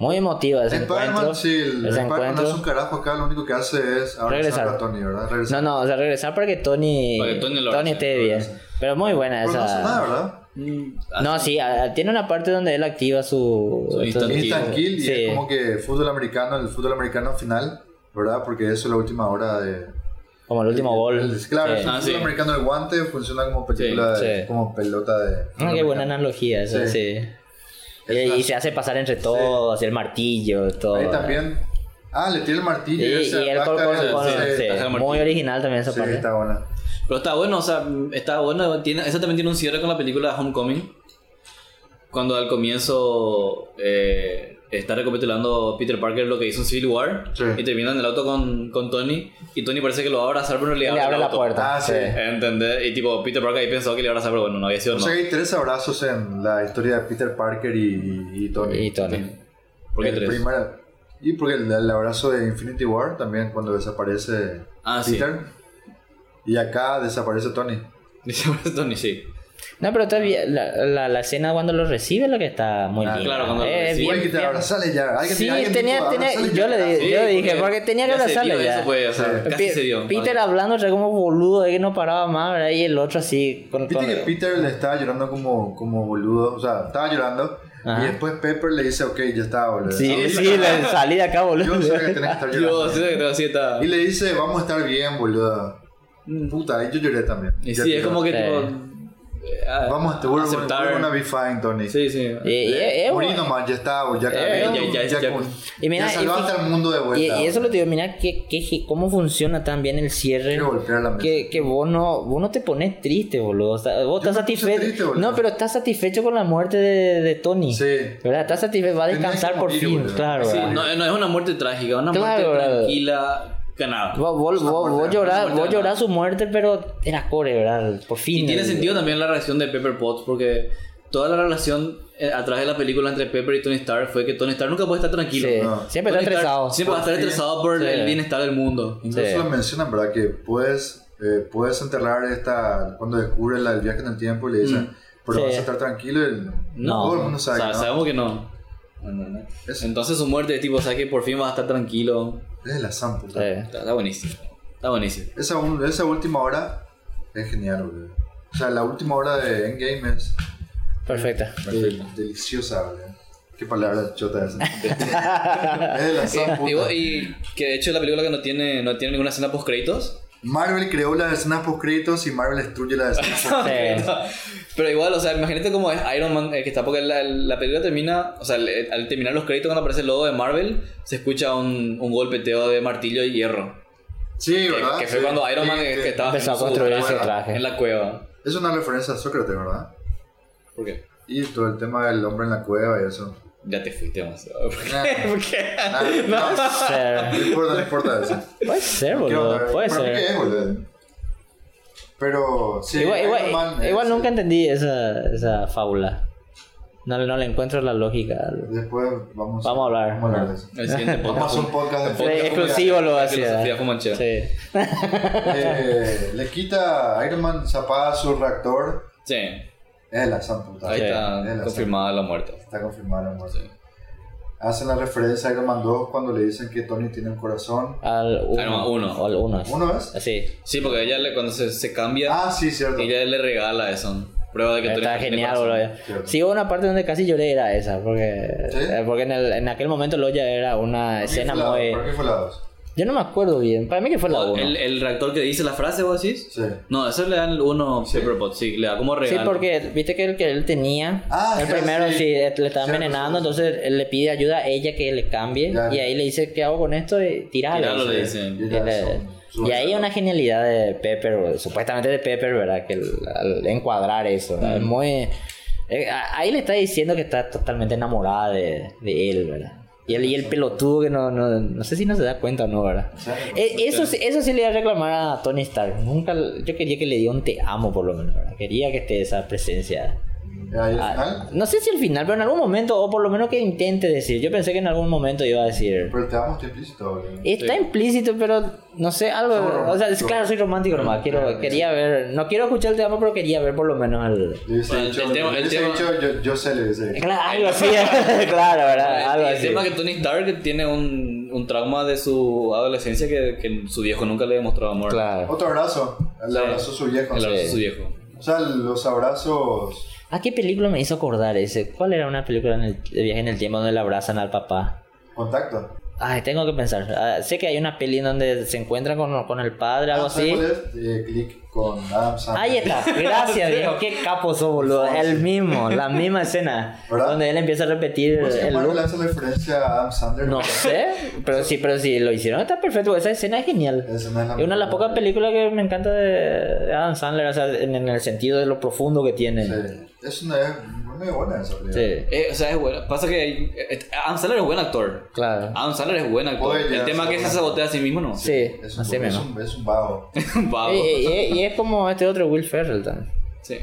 Speaker 2: Muy emotiva ese encuentro.
Speaker 3: Spider-Man, sí, el
Speaker 2: ese
Speaker 3: Spider-Man
Speaker 2: encuentro.
Speaker 3: hace un carajo acá, lo único que hace es abrazar
Speaker 2: Regresar.
Speaker 3: a Tony, ¿verdad? Regresar.
Speaker 2: No, no, o sea, regresar para que Tony,
Speaker 1: Para que Tony lo regrese,
Speaker 2: esté
Speaker 1: lo
Speaker 2: bien.
Speaker 1: regrese.
Speaker 2: Pero muy buena
Speaker 3: Pero no hace nada,
Speaker 2: esa.
Speaker 3: ¿verdad?
Speaker 1: Mm,
Speaker 2: No, sí, a- a- tiene una parte donde él activa su.
Speaker 1: Su instant
Speaker 3: Es
Speaker 1: Tranquilo.
Speaker 3: tranquilo y
Speaker 2: Sí.
Speaker 3: es como que fútbol americano, el fútbol americano final, ¿verdad? Porque eso es la última hora de,
Speaker 2: como el último gol.
Speaker 3: Es- Claro,
Speaker 2: Sí.
Speaker 3: es un
Speaker 1: Ah,
Speaker 3: fútbol
Speaker 1: sí.
Speaker 3: americano de guante, funciona como película,
Speaker 2: Sí,
Speaker 3: de-
Speaker 2: sí.
Speaker 3: como pelota de.
Speaker 2: Ah, qué buena analogía esa,
Speaker 3: Sí.
Speaker 2: sí. Y,
Speaker 3: Es
Speaker 2: y
Speaker 3: una-
Speaker 2: se hace pasar entre todos, el martillo, todo.
Speaker 3: Ahí también. Ah, le tira el
Speaker 2: Y,
Speaker 3: martillo.
Speaker 2: eh. y
Speaker 3: ese
Speaker 2: él con,
Speaker 3: ataca,
Speaker 2: con-
Speaker 3: ese-
Speaker 2: con-
Speaker 1: sí,
Speaker 2: sí,
Speaker 1: ataca el
Speaker 2: muy
Speaker 1: martillo.
Speaker 2: original también esa
Speaker 3: sí,
Speaker 2: parte.
Speaker 3: está buena.
Speaker 1: Pero está bueno, o sea, está bueno. Tiene, esa también tiene un cierre con la película Homecoming. Cuando al comienzo eh, está recapitulando Peter Parker lo que hizo en Civil War.
Speaker 3: Sí.
Speaker 1: Y termina en el auto con, con Tony. Y Tony parece que lo va a abrazar, pero le
Speaker 2: Él le
Speaker 1: abre,
Speaker 2: abre
Speaker 1: el
Speaker 2: la
Speaker 1: auto.
Speaker 2: puerta.
Speaker 3: Ah, sí.
Speaker 1: ¿Entendés? Y tipo, Peter Parker ahí pensó que le iba a abrazar, pero bueno, no había sido,
Speaker 3: O
Speaker 1: no.
Speaker 3: sea que hay tres abrazos en la historia de Peter Parker y, y, y Tony.
Speaker 2: Y Tony.
Speaker 1: ¿Por qué
Speaker 3: El
Speaker 1: tres?
Speaker 3: primero- y porque el, el abrazo de Infinity War también cuando desaparece
Speaker 1: Ah, sí.
Speaker 3: Peter. Y acá desaparece Tony.
Speaker 1: Dice Tony, sí.
Speaker 2: No, pero todavía la, la, la escena cuando lo recibe es la que está muy
Speaker 3: Ah,
Speaker 2: linda.
Speaker 1: claro, cuando lo
Speaker 2: Eh,
Speaker 1: recibe.
Speaker 2: bien-
Speaker 3: Oye, que te
Speaker 2: bien-
Speaker 3: abrazale ya. Alguien-
Speaker 2: Sí,
Speaker 3: alguien
Speaker 2: tenía-
Speaker 3: dijo,
Speaker 2: tenía-
Speaker 3: "Abrazale
Speaker 2: yo
Speaker 3: ya".
Speaker 2: le di- Yo dije, porque tenía que
Speaker 1: ya se
Speaker 2: abrazarle
Speaker 1: dio
Speaker 2: ya.
Speaker 1: Eso, pues, o sea,
Speaker 3: Sí.
Speaker 1: casi
Speaker 2: Pe-
Speaker 1: se dio.
Speaker 2: Peter hablando, o sea, como boludo, de que no paraba más, ¿verdad? Y el otro así. Con,
Speaker 3: Viste
Speaker 2: con-
Speaker 3: que Peter le estaba llorando como, como boludo, o sea, estaba llorando.
Speaker 2: Ajá.
Speaker 3: Y después Pepper le dice, ok, ya está, boludo.
Speaker 2: Sí,
Speaker 3: Ahorita-
Speaker 2: sí, la salí de acá, boludo.
Speaker 3: Yo sé que tenés que estar llorando.
Speaker 1: Dios, que así está.
Speaker 3: Y le dice, vamos a estar bien, boludo. Puta, y yo lloré también.
Speaker 1: Y
Speaker 3: Ya
Speaker 1: sí,
Speaker 3: te
Speaker 1: es
Speaker 3: digo.
Speaker 1: como que
Speaker 2: Sí.
Speaker 1: tipo. eh, ah,
Speaker 3: Vamos, te vuelvo
Speaker 1: aceptar.
Speaker 3: a be fine, Tony.
Speaker 1: Sí, sí.
Speaker 2: Y, y-
Speaker 3: Eh,
Speaker 2: eh,
Speaker 3: Morí
Speaker 2: bueno.
Speaker 3: nomás, ya está, boludo, ya acabé,
Speaker 1: ya- ya- ya-
Speaker 3: ya,
Speaker 2: Y mira,
Speaker 3: ya salvaste
Speaker 2: y-
Speaker 3: al mundo de
Speaker 2: Y,
Speaker 3: vuelta.
Speaker 2: y eso lo te digo, mira que, que je- cómo funciona tan bien el cierre.
Speaker 3: Quiero golpear la mesa.
Speaker 2: Que, que vos, no, vos no te pones triste, boludo. O sea, vos
Speaker 3: Yo
Speaker 2: estás
Speaker 3: me puse
Speaker 2: satisfecho.
Speaker 3: triste, boludo.
Speaker 2: no, pero estás satisfecho con la muerte de, de Tony.
Speaker 3: Sí.
Speaker 2: ¿Verdad? Estás satisfecho, va a
Speaker 3: Tenía que
Speaker 2: descansar por
Speaker 3: morir,
Speaker 2: fin,
Speaker 3: boludo.
Speaker 2: claro.
Speaker 1: Sí,
Speaker 2: ¿verdad?
Speaker 1: no, no es una muerte trágica, una
Speaker 2: Claro,
Speaker 1: muerte
Speaker 2: bro.
Speaker 1: tranquila, ganada.
Speaker 2: Vos, vos,
Speaker 3: Una
Speaker 2: vos,
Speaker 3: muerte,
Speaker 2: vos llorás,
Speaker 1: una muerte
Speaker 2: vos
Speaker 1: ganada.
Speaker 2: llorás su muerte, pero era core, ¿verdad? Por fin.
Speaker 1: Y tiene
Speaker 2: el-
Speaker 1: sentido también la reacción de Pepper Potts, porque toda la relación eh, a través de la película entre Pepper y Tony Stark fue que Tony Stark nunca puede estar tranquilo.
Speaker 2: Sí.
Speaker 3: No.
Speaker 2: Siempre
Speaker 1: Tony
Speaker 2: está estresado.
Speaker 1: Stark Siempre va a estar
Speaker 3: Sí.
Speaker 1: estresado por
Speaker 2: Sí.
Speaker 1: el bienestar del mundo.
Speaker 3: Incluso
Speaker 2: Sí.
Speaker 3: lo mencionan, ¿verdad? Que puedes, eh, puedes enterrar esta. Cuando descubre la del viaje en el tiempo y le dicen, pero
Speaker 2: Sí.
Speaker 3: vas a estar tranquilo. y el-
Speaker 1: No.
Speaker 3: todo el mundo sabe.
Speaker 1: o sea,
Speaker 3: que no.
Speaker 1: sabemos que no.
Speaker 3: Es-
Speaker 1: Entonces su muerte es tipo, o sea que por fin vas a estar tranquilo.
Speaker 3: Es de la Sam, puta.
Speaker 2: Sí.
Speaker 1: Está, está buenísimo. Está buenísimo.
Speaker 3: Esa, un- esa última hora es genial, boludo. O sea, la última hora de Endgame es
Speaker 2: Perfecta.
Speaker 3: deliciosa, boludo. Qué palabra chota esa. es de la Sam,
Speaker 1: Y, vos-
Speaker 3: puta.
Speaker 1: y que de hecho la película que no tiene, no tiene ninguna escena post créditos.
Speaker 3: Marvel creó las escenas post-créditos y Marvel destruye las escenas post
Speaker 2: Sí.
Speaker 1: Pero igual, o sea, imagínate cómo es Iron Man, eh, que está porque la, la película termina, o sea, al- al terminar los créditos cuando aparece el logo de Marvel, se escucha un, un golpeteo de martillo y hierro.
Speaker 3: Sí,
Speaker 1: Que,
Speaker 3: ¿verdad?
Speaker 1: que fue
Speaker 3: Sí,
Speaker 1: cuando Iron
Speaker 3: sí,
Speaker 1: Man eh,
Speaker 3: sí.
Speaker 1: que estaba
Speaker 2: Empezó a
Speaker 1: haciendo su
Speaker 2: construir
Speaker 1: traje
Speaker 2: ese traje.
Speaker 1: en la cueva.
Speaker 3: Es una referencia a Sócrates, ¿verdad?
Speaker 1: ¿Por qué?
Speaker 3: Y todo el tema del hombre en la cueva y eso.
Speaker 1: Ya te fuiste demasiado. ¿Por qué?
Speaker 3: Nah.
Speaker 1: ¿Por qué?
Speaker 3: Nah, no,
Speaker 2: Puede ser.
Speaker 3: no importa, no importa eso.
Speaker 2: Puede ser,
Speaker 3: Quiero
Speaker 2: boludo.
Speaker 3: hablar-
Speaker 2: Puede
Speaker 3: ¿Para mí qué
Speaker 2: ser.
Speaker 3: es, boludo? Pero sí,
Speaker 2: igual
Speaker 3: es
Speaker 2: igual-
Speaker 3: normal, eh,
Speaker 2: igual
Speaker 3: sí.
Speaker 2: nunca entendí esa, esa fábula. No, no le encuentro la lógica.
Speaker 3: Después
Speaker 2: Vamos
Speaker 3: vamos,
Speaker 2: a hablar.
Speaker 3: Vamos a hablar de eso.
Speaker 1: El siguiente
Speaker 3: Vamos a
Speaker 1: podcast.
Speaker 3: hacer un podcast de
Speaker 1: Sí,
Speaker 3: podcast
Speaker 2: exclusivo lo hacía.
Speaker 1: Filosofía Fumanchera.
Speaker 2: Sí.
Speaker 3: Eh, le quita Iron Man zapada a su reactor.
Speaker 1: Sí.
Speaker 3: Es la san puta.
Speaker 1: Ahí
Speaker 2: Sí.
Speaker 1: está
Speaker 3: Es la san-
Speaker 1: confirmada la muerte.
Speaker 3: Está confirmada la muerte.
Speaker 1: Sí.
Speaker 3: Hacen la referencia a Iron Man 2 cuando le dicen que Tony tiene un corazón.
Speaker 2: Al
Speaker 1: Iron Man
Speaker 2: 1.
Speaker 1: Ah, uno.
Speaker 2: Al 1.
Speaker 3: ¿Uno es?
Speaker 2: Sí.
Speaker 1: Sí, porque ella le- cuando se, se cambia,
Speaker 3: Ah, sí, cierto.
Speaker 1: ella le regala eso. Prueba de que tú
Speaker 2: Está
Speaker 1: eres-
Speaker 2: genial,
Speaker 1: corazón.
Speaker 2: boludo.
Speaker 3: Cierto.
Speaker 2: Sí, hubo una parte donde casi lloré era esa, porque,
Speaker 3: ¿Sí?
Speaker 2: eh, porque en, el- en aquel momento Loya era una escena
Speaker 3: ¿Por qué fue la-
Speaker 2: muy...
Speaker 3: ¿Por qué fue la 2?
Speaker 2: Yo no me acuerdo bien, para mí que fue la
Speaker 1: No,
Speaker 2: 1.
Speaker 1: el, el reactor que dice la frase, vos decís.
Speaker 3: Sí.
Speaker 1: No, eso le dan uno
Speaker 3: Sí.
Speaker 1: Paperpot, sí, Eh, le da como
Speaker 2: Sí,
Speaker 1: regalo.
Speaker 2: porque viste que el que él tenía,
Speaker 3: Ah,
Speaker 2: el
Speaker 3: ya,
Speaker 2: primero
Speaker 3: sí.
Speaker 2: sí, le estaba
Speaker 3: Cierto,
Speaker 2: envenenando,
Speaker 3: cierto.
Speaker 2: entonces él le pide ayuda a ella que le cambie
Speaker 3: Ya.
Speaker 2: y ahí le dice, ¿qué hago con esto? Y tirale.
Speaker 1: Tiralo,
Speaker 2: Ah, dice.
Speaker 1: le dicen.
Speaker 3: Y
Speaker 2: Y,
Speaker 3: ya
Speaker 2: le-
Speaker 3: son- son-
Speaker 2: y ahí una genialidad de Pepper, o supuestamente de Pepper, ¿verdad? Que el- al encuadrar eso, ¿verdad? Es muy... eh, a- Ahí le está diciendo que está totalmente enamorada de, de él, ¿verdad? Y el, y el pelotudo que no, no, no sé si no se da cuenta o no, ¿verdad?
Speaker 3: Sí.
Speaker 2: Eh, eso, sí- eso sí le voy a reclamar a Tony Stark. Nunca, yo quería que le diera un te amo por lo menos. ¿verdad? Quería que esté esa presencia.
Speaker 3: Ahí al
Speaker 2: Ah,
Speaker 3: final.
Speaker 2: no sé si al final, pero en algún momento, o por lo menos que intente decir. Yo pensé que en algún momento iba a decir.
Speaker 3: Pero te amo, está implícito. boludo.
Speaker 2: Está
Speaker 1: Sí.
Speaker 2: implícito, pero no sé, algo.
Speaker 3: Somos
Speaker 2: O sea, es,
Speaker 3: románticos.
Speaker 2: claro, soy romántico nomás. Quiero, quería ver, no quiero escuchar el te amo, pero quería ver por lo menos al.
Speaker 3: Le hubiese
Speaker 1: Bueno, el
Speaker 3: dicho,
Speaker 1: tema-
Speaker 3: le
Speaker 1: el
Speaker 3: hubiese
Speaker 1: tema-
Speaker 3: dicho, yo, yo sé, le hubiese dicho.
Speaker 2: Claro, algo así, claro, ¿verdad? Algo
Speaker 1: Y el
Speaker 2: así.
Speaker 1: tema es que Tony Stark tiene un, un trauma de su adolescencia que, que su viejo nunca le demostró amor.
Speaker 2: Claro.
Speaker 3: Otro abrazo. Le
Speaker 1: Sí.
Speaker 3: abrazó su viejo.
Speaker 1: El abrazo
Speaker 2: Sí.
Speaker 1: de su viejo.
Speaker 3: O sea, los abrazos.
Speaker 2: ¿A Ah, qué película me hizo acordar ese? ¿Cuál era una película en el- de viaje en el tiempo donde le abrazan al papá?
Speaker 3: Contacto.
Speaker 2: Ay, tengo que pensar. Ah, sé que hay una peli en donde se encuentran con, con el padre, algo
Speaker 3: Ah, ¿sabes
Speaker 2: así.
Speaker 3: cuál es? Eh, click con Adam Sandler.
Speaker 2: Ahí está, gracias viejo, qué capo sos boludo. El mismo, la misma escena.
Speaker 3: ¿Verdad?
Speaker 2: Donde él empieza a repetir
Speaker 3: ¿Cómo se
Speaker 2: el
Speaker 3: llama?
Speaker 2: look.
Speaker 3: ¿Le hace la referencia a Adam Sandler?
Speaker 2: No sé, pero sí, pero sí, lo hicieron, está perfecto. Esa escena es genial.
Speaker 3: Esa no es la
Speaker 2: Es una de las pocas películas que me encanta de Adam Sandler, o sea, en, en el sentido de lo profundo que tiene.
Speaker 3: Sí. Es una. Es muy buena esa película.
Speaker 2: Sí,
Speaker 1: Eh, o sea, es buena. Pasa que hay- eh, Adam Sandler es buen actor.
Speaker 2: claro.
Speaker 1: Adam Sandler es buen actor.
Speaker 3: Oye,
Speaker 1: el tema es que
Speaker 3: sí.
Speaker 1: se sabotea a sí mismo, ¿no?
Speaker 2: Sí,
Speaker 3: Es un,
Speaker 2: así
Speaker 3: es
Speaker 2: mismo.
Speaker 3: un, es un vago.
Speaker 1: Vago.
Speaker 2: Y, y- y es como este otro Will Ferrell también.
Speaker 1: Sí.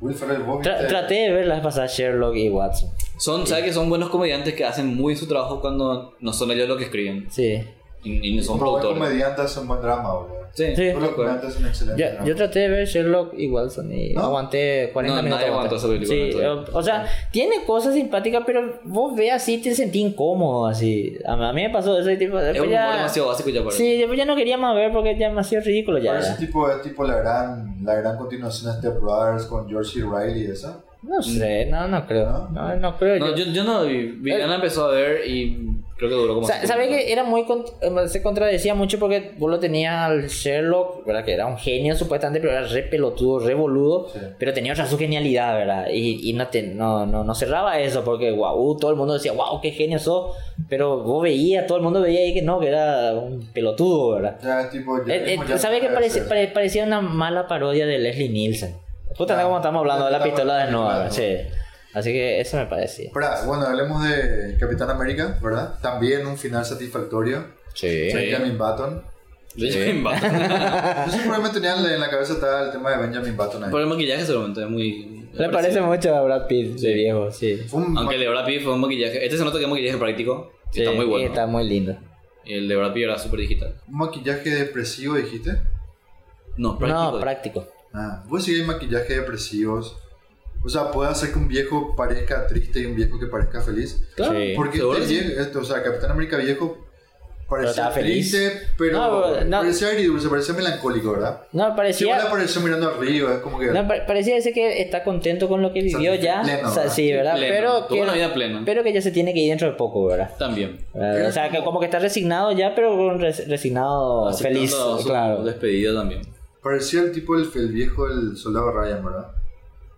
Speaker 3: Will Ferrell, vos
Speaker 2: Tra-
Speaker 3: viste-
Speaker 2: traté de ver las pasadas Sherlock y Watson.
Speaker 1: Son, ¿sabes que son buenos comediantes que hacen muy su trabajo cuando no son ellos los que escriben?
Speaker 2: Sí.
Speaker 1: Y, y no son
Speaker 3: Como buen
Speaker 1: productores.
Speaker 3: comediante hace un buen drama, boludo.
Speaker 1: Sí,
Speaker 2: Sí.
Speaker 3: Todos los comediantes son excelentes.
Speaker 2: Ya, yo traté de ver Sherlock y Watson y
Speaker 3: ¿No?
Speaker 2: aguanté 40
Speaker 1: No, nadie
Speaker 2: minutos.
Speaker 1: aguantó esa película,
Speaker 2: Sí,
Speaker 1: no
Speaker 2: o, o sea, tiene cosas simpáticas, pero vos ve así te sentí incómodo así. A, a mí me pasó eso y tipo,
Speaker 1: Es
Speaker 2: después
Speaker 1: un humor
Speaker 2: ya,
Speaker 1: demasiado básico ya para
Speaker 2: Sí, después ya no quería más ver porque ya demasiado ridículo ya.
Speaker 3: Pero ese
Speaker 2: era.
Speaker 3: tipo es tipo la gran, la gran continuación de Step Brothers con George C. Reilly y eso.
Speaker 2: No sé, no, no creo. No, no creo.
Speaker 1: No,
Speaker 2: yo-
Speaker 1: yo, yo no vi. vi-
Speaker 2: Eh.
Speaker 1: Ana empezó a ver y creo que duró como.
Speaker 2: Sa-
Speaker 1: cinco
Speaker 2: ¿Sabes
Speaker 1: minutos.
Speaker 2: que era muy cont- eh, se contradecía mucho porque vos lo tenías al Sherlock, ¿verdad? Que era un genio supuestamente, pero era re pelotudo, re boludo,
Speaker 3: Sí.
Speaker 2: pero tenía otra su genialidad, ¿verdad? Y, y no, te, no, no, no cerraba eso porque wow, todo el mundo decía, wow, qué genio sos, pero vos veías, todo el mundo veía ahí que no, que era un pelotudo, ¿verdad?
Speaker 3: Ya es tipo. ya
Speaker 2: Eh, eh,
Speaker 3: mismo ya
Speaker 2: ¿Sabes que
Speaker 3: puede
Speaker 2: parece-
Speaker 3: ser.
Speaker 2: pare- parecía una mala parodia de Leslie Nielsen? Puta,
Speaker 3: Ah,
Speaker 2: como estamos hablando de la
Speaker 3: estamos
Speaker 2: pistola de
Speaker 3: hablando de
Speaker 2: nuevo,
Speaker 3: la
Speaker 2: sí. Así que eso me parecía.
Speaker 3: Espera, bueno, hablemos de Capitán América, ¿verdad? También un final satisfactorio.
Speaker 2: Sí.
Speaker 3: Benjamin Button.
Speaker 1: Benjamin Button.
Speaker 3: Yo seguramente tenía en la- en la cabeza estaba el tema de Benjamin Button ahí.
Speaker 1: Por el maquillaje seguramente es muy...
Speaker 2: Le parece mucho a Brad Pitt de viejo, sí.
Speaker 3: Fue un-
Speaker 1: Aunque el de Brad Pitt fue un maquillaje... Este se nota que es un maquillaje práctico. y
Speaker 2: Sí,
Speaker 1: está muy bueno.
Speaker 2: y Está muy lindo.
Speaker 1: Y El de Brad Pitt era súper digital.
Speaker 3: un maquillaje depresivo, dijiste.
Speaker 1: No, práctico.
Speaker 2: No, práctico.
Speaker 3: Ah, pues sí hay maquillaje depresivos. O sea, puede hacer que un viejo parezca triste y un viejo que parezca feliz.
Speaker 1: Claro.
Speaker 2: Sí.
Speaker 3: Porque
Speaker 1: seguro
Speaker 3: este
Speaker 1: que sí.
Speaker 3: viejo, este, o sea, Capitán América viejo parecía
Speaker 2: estaba feliz.
Speaker 3: triste, pero
Speaker 2: No, no.
Speaker 3: parecía agridulce, parecía melancólico, ¿verdad?
Speaker 2: No,
Speaker 3: Sí, igual
Speaker 2: parecía.
Speaker 3: apareció mirando arriba, es como que...
Speaker 2: no, pa- parecía ese que está contento con lo que vivió
Speaker 3: Satisfe-
Speaker 2: ya.
Speaker 3: pleno,
Speaker 2: O sea,
Speaker 3: ¿verdad?
Speaker 2: sí, ¿verdad?
Speaker 1: Pleno.
Speaker 2: Pero,
Speaker 1: Tuvo una
Speaker 2: que,
Speaker 1: vida plena.
Speaker 2: pero que ya se tiene que ir dentro de poco, ¿verdad?
Speaker 1: También.
Speaker 2: Eh, O sea, que como que está resignado ya, pero con res- resignado
Speaker 1: Aceptando
Speaker 2: Oh, feliz,
Speaker 1: su
Speaker 2: claro.
Speaker 1: Despedida también.
Speaker 3: Parecía el tipo, el, el viejo, el soldado Ryan, ¿verdad?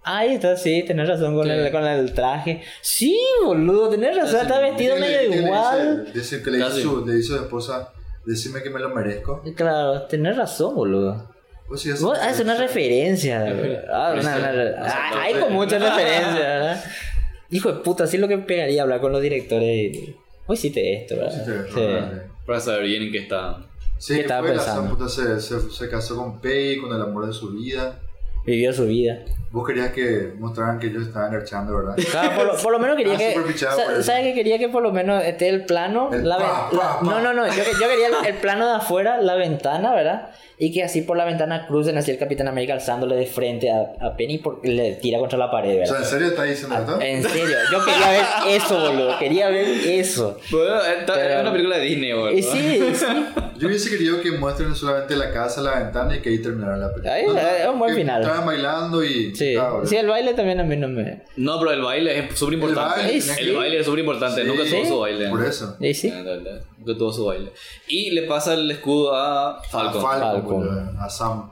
Speaker 2: Ahí está, sí, tenés razón con,
Speaker 1: Sí.
Speaker 2: el, con el traje. Sí, boludo, tenés razón,
Speaker 1: sí,
Speaker 2: está vestido
Speaker 3: Que le-
Speaker 2: medio
Speaker 3: que le
Speaker 2: igual.
Speaker 3: dice- dice que le hizo,
Speaker 1: Casi.
Speaker 3: su, le hizo su esposa, decime que me lo merezco.
Speaker 2: Claro, tenés razón, boludo.
Speaker 3: O sea,
Speaker 2: Vos haces una referencia.
Speaker 1: Referencia.
Speaker 2: Ah, una- una-
Speaker 1: Referencia.
Speaker 2: ah, hay con muchas referencias, ¿verdad? Hijo de puta, así es lo que pegaría hablar con los directores. y, Hoy hiciste esto, ¿verdad?
Speaker 3: Sí, te-
Speaker 2: Sí.
Speaker 1: Para saber bien en qué está.
Speaker 3: Sí,
Speaker 2: ¿Qué
Speaker 3: que
Speaker 2: estaba
Speaker 3: fue, la
Speaker 2: pensando?
Speaker 3: zamputa se, se, se casó con Pei, con el amor de su vida.
Speaker 2: Vivió su vida.
Speaker 3: Vos querías que mostraran que ellos estaban archando, ¿verdad?
Speaker 2: Claro, por, lo, por lo menos quería
Speaker 3: Ah,
Speaker 2: que.
Speaker 3: súper pichado por
Speaker 2: sa-
Speaker 3: eso.
Speaker 2: ¿Sabes que quería que por lo menos esté el plano?
Speaker 3: El
Speaker 2: la ve-
Speaker 3: pa, pa,
Speaker 2: la-
Speaker 3: pa.
Speaker 2: No, no, no. Yo, que- yo quería el, el plano de afuera, la ventana, ¿verdad? Y que así por la ventana crucen así el Capitán América alzándole de frente a, a Penny porque le tira contra la pared,
Speaker 3: O sea,
Speaker 2: ¿verdad?
Speaker 3: ¿en serio está diciendo esto?
Speaker 2: en serio, yo quería ver eso, boludo. Quería ver eso.
Speaker 1: Bueno, esta-
Speaker 2: Pero-
Speaker 1: es una película de Disney, boludo.
Speaker 2: Y sí, y sí.
Speaker 3: Yo hubiese querido que muestren solamente la casa, la ventana y que ahí terminara la película.
Speaker 2: Ahí, eh, es un buen
Speaker 3: que
Speaker 2: final.
Speaker 3: Estaban bailando y.
Speaker 2: Sí.
Speaker 3: Ah, boludo.
Speaker 2: Sí, el baile también a mí no me.
Speaker 1: No, pero el baile es súper
Speaker 3: El
Speaker 1: importante.
Speaker 3: baile
Speaker 1: El,
Speaker 3: tenía
Speaker 2: que-
Speaker 1: baile es súper importante.
Speaker 3: Sí.
Speaker 1: Nunca tuvo
Speaker 2: Sí.
Speaker 1: su baile.
Speaker 3: Por eso.
Speaker 2: Y sí.
Speaker 1: La verdad, Nunca tuvo su baile. Y le pasa el escudo a Falcon.
Speaker 3: A Falcon,
Speaker 2: Falcon.
Speaker 3: boludo, a Sam.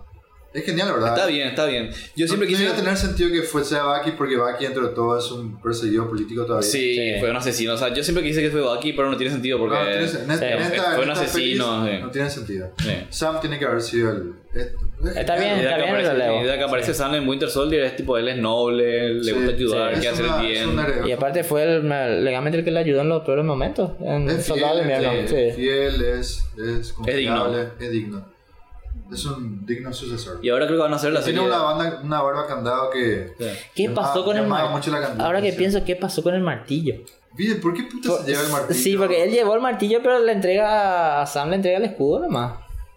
Speaker 3: Es genial, la ¿verdad?
Speaker 1: Está bien, está bien. Yo siempre
Speaker 3: no, no
Speaker 1: quise.
Speaker 3: iba a tener sentido que fuese a Bucky porque Bucky, entre todo, es un perseguido político todavía.
Speaker 1: Sí,
Speaker 2: Sí.
Speaker 1: fue un asesino. O sea, yo siempre quise que fue Bucky, pero no tiene sentido porque.
Speaker 3: No, no Ah, tiene sen- en esta- en
Speaker 1: fue
Speaker 3: esta-
Speaker 1: un
Speaker 3: en esta
Speaker 1: asesino,
Speaker 3: pelis
Speaker 1: sí.
Speaker 3: No tiene sentido.
Speaker 1: Sí.
Speaker 3: Sam tiene que haber sido el. es- es
Speaker 2: Está
Speaker 1: La
Speaker 3: genial.
Speaker 2: bien.
Speaker 1: idea que
Speaker 2: lo
Speaker 1: aparece,
Speaker 2: leo.
Speaker 1: la idea que aparece Sam en Winter Soldier es tipo, él es noble, le
Speaker 3: Sí,
Speaker 1: gusta ayudar,
Speaker 2: sí.
Speaker 1: quiere
Speaker 3: Es
Speaker 1: hacer
Speaker 3: una-
Speaker 1: el
Speaker 3: es
Speaker 1: bien.
Speaker 3: una herencia.
Speaker 2: Y aparte fue el, legalmente el que le ayudó en los peores momentos. En
Speaker 3: Es
Speaker 2: Soldado de
Speaker 3: fiel,
Speaker 1: sí,
Speaker 2: Invierno. sí.
Speaker 3: Es fiel, es, es confiable,
Speaker 1: digno.
Speaker 3: es digno. Es un digno sucesor.
Speaker 1: Y ahora creo que van a hacer la serie.
Speaker 3: Tiene una, banda, una barba candado que.
Speaker 1: Sí.
Speaker 2: ¿Qué
Speaker 3: llamaba-
Speaker 2: pasó con el
Speaker 3: llamaba
Speaker 2: martillo?
Speaker 3: mucho la atención.
Speaker 2: Ahora que pienso, ¿qué pasó con el martillo?
Speaker 3: Vide, ¿por qué puta
Speaker 2: Por-
Speaker 3: se lleva el martillo?
Speaker 2: Sí, porque él llevó el martillo, pero le entrega a Sam le entrega el escudo nomás.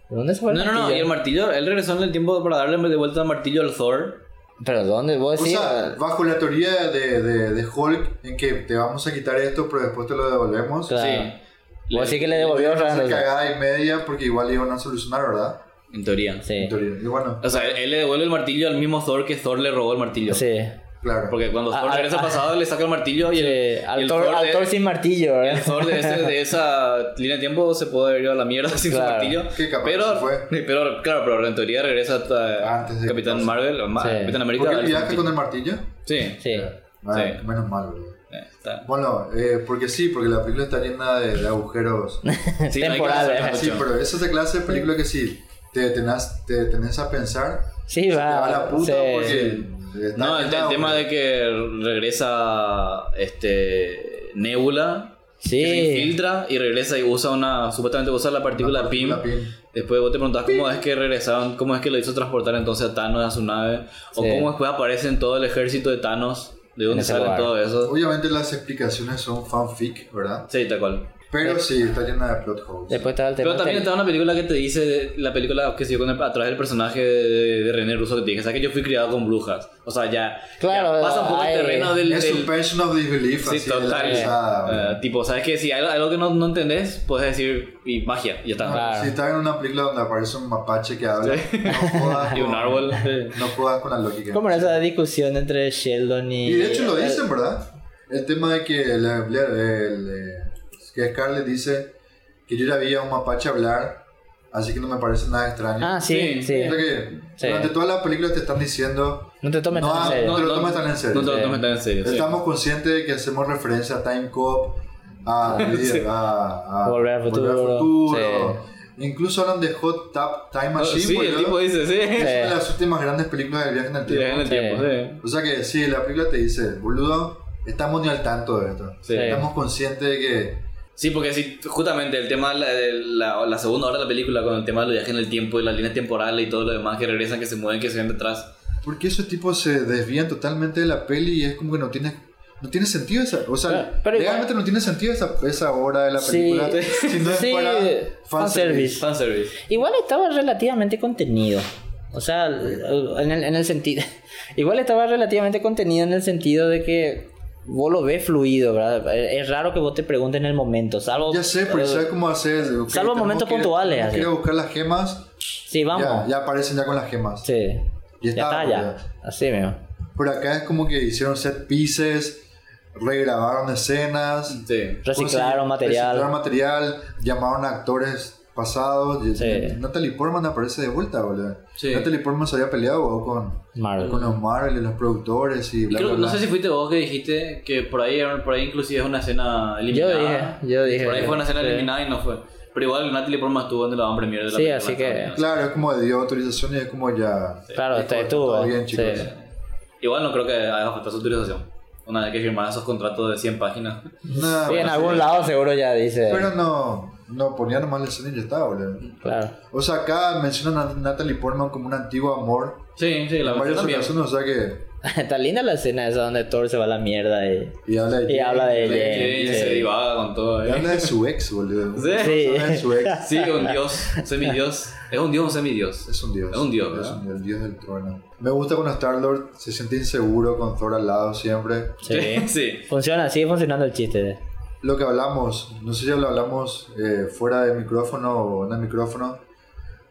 Speaker 2: ¿De ¿Dónde se fue el
Speaker 1: No, no,
Speaker 2: martillo?
Speaker 1: no, y el martillo, él regresó en el tiempo para darle de vuelta el martillo al Thor.
Speaker 2: Pero ¿dónde? Vos
Speaker 3: O
Speaker 2: decís.
Speaker 3: sea, bajo la teoría de, de, de Hulk, en que te vamos a quitar esto, pero después te lo devolvemos.
Speaker 2: Claro.
Speaker 1: Sí.
Speaker 2: vos decís que le devolvió
Speaker 3: Iban a hacer
Speaker 2: realmente.
Speaker 3: cagada y media porque igual iban a solucionar, ¿verdad?
Speaker 1: En teoría.
Speaker 2: Sí.
Speaker 3: En teoría. Y bueno,
Speaker 1: O sea, él, él le devuelve el martillo al mismo Thor que Thor le robó el martillo.
Speaker 2: Sí.
Speaker 3: claro.
Speaker 1: Porque cuando
Speaker 2: Ah,
Speaker 1: Thor
Speaker 2: ah,
Speaker 1: regresa al
Speaker 2: ah.
Speaker 1: pasado, le saca el martillo y el,
Speaker 2: Sí,
Speaker 1: y
Speaker 2: Al
Speaker 1: el
Speaker 2: Thor, al
Speaker 1: de-
Speaker 2: Thor sin martillo, eh. ¿verdad?
Speaker 1: el Thor de, ese- de esa línea de tiempo se puede haber ido a la mierda sin
Speaker 2: Claro.
Speaker 1: su martillo.
Speaker 3: Que capaz
Speaker 1: pero,
Speaker 3: se fue.
Speaker 1: pero, claro, pero en teoría regresa hasta
Speaker 3: Antes de que
Speaker 1: Capitán
Speaker 3: pase.
Speaker 1: Marvel, o Ma-
Speaker 2: Sí.
Speaker 1: Capitán América.
Speaker 3: ¿Por qué
Speaker 1: al
Speaker 3: el viaje
Speaker 1: martillo.
Speaker 3: con el martillo?
Speaker 1: Sí.
Speaker 2: Sí.
Speaker 3: Vale,
Speaker 1: Sí.
Speaker 3: Menos mal, boludo.
Speaker 1: Eh, está.
Speaker 3: Bueno, eh, porque sí, porque la película está llena de, de agujeros.
Speaker 1: Sí, no hay que
Speaker 2: Temporales.
Speaker 1: hacerlo
Speaker 3: Ah, sí,
Speaker 1: mucho.
Speaker 3: pero esa es la clase de película que sí, te tenés, te tenés a pensar,
Speaker 2: Sí,
Speaker 3: te va
Speaker 2: va.
Speaker 3: a la puta
Speaker 2: sí.
Speaker 3: porque... está
Speaker 1: Ah, No, el, el
Speaker 3: llena
Speaker 1: tema de que regresa este Nebula,
Speaker 2: Sí.
Speaker 1: que se infiltra y regresa y usa una, supuestamente usa la partícula,
Speaker 3: una
Speaker 1: PIM.
Speaker 3: partícula PIM.
Speaker 1: Después vos te preguntás cómo es que regresaron, cómo es que lo hizo transportar entonces a Thanos a su nave, o
Speaker 2: Sí.
Speaker 1: cómo después aparecen todo el ejército de Thanos, de dónde
Speaker 2: ese
Speaker 1: salen
Speaker 2: lugar.
Speaker 1: todo eso.
Speaker 3: Obviamente las explicaciones son fanfic, ¿verdad?
Speaker 1: Sí, tal cual.
Speaker 3: Pero sí, está llena de plot holes.
Speaker 2: Después estaba el tema.
Speaker 1: Pero también
Speaker 2: del-
Speaker 1: está una película que te dice, la película que se dio con el- a través del personaje de, de René Russo que te dije, o sea que yo fui criado con brujas. O sea, ya,
Speaker 2: Claro,
Speaker 1: ya pasa un poco el
Speaker 2: ay.
Speaker 1: terreno del,
Speaker 3: es
Speaker 1: del-
Speaker 3: suspension of disbelief,
Speaker 1: Sí,
Speaker 3: así de la
Speaker 1: total.
Speaker 3: cruzada,
Speaker 1: Eh,
Speaker 3: ¿verdad?
Speaker 1: tipo, ¿sabes qué? Si hay algo que no, no entendés, puedes decir y magia, y ya está.
Speaker 2: Ah, claro.
Speaker 3: Si está en una película donde aparece un mapache que habla, no
Speaker 2: Ah.
Speaker 3: jodas
Speaker 1: Y un
Speaker 3: con-
Speaker 1: árbol.
Speaker 3: No juegas con la lógica.
Speaker 2: ¿Cómo era esa discusión entre Sheldon y.
Speaker 3: Y de hecho lo dicen, ¿verdad? El tema de que, la- la- el, eh, que Scarlett dice que yo ya vi a un mapache hablar, así que no me parece nada extraño.
Speaker 2: Ah,
Speaker 1: Sí.
Speaker 2: sí, sí.
Speaker 3: O sea que
Speaker 2: Sí.
Speaker 3: Durante todas las películas te están diciendo,
Speaker 2: No te tomes
Speaker 3: No,
Speaker 2: tan en
Speaker 3: ah,
Speaker 2: serio.
Speaker 3: no te lo tomes tan en serio.
Speaker 1: No te lo tomes tan en serio. sí.
Speaker 3: estamos conscientes de que hacemos referencia a Time Cop, a, a- a-
Speaker 2: Volver al futuro,
Speaker 3: futuro. Incluso hablan de Hot Tap Time
Speaker 1: Ah,
Speaker 3: Machine,
Speaker 1: sí, el
Speaker 3: boludo.
Speaker 1: tipo dice, sí.
Speaker 3: Es una de las últimas grandes películas de viaje en el
Speaker 1: Te
Speaker 3: tiempo.
Speaker 1: dejan el
Speaker 2: Sí.
Speaker 1: tiempo, sí.
Speaker 3: O sea que sí, la película te dice, boludo, estamos ni al tanto de esto.
Speaker 1: Sí.
Speaker 3: Estamos conscientes de que
Speaker 1: Sí, porque sí, justamente el tema, la, la, la segunda hora de la película con el tema de los viajes en el tiempo y las líneas temporales y todo lo demás que regresan, que se mueven, que se ven detrás.
Speaker 3: Porque esos tipos se desvían totalmente de la peli y es como que no tiene, no tiene sentido esa. O sea,
Speaker 2: Pero- pero
Speaker 3: realmente no tiene sentido esa, esa hora de la
Speaker 2: Sí.
Speaker 3: película. Si no es
Speaker 2: Sí,
Speaker 3: para
Speaker 2: fanservice.
Speaker 3: fanservice.
Speaker 1: Fanservice.
Speaker 2: Igual estaba relativamente contenido. O sea, en el, en el sentido. Igual estaba relativamente contenido en el sentido de que vos lo ves fluido, ¿verdad? Eh, Es raro que vos te preguntes en el momento, salvo.
Speaker 3: Ya sé, pero
Speaker 2: eh,
Speaker 3: ¿sabes cómo hacer? Ok,
Speaker 2: Salvo
Speaker 3: tenemos
Speaker 2: momentos
Speaker 3: que-
Speaker 2: puntuales,
Speaker 3: tenemos que ir a
Speaker 2: así.
Speaker 3: buscar las gemas.
Speaker 2: Sí, vamos.
Speaker 3: Ya, ya aparecen ya Pues con las gemas.
Speaker 2: Sí.
Speaker 3: Y
Speaker 2: Ya
Speaker 3: está,
Speaker 2: está, ya. Así mismo.
Speaker 3: Por acá es como que hicieron set pieces, regrabaron escenas.
Speaker 2: Mm.
Speaker 1: Sí.
Speaker 2: Reciclaron
Speaker 3: Consiguieron-
Speaker 2: material.
Speaker 3: Reciclaron Pues material, llamaron a actores pasados. y-
Speaker 2: Sí.
Speaker 3: Natalie Portman aparece de vuelta, boludo.
Speaker 1: Sí.
Speaker 3: Natalie Portman se había peleado boludo, con,
Speaker 2: Marvel.
Speaker 3: con los Marvel y los productores y
Speaker 1: Y
Speaker 3: bla,
Speaker 1: creo-
Speaker 3: bla,
Speaker 1: no
Speaker 3: bla.
Speaker 1: sé si fuiste vos que dijiste que por ahí, por ahí inclusive es una escena eliminada.
Speaker 2: dije, yo dije.
Speaker 1: Por ahí fue una escena
Speaker 2: Sí.
Speaker 1: eliminada y no fue. Pero igual Natalie Portman estuvo en la van premier de la
Speaker 2: Sí,
Speaker 1: película
Speaker 2: así que-
Speaker 1: también.
Speaker 3: Claro, es como dio autorización y es como ya.
Speaker 2: Claro, este,
Speaker 3: Dijo,
Speaker 2: estuvo.
Speaker 3: "Todo bien, chicos".
Speaker 2: sí.
Speaker 1: Igual no creo que haga falta su utilización. Una vez que firmaron esos contratos de 100 páginas.
Speaker 3: Nah,
Speaker 2: Sí, en
Speaker 3: pero
Speaker 2: algún
Speaker 3: sí.
Speaker 2: lado seguro ya dice.
Speaker 3: Pero no, no, ponía nomás la escena y ya está, boludo.
Speaker 2: Claro.
Speaker 3: O sea, acá mencionan a Natalie Portman como un antiguo amor.
Speaker 1: Sí, sí, la verdad
Speaker 3: En varias
Speaker 1: también.
Speaker 3: ocasiones, o sea que.
Speaker 2: Está linda la escena esa donde Thor se va a la mierda y...
Speaker 3: Y habla de.
Speaker 2: Y habla de
Speaker 1: Sí,
Speaker 2: ella.
Speaker 1: ella se divaga con todo.
Speaker 3: Y
Speaker 1: ¿eh?
Speaker 3: habla de su ex, boludo.
Speaker 1: Sí.
Speaker 3: Habla de su ex.
Speaker 1: Sí, un dios, semidios. Es un dios o un semidios.
Speaker 3: Es un dios.
Speaker 1: Es un dios,
Speaker 3: Es
Speaker 1: ¿verdad?
Speaker 3: un dios, el dios del trueno. Me gusta cuando Star-Lord se siente inseguro con Thor al lado siempre.
Speaker 2: Sí.
Speaker 1: sí.
Speaker 2: Funciona, sigue funcionando el chiste.
Speaker 3: Lo que hablamos, no sé si lo hablamos eh, fuera de micrófono o en el micrófono,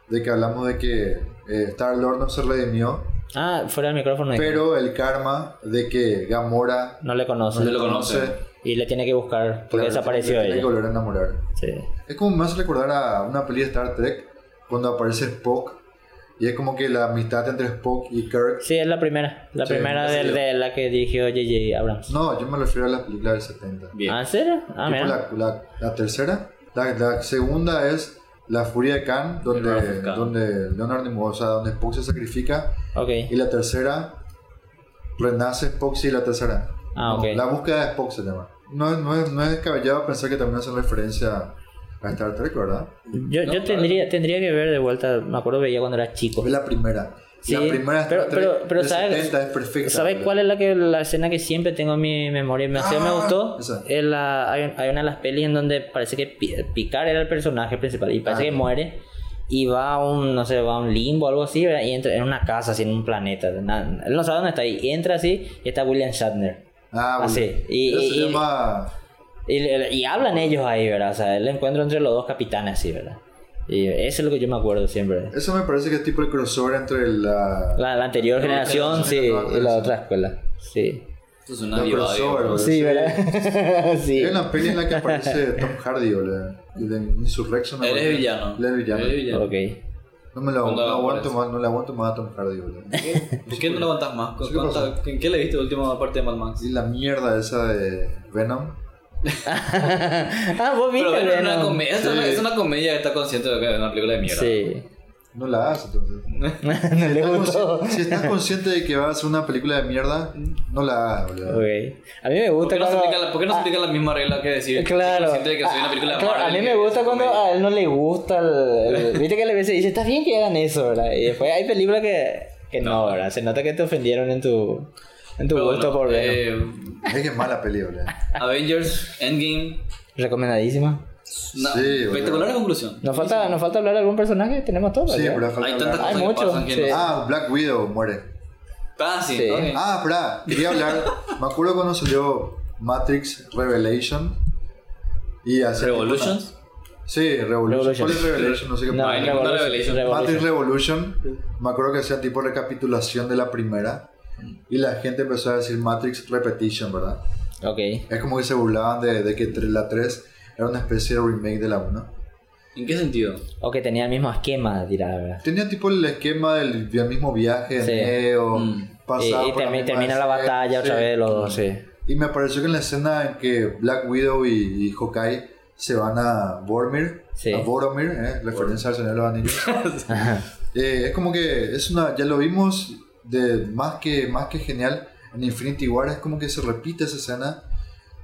Speaker 3: de que hablamos de que eh, Star-Lord no se redimió,
Speaker 2: Ah, fuera del micrófono.
Speaker 3: pero el karma de que Gamora
Speaker 2: No le conoce.
Speaker 1: No le conoce.
Speaker 2: Y le tiene que buscar porque
Speaker 3: claro,
Speaker 2: desapareció
Speaker 3: tiene que
Speaker 2: ella.
Speaker 3: volver a enamorar.
Speaker 2: Sí.
Speaker 3: Es como me hace recordar a una peli de Star Trek cuando aparece Spock y es como que la amistad entre Spock y Kirk.
Speaker 2: Sí, es la primera. La
Speaker 3: Sí,
Speaker 2: primera
Speaker 3: en
Speaker 2: del-
Speaker 3: serio.
Speaker 2: de, la que dirigió J.J. Abrams.
Speaker 3: No, yo me refiero a las películas del 70.
Speaker 1: Bien.
Speaker 2: ¿Ah, en serio? Ah,
Speaker 3: Tipo,
Speaker 2: mira.
Speaker 3: la, la- la tercera. La, la segunda es La Furia de Khan,
Speaker 1: Wrath
Speaker 3: donde,
Speaker 1: of Khan.
Speaker 3: donde Leonard Nimoy, o sea, donde Spock se sacrifica. Y
Speaker 2: Ok.
Speaker 3: la tercera, renace Spock, sí, la tercera.
Speaker 2: Ah, ok.
Speaker 3: La búsqueda de Spock se llama. No, es- no, es, no es descabellado pensar que también hacen referencia a Star Trek, ¿verdad?
Speaker 2: Yo,
Speaker 1: No,
Speaker 2: yo
Speaker 1: claro.
Speaker 2: tendría, tendría que ver de vuelta. Me acuerdo veía cuando era chico.
Speaker 3: Es la primera.
Speaker 2: Sí,
Speaker 3: la primera
Speaker 2: pero-
Speaker 3: Star Trek
Speaker 2: pero- pero
Speaker 3: del
Speaker 2: ¿sabes-
Speaker 3: 70 es perfecta.
Speaker 2: ¿Sabes cuál es la que la escena que siempre tengo en mi memoria? Me, hacía- me
Speaker 3: Ah,
Speaker 2: gustó.
Speaker 3: esa.
Speaker 2: Es la, hay, hay una de las pelis en donde parece que Pi- Picard era el personaje principal y parece
Speaker 3: Ah,
Speaker 2: que
Speaker 3: ya.
Speaker 2: muere y va a un, no sé, va a un limbo o algo así ¿verdad? y entra en una casa, así en un planeta. na- él no sabe dónde está y entra así y está William Shatner.
Speaker 3: Ah,
Speaker 2: Ah,
Speaker 3: boludo.
Speaker 2: sí. Y-
Speaker 3: Eso
Speaker 2: y-
Speaker 3: se
Speaker 2: y-
Speaker 3: llama...
Speaker 2: Y, y hablan ellos ahí, ¿verdad? O sea, el encuentro entre los dos capitanes, así, ¿verdad? Y eso es lo que yo me acuerdo siempre.
Speaker 3: Eso me parece que es tipo el crossover entre la...
Speaker 2: La, la anterior
Speaker 1: La
Speaker 2: generación,
Speaker 1: otra
Speaker 2: sí,
Speaker 3: generación, la
Speaker 2: y la
Speaker 3: otra
Speaker 2: otra escuela. Sí.
Speaker 1: Esto es una
Speaker 3: la
Speaker 1: divaga.
Speaker 3: crossover, boludo.
Speaker 2: Sí, ¿verdad? sí.
Speaker 3: Hay una peli en la que aparece Tom Hardy, boludo. Y de Insurrection.
Speaker 1: Él
Speaker 3: boludo.
Speaker 1: es villano.
Speaker 3: Él es villano.
Speaker 1: Él es villano.
Speaker 2: Ok.
Speaker 3: No me lo
Speaker 1: Cuando
Speaker 3: no aguanto
Speaker 1: aparece.
Speaker 3: más, no le aguanto más a Tom Hardy, boludo.
Speaker 1: ¿Por qué no lo aguantas más?
Speaker 3: Sí, ¿qué
Speaker 1: ¿Cuánta- ¿En qué le viste la última parte de Mad Max?
Speaker 3: Y la mierda esa de Venom.
Speaker 2: ah, vos viste,
Speaker 1: Pero bueno, es una
Speaker 2: Venom.
Speaker 1: comedia, es, una,
Speaker 3: Sí.
Speaker 1: es una comedia que está consciente de que es una película de mierda.
Speaker 2: Sí.
Speaker 3: No la hace, entonces.
Speaker 2: no le
Speaker 3: Estás
Speaker 2: gustó.
Speaker 3: consci- Si estás consciente de que va a ser una película de mierda, no la hagas, boludo.
Speaker 2: Ok. A mí me
Speaker 1: ¿Por
Speaker 2: gusta
Speaker 1: qué no se
Speaker 2: cuando-
Speaker 1: aplica, la- por qué no se aplica la misma regla que decir
Speaker 2: Ah. Claro.
Speaker 1: consciente de que soy una película
Speaker 2: Ah,
Speaker 1: de
Speaker 2: claro, a
Speaker 1: Marvel,
Speaker 2: mí
Speaker 1: que
Speaker 2: me gusta
Speaker 1: es
Speaker 2: cuando Ah,
Speaker 1: comedia?
Speaker 2: a él no le gusta. el- el- Viste que a veces dice, está bien que hagan eso, ¿verdad? Y después hay películas que, que no, ¿verdad? Se nota que te ofendieron en tu, en tu
Speaker 1: Pero bueno,
Speaker 2: gusto por Venom.
Speaker 1: eh,
Speaker 3: Es que es mala peli, boludo.
Speaker 1: Avengers Endgame.
Speaker 2: Recomendadísima.
Speaker 1: una
Speaker 3: Sí, boludo.
Speaker 1: espectacular conclusión.
Speaker 2: Nos falta, nos falta hablar de algún personaje, tenemos todo.
Speaker 3: Sí,
Speaker 2: ¿verdad?
Speaker 3: pero falta
Speaker 1: Hay
Speaker 3: hablar.
Speaker 1: tantas cosas
Speaker 2: Hay
Speaker 1: que
Speaker 2: mucho,
Speaker 1: pasan que
Speaker 2: sí.
Speaker 1: no.
Speaker 3: Ah, Black Widow muere.
Speaker 1: Ah, sí.
Speaker 2: Sí.
Speaker 1: ok.
Speaker 3: Ah, espera, quería hablar. Me acuerdo cuando salió Matrix Revelation. Y hace
Speaker 1: Revolutions.
Speaker 3: Sí, Revolution.
Speaker 2: Revolution.
Speaker 3: ¿Cuál es Revelation? No sé qué
Speaker 2: No,
Speaker 1: hay ninguna
Speaker 2: Revolution-
Speaker 1: Revelation.
Speaker 2: Revolution.
Speaker 3: Matrix Revolution, me acuerdo que hacía tipo recapitulación de la primera y la gente empezó a decir Matrix Repetition, ¿verdad?
Speaker 2: Ok.
Speaker 3: Es como que se burlaban de, de que tre- la 3 era una especie de remake de la 1.
Speaker 1: ¿En qué sentido?
Speaker 2: O que tenía el mismo esquema, dirá, ¿verdad?
Speaker 3: Tenía tipo el esquema del, del mismo viaje, de
Speaker 2: Sí.
Speaker 3: Neo,
Speaker 1: Mm.
Speaker 2: Y,
Speaker 3: pasado
Speaker 2: y
Speaker 3: por
Speaker 2: termi-
Speaker 3: misma
Speaker 2: termina la
Speaker 3: escena,
Speaker 2: batalla otra
Speaker 3: sí.
Speaker 2: vez, los dos, sí.
Speaker 3: Y me pareció que en la escena en que Black Widow y, y Hawkeye se van a Boromir,
Speaker 2: Sí.
Speaker 3: a Boromir, eh, referencia al Señor de los Anillos. Eh, es como que es una, ya lo vimos de más que más que genial en Infinity War es como que se repite esa escena.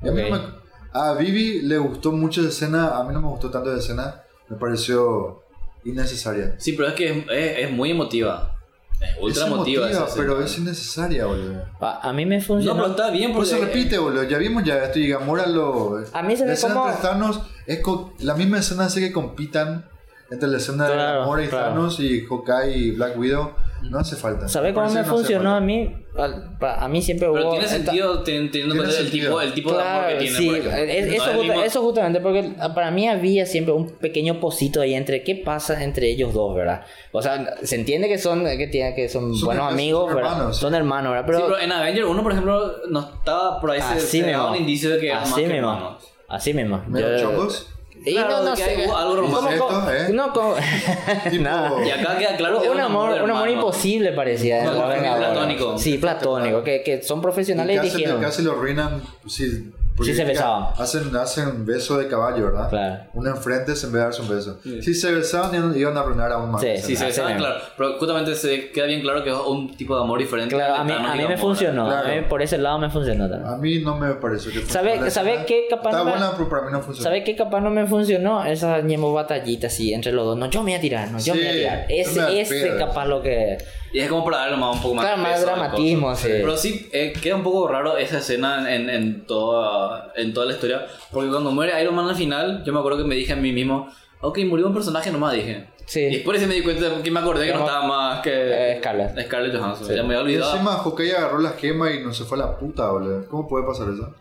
Speaker 3: Y a, mí no
Speaker 2: Ok.
Speaker 3: me- a Vivi le gustó mucho esa escena, a mí no me gustó tanto esa escena, me pareció innecesaria.
Speaker 1: Sí, pero es que es, es- es muy emotiva. Es ultra
Speaker 3: es
Speaker 1: emotiva. esa escena.
Speaker 3: pero es innecesaria, boludo.
Speaker 2: A, a mí me
Speaker 1: No,
Speaker 2: funcionó.
Speaker 1: pero está bien
Speaker 3: Pues
Speaker 1: porque...
Speaker 3: se repite, boludo. Ya vimos ya esto y Gamora lo.
Speaker 2: A mí se me
Speaker 3: la escena
Speaker 2: como-
Speaker 3: entre Thanos es co- la misma escena hace que compitan entre la escena de
Speaker 2: Claro,
Speaker 3: Gamora y
Speaker 2: claro.
Speaker 3: Thanos y Hawkeye y Black Widow. No hace falta.
Speaker 2: ¿Sabes cómo
Speaker 3: parece
Speaker 2: me
Speaker 3: que no hace
Speaker 2: funcionó
Speaker 3: falta.
Speaker 2: a mí? Al- pa- A mí siempre
Speaker 1: Pero
Speaker 2: hubo...
Speaker 1: tiene
Speaker 2: esta-
Speaker 1: sentido ten- teniendo en
Speaker 3: Tiene
Speaker 1: cuenta el
Speaker 3: sentido.
Speaker 1: tipo, el tipo de amor
Speaker 2: Claro,
Speaker 1: que tiene.
Speaker 2: sí,
Speaker 1: por ejemplo.
Speaker 2: es-
Speaker 1: No
Speaker 2: eso,
Speaker 1: el
Speaker 2: justa-
Speaker 1: mismo-
Speaker 2: eso justamente porque para mí había siempre un pequeño pocito ahí entre qué pasa entre ellos dos, ¿verdad? O sea, se entiende que son que tienen, que son,
Speaker 3: Son
Speaker 2: buenos
Speaker 3: hermanos,
Speaker 2: amigos,
Speaker 3: son
Speaker 2: ¿verdad?
Speaker 3: hermanos.
Speaker 2: Son hermanos, ¿verdad? Pero,
Speaker 1: Sí, pero en Avenger 1, por ejemplo, no estaba por ahí se-
Speaker 2: así
Speaker 1: se, daba
Speaker 2: mismo.
Speaker 1: un indicio de que eran más
Speaker 2: así
Speaker 1: que
Speaker 2: mismo.
Speaker 1: hermanos.
Speaker 2: Así mismo.
Speaker 3: ¿Medio
Speaker 2: Yo-
Speaker 3: chongos?
Speaker 2: Y
Speaker 1: Claro,
Speaker 2: no, no
Speaker 1: que
Speaker 2: sé.
Speaker 1: hay algo
Speaker 2: ¿Cómo-
Speaker 3: romántico,
Speaker 2: cómo-
Speaker 3: ¿eh?
Speaker 2: No, como...
Speaker 3: Tipo-
Speaker 2: Nada.
Speaker 1: Y acá queda claro que
Speaker 2: un
Speaker 1: era
Speaker 2: amor,
Speaker 1: de
Speaker 2: un amor
Speaker 1: hermano.
Speaker 2: imposible parecía. en
Speaker 1: No,
Speaker 2: Los
Speaker 1: porque
Speaker 2: Vengadores.
Speaker 1: platónico.
Speaker 2: Sí, platónico. Que, que son profesionales y
Speaker 3: casi,
Speaker 2: dijeron.
Speaker 3: casi lo arruinan. Sí, Porque
Speaker 2: Sí se besaban.
Speaker 3: Hacen, hacen beso de caballo, ¿verdad?
Speaker 2: Claro.
Speaker 3: Uno enfrente se en vez de darse un beso.
Speaker 1: Sí.
Speaker 3: Si se besaban, iban- iban a arruinar a un más.
Speaker 2: Sí,
Speaker 1: Sí,
Speaker 2: Así
Speaker 1: se saben,
Speaker 2: mismo.
Speaker 1: claro. Pero justamente se queda bien claro que es un tipo de amor diferente.
Speaker 2: Claro,
Speaker 1: al
Speaker 2: a mí,
Speaker 1: etano
Speaker 2: a
Speaker 1: y
Speaker 2: mí
Speaker 1: al
Speaker 2: me
Speaker 1: amor.
Speaker 2: funcionó.
Speaker 3: Claro. Ah,
Speaker 2: A mí por ese lado me funcionó también.
Speaker 3: A mí no me pareció que
Speaker 2: ¿Sabe-
Speaker 3: funcionara
Speaker 2: sabe
Speaker 3: esa-
Speaker 2: qué? Capaz
Speaker 3: Está
Speaker 2: no-
Speaker 3: buena, pero para mí no funcionó.
Speaker 2: ¿Sabes qué? Capaz no me funcionó esa ñemo batallita así entre los dos. No, yo me voy a tirar, no, yo me
Speaker 3: Sí,
Speaker 2: voy a tirar.
Speaker 3: yo me voy
Speaker 2: Ese,
Speaker 3: a
Speaker 2: ese
Speaker 3: tirar.
Speaker 2: capaz lo que.
Speaker 1: Y es como para darle más un poco más
Speaker 2: Claro, más
Speaker 1: peso a la
Speaker 2: dramatismo,
Speaker 1: cosa.
Speaker 2: sí.
Speaker 1: Pero sí, eh, queda un poco raro esa escena en, en, toda, en toda la historia. Porque cuando muere Iron Man al final, yo me acuerdo que me dije a mí mismo, ok, murió un personaje nomás, dije. Y
Speaker 2: Sí.
Speaker 1: después sí me di cuenta que me acordé que no
Speaker 2: Como-
Speaker 1: estaba más que
Speaker 2: Eh, Scarlett.
Speaker 1: Scarlett Johansson.
Speaker 2: Sí.
Speaker 1: Ya me había
Speaker 3: Y
Speaker 1: olvidado
Speaker 3: encima Hokkaid agarró las gemas y no se fue a la puta, boludo. ¿Cómo puede pasar eso?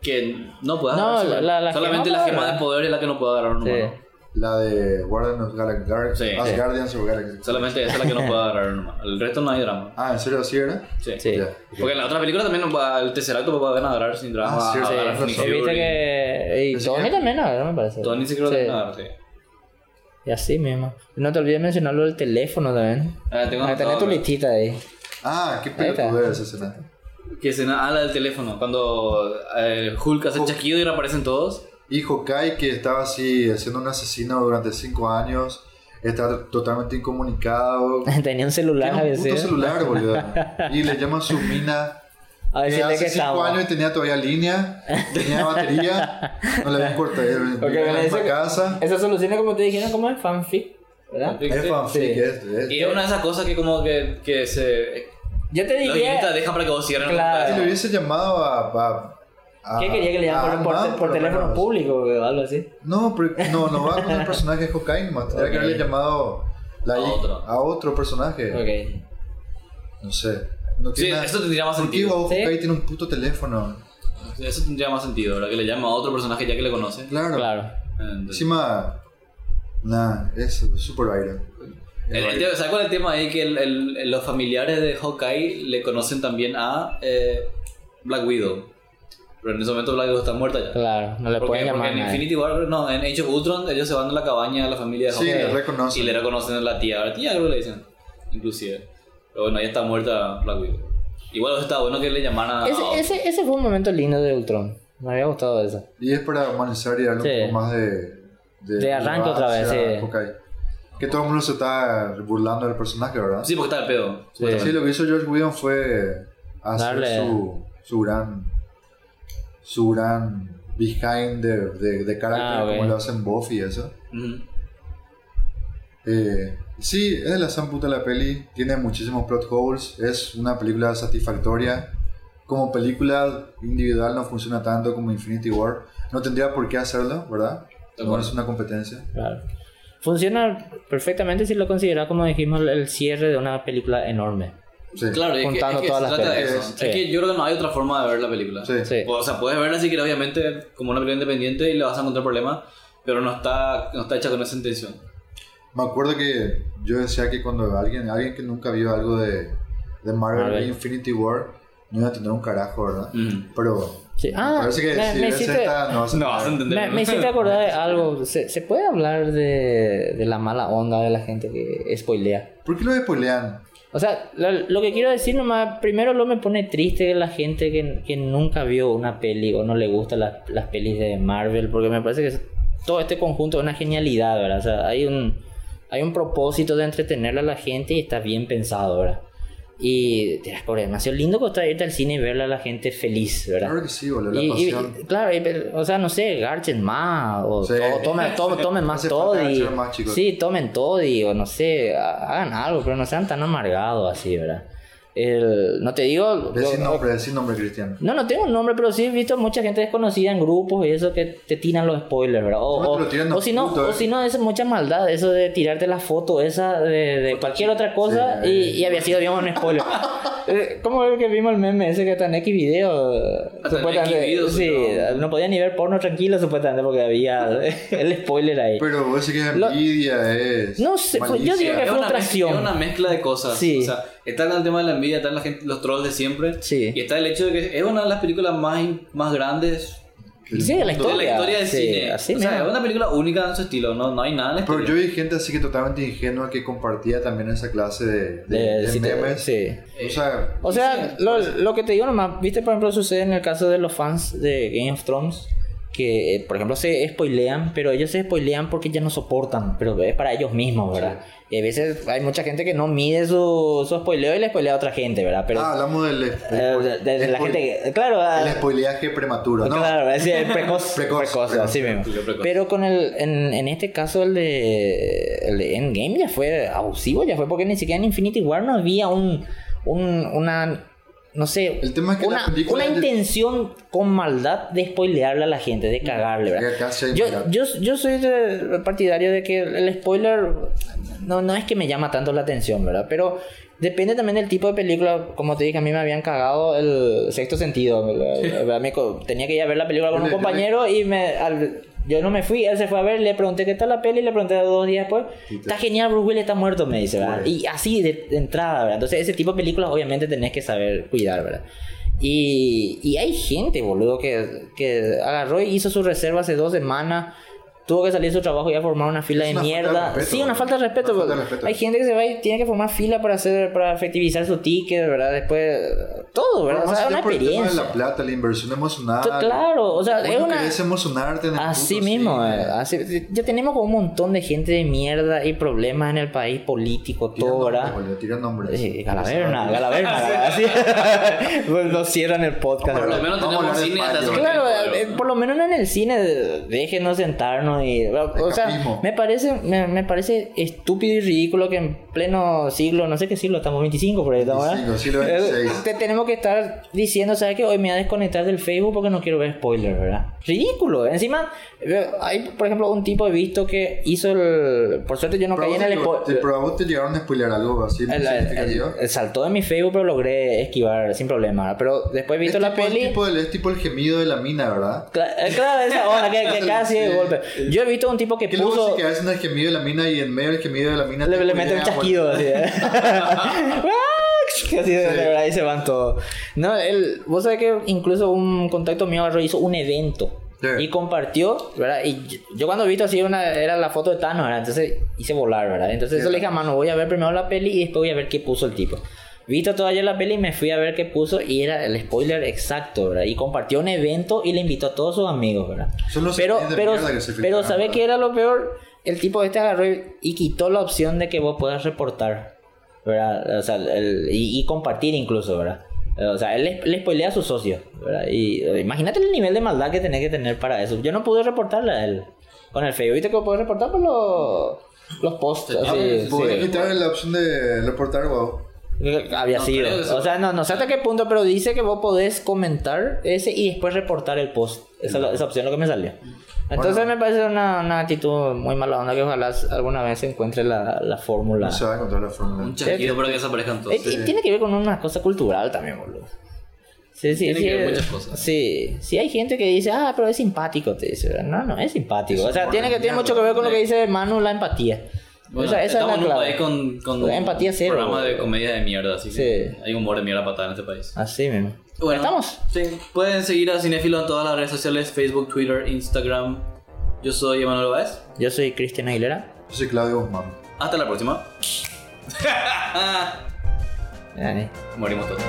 Speaker 1: que no puedo
Speaker 2: No,
Speaker 1: agarrar.
Speaker 2: la- la- la
Speaker 1: Solamente
Speaker 2: gema
Speaker 1: la gema
Speaker 2: puedo
Speaker 1: de
Speaker 2: agarrar.
Speaker 1: poder es la que no puedo agarrar un
Speaker 2: Sí.
Speaker 1: humano.
Speaker 3: La de Guardian of Galaxy. Gar-
Speaker 1: Sí,
Speaker 3: As
Speaker 1: sí.
Speaker 3: Guardians of Galaxy.
Speaker 1: Solamente esa es la que no puedo agarrar un humano. El resto no hay drama.
Speaker 3: Ah, ¿en serio así era?
Speaker 1: Sí.
Speaker 2: Sí.
Speaker 3: Ya.
Speaker 1: Porque en la otra película también no va- el tercer acto puede agarrar sin drama.
Speaker 3: Ah, sí,
Speaker 1: a- a
Speaker 3: sí.
Speaker 1: la
Speaker 3: Sí,
Speaker 1: Phoenix
Speaker 2: Y Eh, viste
Speaker 1: Fury.
Speaker 2: que. Y
Speaker 3: Pensé
Speaker 2: Tony
Speaker 3: que-
Speaker 2: también, no, me parece.
Speaker 1: Tony sí creo
Speaker 2: Sí.
Speaker 1: que nada, sí.
Speaker 2: Y así mismo. No te olvides mencionarlo del teléfono también.
Speaker 1: Ah, tengo
Speaker 2: Ah, tenés
Speaker 1: anotado,
Speaker 2: tu
Speaker 1: pero-
Speaker 2: listita ahí.
Speaker 3: Ah, qué
Speaker 2: Ahí está.
Speaker 3: pelotudo es esa escena.
Speaker 1: Que escena? Ah, la del teléfono. Cuando eh, Hulk hace el
Speaker 3: Hulk.
Speaker 1: chasquido y reaparecen todos.
Speaker 3: Y Hawkeye, que estaba así, siendo un asesino durante 5 años, está totalmente incomunicado.
Speaker 2: Tenía un celular a
Speaker 3: Tiene un puto
Speaker 2: veces.
Speaker 3: celular, boludo. Y le llama su mina.
Speaker 2: A
Speaker 3: Que
Speaker 2: veces de
Speaker 3: hace
Speaker 2: que
Speaker 3: 5
Speaker 2: estaba.
Speaker 3: años y tenía todavía línea, tenía batería, no le habían cortado,
Speaker 2: Porque
Speaker 3: vivía en la
Speaker 2: me dice
Speaker 3: misma
Speaker 2: que-
Speaker 3: casa.
Speaker 2: Esa solución, como te dijeron, como es fanfic, ¿verdad?
Speaker 3: Es fanfic,
Speaker 2: Sí.
Speaker 3: es, es-
Speaker 1: Y es una de esas cosas que como que, que se...
Speaker 2: Yo te
Speaker 1: Los
Speaker 2: diría.
Speaker 1: guionistas dejan para que vos cierres la
Speaker 2: Claro.
Speaker 1: pantalla.
Speaker 3: Si le hubiese llamado a. a- a-
Speaker 2: ¿Qué quería que le
Speaker 3: a
Speaker 2: llamen por,
Speaker 3: Ant-Man,
Speaker 2: por, por
Speaker 3: lo
Speaker 2: teléfono
Speaker 3: menos?
Speaker 2: público o algo así?
Speaker 3: No, pero no, no va con el personaje de Hawkeye nomás. Tendría que
Speaker 2: Ok.
Speaker 3: haberle llamado la
Speaker 1: A
Speaker 3: hija-
Speaker 1: otro.
Speaker 3: a otro personaje.
Speaker 2: Ok.
Speaker 3: No sé. No
Speaker 1: Sí,
Speaker 3: tiene nada-
Speaker 1: eso tendría más
Speaker 3: ¿Por qué
Speaker 1: sentido.
Speaker 3: vos,
Speaker 2: Sí.
Speaker 3: Hawkeye tiene un puto teléfono?
Speaker 1: Eso tendría más sentido, ¿verdad? Que le llama a otro personaje ya que le conoce.
Speaker 3: Claro.
Speaker 2: Claro.
Speaker 1: Entonces-
Speaker 3: Encima. Nah, es súper aire.
Speaker 1: El- el tema- ¿Sabes cuál es el tema ahí? Que el- el- el- los familiares de Hawkeye le conocen también a eh, Black Widow. Pero en ese momento Black Widow está muerta ya.
Speaker 2: Claro, no le
Speaker 1: Porque-
Speaker 2: pueden llamar. eh.
Speaker 1: porque en
Speaker 2: a nadie.
Speaker 1: Infinity War, no, en Age of Ultron, ellos se van a la cabaña de la familia de
Speaker 3: Sí,
Speaker 1: Hawkeye.
Speaker 3: le reconocen.
Speaker 1: Y le reconocen a la tía, a la tía creo que le dicen, inclusive. Pero bueno, ya está muerta Black Widow. Igual está bueno que le llamaran a...
Speaker 2: Ese, ese, ese fue un momento lindo de Ultron. Me había gustado eso.
Speaker 3: Y es para humanizar y darle
Speaker 2: Sí.
Speaker 3: un poco más de.
Speaker 2: De arranque otra vez,
Speaker 3: relevancia a
Speaker 2: sí.
Speaker 3: Hawkeye. Que todo el mundo se está burlando del personaje, ¿verdad?
Speaker 1: Sí, porque está el pedo.
Speaker 2: Sí.
Speaker 1: supuestamente.
Speaker 3: Sí, lo que hizo George Whedon fue hacer
Speaker 2: Darle-
Speaker 3: su, su gran su gran behind de, de, de carácter
Speaker 2: Ah, ok.
Speaker 3: como lo hacen Buffy y eso.
Speaker 1: Ujú.
Speaker 3: Eh, sí, es de la san puta la peli, tiene muchísimos plot holes, es una película satisfactoria. Como película individual no funciona tanto como Infinity War. No tendría por qué hacerlo, ¿verdad?
Speaker 1: De
Speaker 3: No
Speaker 1: acuerdo.
Speaker 3: es una competencia.
Speaker 2: Claro. Funciona perfectamente si lo consideras, como dijimos, el- el cierre de una película enorme.
Speaker 3: Sí.
Speaker 1: Claro, es que,
Speaker 2: Contando
Speaker 1: es que
Speaker 2: todas
Speaker 1: se
Speaker 2: las
Speaker 1: trata de
Speaker 3: películas.
Speaker 1: eso.
Speaker 2: Sí.
Speaker 1: Es que yo creo que no hay otra forma de ver la película.
Speaker 3: Sí.
Speaker 2: Sí.
Speaker 1: O sea, puedes verla si quieres, obviamente, como una película independiente y le vas a encontrar problemas, pero no está, no está hecha con esa intención.
Speaker 3: Me acuerdo que yo decía que cuando alguien, alguien que nunca vio algo de, de Marvel,
Speaker 2: Marvel.
Speaker 3: Infinity War, no iba a tener un carajo, ¿verdad?
Speaker 1: Ujú.
Speaker 3: Pero
Speaker 2: Sí. Ah,
Speaker 3: me parece que
Speaker 2: me-
Speaker 3: si
Speaker 2: me
Speaker 3: ves
Speaker 2: hiciste-
Speaker 3: esta, no vas a
Speaker 1: No vas a
Speaker 3: tener.
Speaker 1: entender.
Speaker 2: Me, me hiciste acordar de algo. ¿Se, se puede hablar de, de la mala onda de la gente que spoilea?
Speaker 3: ¿Por qué lo spoilean?
Speaker 2: O sea, lo, lo que quiero decir nomás, primero lo me pone triste que la gente que, que nunca vio una peli o no le gustan las, las pelis de Marvel, porque me parece que es- todo este conjunto es una genialidad, ¿verdad? O sea, hay un, hay un propósito de entretener a la gente y está bien pensado, ¿verdad? Y te das por demasiado lindo que está irte al cine y verla a la gente feliz, ¿verdad?
Speaker 3: Claro que sí, boludo,
Speaker 2: Y-
Speaker 3: la
Speaker 2: y-
Speaker 3: pasión.
Speaker 2: y- claro, y- pero, o sea, no sé, garchen más, o
Speaker 3: Sí.
Speaker 2: to- tomen, to- tomen más
Speaker 3: Hace falta
Speaker 2: toddy.
Speaker 3: garchar más, chicos.
Speaker 2: Sí, tomen toddy, o no sé, ha- hagan algo, pero no sean tan amargados así, ¿verdad? El- no te digo...
Speaker 3: Decí
Speaker 2: lo-
Speaker 3: nombre, decí nombre, Cristian.
Speaker 2: no, no tengo un nombre, pero sí he visto mucha gente desconocida en grupos y eso que te tiran los spoilers, ¿verdad? O,
Speaker 3: No,
Speaker 2: o-
Speaker 3: te lo tiran los
Speaker 2: o si no,
Speaker 3: putos,
Speaker 1: eh.
Speaker 2: o si no, es mucha maldad, eso de tirarte la foto esa de, de cualquier otra cosa
Speaker 3: Sí.
Speaker 2: y, y había sido, digamos, un spoiler. Eh, ¿Cómo es que vimos el meme ese que está en X video?
Speaker 1: en X video,
Speaker 2: sí,
Speaker 1: supongo.
Speaker 2: no podía ni ver porno tranquilo, supuestamente, porque había el spoiler ahí.
Speaker 3: Pero vos decís que es
Speaker 2: Lo-
Speaker 3: envidia, es.
Speaker 2: No sé, pues, yo digo
Speaker 3: malicia.
Speaker 2: que-
Speaker 1: Es una, mezcla,
Speaker 2: frustración.
Speaker 1: es una mezcla de cosas.
Speaker 2: Sí.
Speaker 1: O sea, está el tema de la envidia, están la gente, los trolls de siempre.
Speaker 2: Sí.
Speaker 1: Y está el hecho de que es una de las películas más, más grandes que
Speaker 2: Sí, la
Speaker 1: Toda
Speaker 2: historia.
Speaker 1: la historia del
Speaker 2: sí,
Speaker 1: cine.
Speaker 2: Así
Speaker 1: o sea,
Speaker 2: mismo.
Speaker 1: es una película única en su estilo, no, no hay nada en
Speaker 3: Pero
Speaker 1: estilo.
Speaker 3: yo vi gente así que totalmente ingenua que compartía también esa clase de, de,
Speaker 2: De-
Speaker 3: de
Speaker 2: sí, te-
Speaker 3: memes.
Speaker 2: sí.
Speaker 3: O sea,
Speaker 2: O sea, lo, lo que te digo nomás, viste, por ejemplo, sucede en el caso de los fans de Game of Thrones, que, eh, por ejemplo, se spoilean, pero ellos se spoilean porque ya no soportan, pero es para ellos mismos, ¿verdad? Y a veces hay mucha gente que no mide su, su spoileo y le spoilea a otra gente, ¿verdad? Pero
Speaker 3: ah, hablamos del
Speaker 2: eh,
Speaker 3: spo-
Speaker 2: de- de la
Speaker 3: spo-
Speaker 2: gente, que- claro, ah,
Speaker 3: el spoileaje prematuro, ¿no?
Speaker 2: Claro, es decir, precoz,
Speaker 3: Precoz,
Speaker 2: precoz,
Speaker 3: precoz,
Speaker 2: así mismo.
Speaker 1: precoz, precoz.
Speaker 2: Pero con el, en, en este caso el de, el de Endgame ya fue abusivo, ya fue porque ni siquiera en Infinity War no había un, un una, no sé,
Speaker 3: El tema es que
Speaker 2: una,
Speaker 3: la película
Speaker 2: una
Speaker 3: es de-
Speaker 2: intención con maldad de spoilearle a la gente, de cagarle, ¿verdad?
Speaker 3: Acá sí hay
Speaker 2: Yo,
Speaker 3: maldad.
Speaker 2: yo, yo soy de- partidario de que el spoiler no, no es que me llama tanto la atención, ¿verdad? Pero depende también del tipo de película. Como te dije, a mí me habían cagado el sexto sentido. ¿verdad? Me co- tenía que ir a ver la película con un
Speaker 3: Yo le- yo le-
Speaker 2: compañero y me, al- yo no me fui. Él se fue a ver, le pregunté qué tal la peli, le pregunté dos días después.
Speaker 3: Y te- Pues.
Speaker 2: Está genial, Bruce Willis está muerto, me dice, ¿verdad?
Speaker 3: Bueno.
Speaker 2: Y así de, de entrada, ¿verdad? Entonces, ese tipo de películas obviamente tenés que saber cuidar, ¿verdad? Y, y hay gente, boludo, que, que agarró y hizo su reserva hace dos semanas. Tuvo que salir de su trabajo y a formar una fila
Speaker 3: Es
Speaker 2: de
Speaker 3: una falta de
Speaker 2: mierda.
Speaker 3: respeto,
Speaker 2: sí, una
Speaker 3: boludo.
Speaker 2: falta de respeto.
Speaker 3: Una falta de
Speaker 2: boludo.
Speaker 3: respeto.
Speaker 2: Hay gente que se va y tiene que formar fila para hacer para efectivizar su ticket, ¿verdad? Después, todo, ¿verdad?
Speaker 3: Pero
Speaker 2: o
Speaker 3: más
Speaker 2: sea, es
Speaker 3: allá
Speaker 2: una
Speaker 3: por el tema
Speaker 2: experiencia.
Speaker 3: de la plata, la inversión emocional.
Speaker 2: Tú- Claro, o sea,
Speaker 3: Vos
Speaker 2: es
Speaker 3: no
Speaker 2: una...
Speaker 3: querés emocionarte en el
Speaker 2: Así
Speaker 3: puto
Speaker 2: mismo,
Speaker 3: cine.
Speaker 2: eh, así- ya tenemos como un montón de gente de mierda y problemas en el país político,
Speaker 3: Tira
Speaker 2: todo,
Speaker 3: nombres,
Speaker 2: ¿verdad?
Speaker 3: boludo, tira nombres.
Speaker 2: Eh, Galaverna, Galaverna, así. Pues nos cierran el podcast.
Speaker 1: Por lo
Speaker 2: ¿verdad?
Speaker 1: menos
Speaker 3: Vamos
Speaker 1: tenemos
Speaker 3: a hablar de
Speaker 1: cine hasta
Speaker 3: Mario.
Speaker 1: hace poco.
Speaker 2: Claro, eh, por lo menos en el cine déjenos sentarnos y o sea,
Speaker 3: Escapismo.
Speaker 2: me parece me, me parece estúpido y ridículo que en pleno siglo, no sé qué siglo, estamos 25 por ahí, ¿estamos, ¿verdad?
Speaker 3: 25, siglo
Speaker 2: Eh,
Speaker 3: 26.
Speaker 2: te tenemos que estar diciendo, ¿sabes qué? Hoy me voy a desconectar del Facebook porque no quiero ver spoilers, ¿verdad? Ridículo. Encima, eh, hay, por ejemplo, un tipo he visto que hizo el... Por suerte yo no
Speaker 3: Pero
Speaker 2: caí
Speaker 3: vos
Speaker 2: en el
Speaker 3: te- te-
Speaker 2: spoiler.
Speaker 3: Pero a vos te llegaron a spoiler algo así muy
Speaker 2: El,
Speaker 3: significativo.
Speaker 2: el- el saltó de mi Facebook, pero logré esquivar sin problema. ¿verdad? Pero después he visto
Speaker 3: Es
Speaker 2: la
Speaker 3: tipo el
Speaker 2: peli.
Speaker 3: tipo del- es tipo el gemido de la mina, ¿verdad?
Speaker 2: Cla- eh, Claro, esa onda que, que casi de
Speaker 3: Sí.
Speaker 2: golpe. Yo he visto un tipo que
Speaker 3: ¿Qué luego
Speaker 2: puso.
Speaker 3: se quedas en el gemido de la mina y en medio del gemido de la mina
Speaker 2: Le,
Speaker 3: te
Speaker 2: le mete un
Speaker 3: spoilea,
Speaker 2: chasquido así. ¿eh? Que así de
Speaker 3: Sí.
Speaker 2: verdad y se van todos. No, él, vos sabés que incluso un contacto mío agarró y hizo un evento.
Speaker 3: Sí.
Speaker 2: Y compartió, ¿verdad? Y yo, yo cuando he visto así una, era la foto de Thanos, ¿verdad? Entonces hice volar, ¿verdad? Entonces
Speaker 3: Sí,
Speaker 2: yo le dije a mano, voy a ver primero la peli y después voy a ver qué puso el tipo. Visto toda ayer la peli y me fui a ver qué puso y era el spoiler exacto, ¿verdad? Y compartió un evento y le invitó a todos sus amigos, ¿verdad?
Speaker 3: Son los
Speaker 2: pero,
Speaker 3: CDs de
Speaker 2: pero,
Speaker 3: mierda que se
Speaker 2: pero
Speaker 3: filtraron,
Speaker 2: ¿sabe
Speaker 3: ¿verdad?
Speaker 2: qué era lo peor? El tipo este agarró y, y quitó la opción de que vos puedas reportar, ¿verdad? O sea, el- y, y compartir incluso, ¿verdad? O sea, él le, le spoilea a sus socios, ¿verdad? Y eh, imagínate el nivel de maldad que tenés que tener para eso. Yo no pude reportarle a él con el feo. ¿Viste que puedes reportar por los, los posts?
Speaker 1: Ah,
Speaker 2: así,
Speaker 3: Podés
Speaker 2: sí.
Speaker 3: quitar la opción de reportar, wow.
Speaker 2: Había
Speaker 1: No,
Speaker 2: sido.
Speaker 1: creo que sí.
Speaker 2: O sea, no, no sé hasta qué punto, pero dice que vos podés comentar ese y después reportar el post. Esa, es la- esa opción es lo que me salió. Entonces me parece una, una actitud muy mala onda que ojalá alguna vez se encuentre la, la fórmula.
Speaker 3: No se va a encontrar la
Speaker 1: Un
Speaker 3: fórmula.
Speaker 1: chasquido para que desaparezcan todos.
Speaker 2: Eh, y Tiene que ver con una cosa cultural también, boludo. Sí, sí,
Speaker 1: Tiene
Speaker 2: sí,
Speaker 1: que ver
Speaker 2: eh,
Speaker 1: muchas cosas.
Speaker 2: Sí, sí hay gente que dice, ah, pero es simpático, te dice. ¿verdad? No, no, es simpático.
Speaker 3: Es
Speaker 2: o sea,
Speaker 3: un
Speaker 2: tiene, que, tiene
Speaker 3: mierda,
Speaker 2: mucho que ver con lo
Speaker 1: sí.
Speaker 2: que dice Manu, la empatía.
Speaker 1: Bueno,
Speaker 2: esa, esa es
Speaker 1: estamos
Speaker 2: la
Speaker 1: en un
Speaker 2: clave.
Speaker 1: país con, con
Speaker 2: La empatía cero,
Speaker 1: programa de
Speaker 2: boludo.
Speaker 1: comedia de mierda, así que
Speaker 2: Sí.
Speaker 1: hay humor de mierda patada en este país.
Speaker 2: Así mismo.
Speaker 1: Bueno,
Speaker 2: ¿Estamos?
Speaker 1: Sí. Pueden seguir a Cinefilo en todas las redes sociales, Facebook, Twitter, Instagram. Yo soy Emanuel Báez.
Speaker 2: Yo soy Cristian Aguilera.
Speaker 3: Yo soy Claudio Guzmán.
Speaker 1: Hasta la próxima.
Speaker 2: Ay.
Speaker 1: Morimos todos.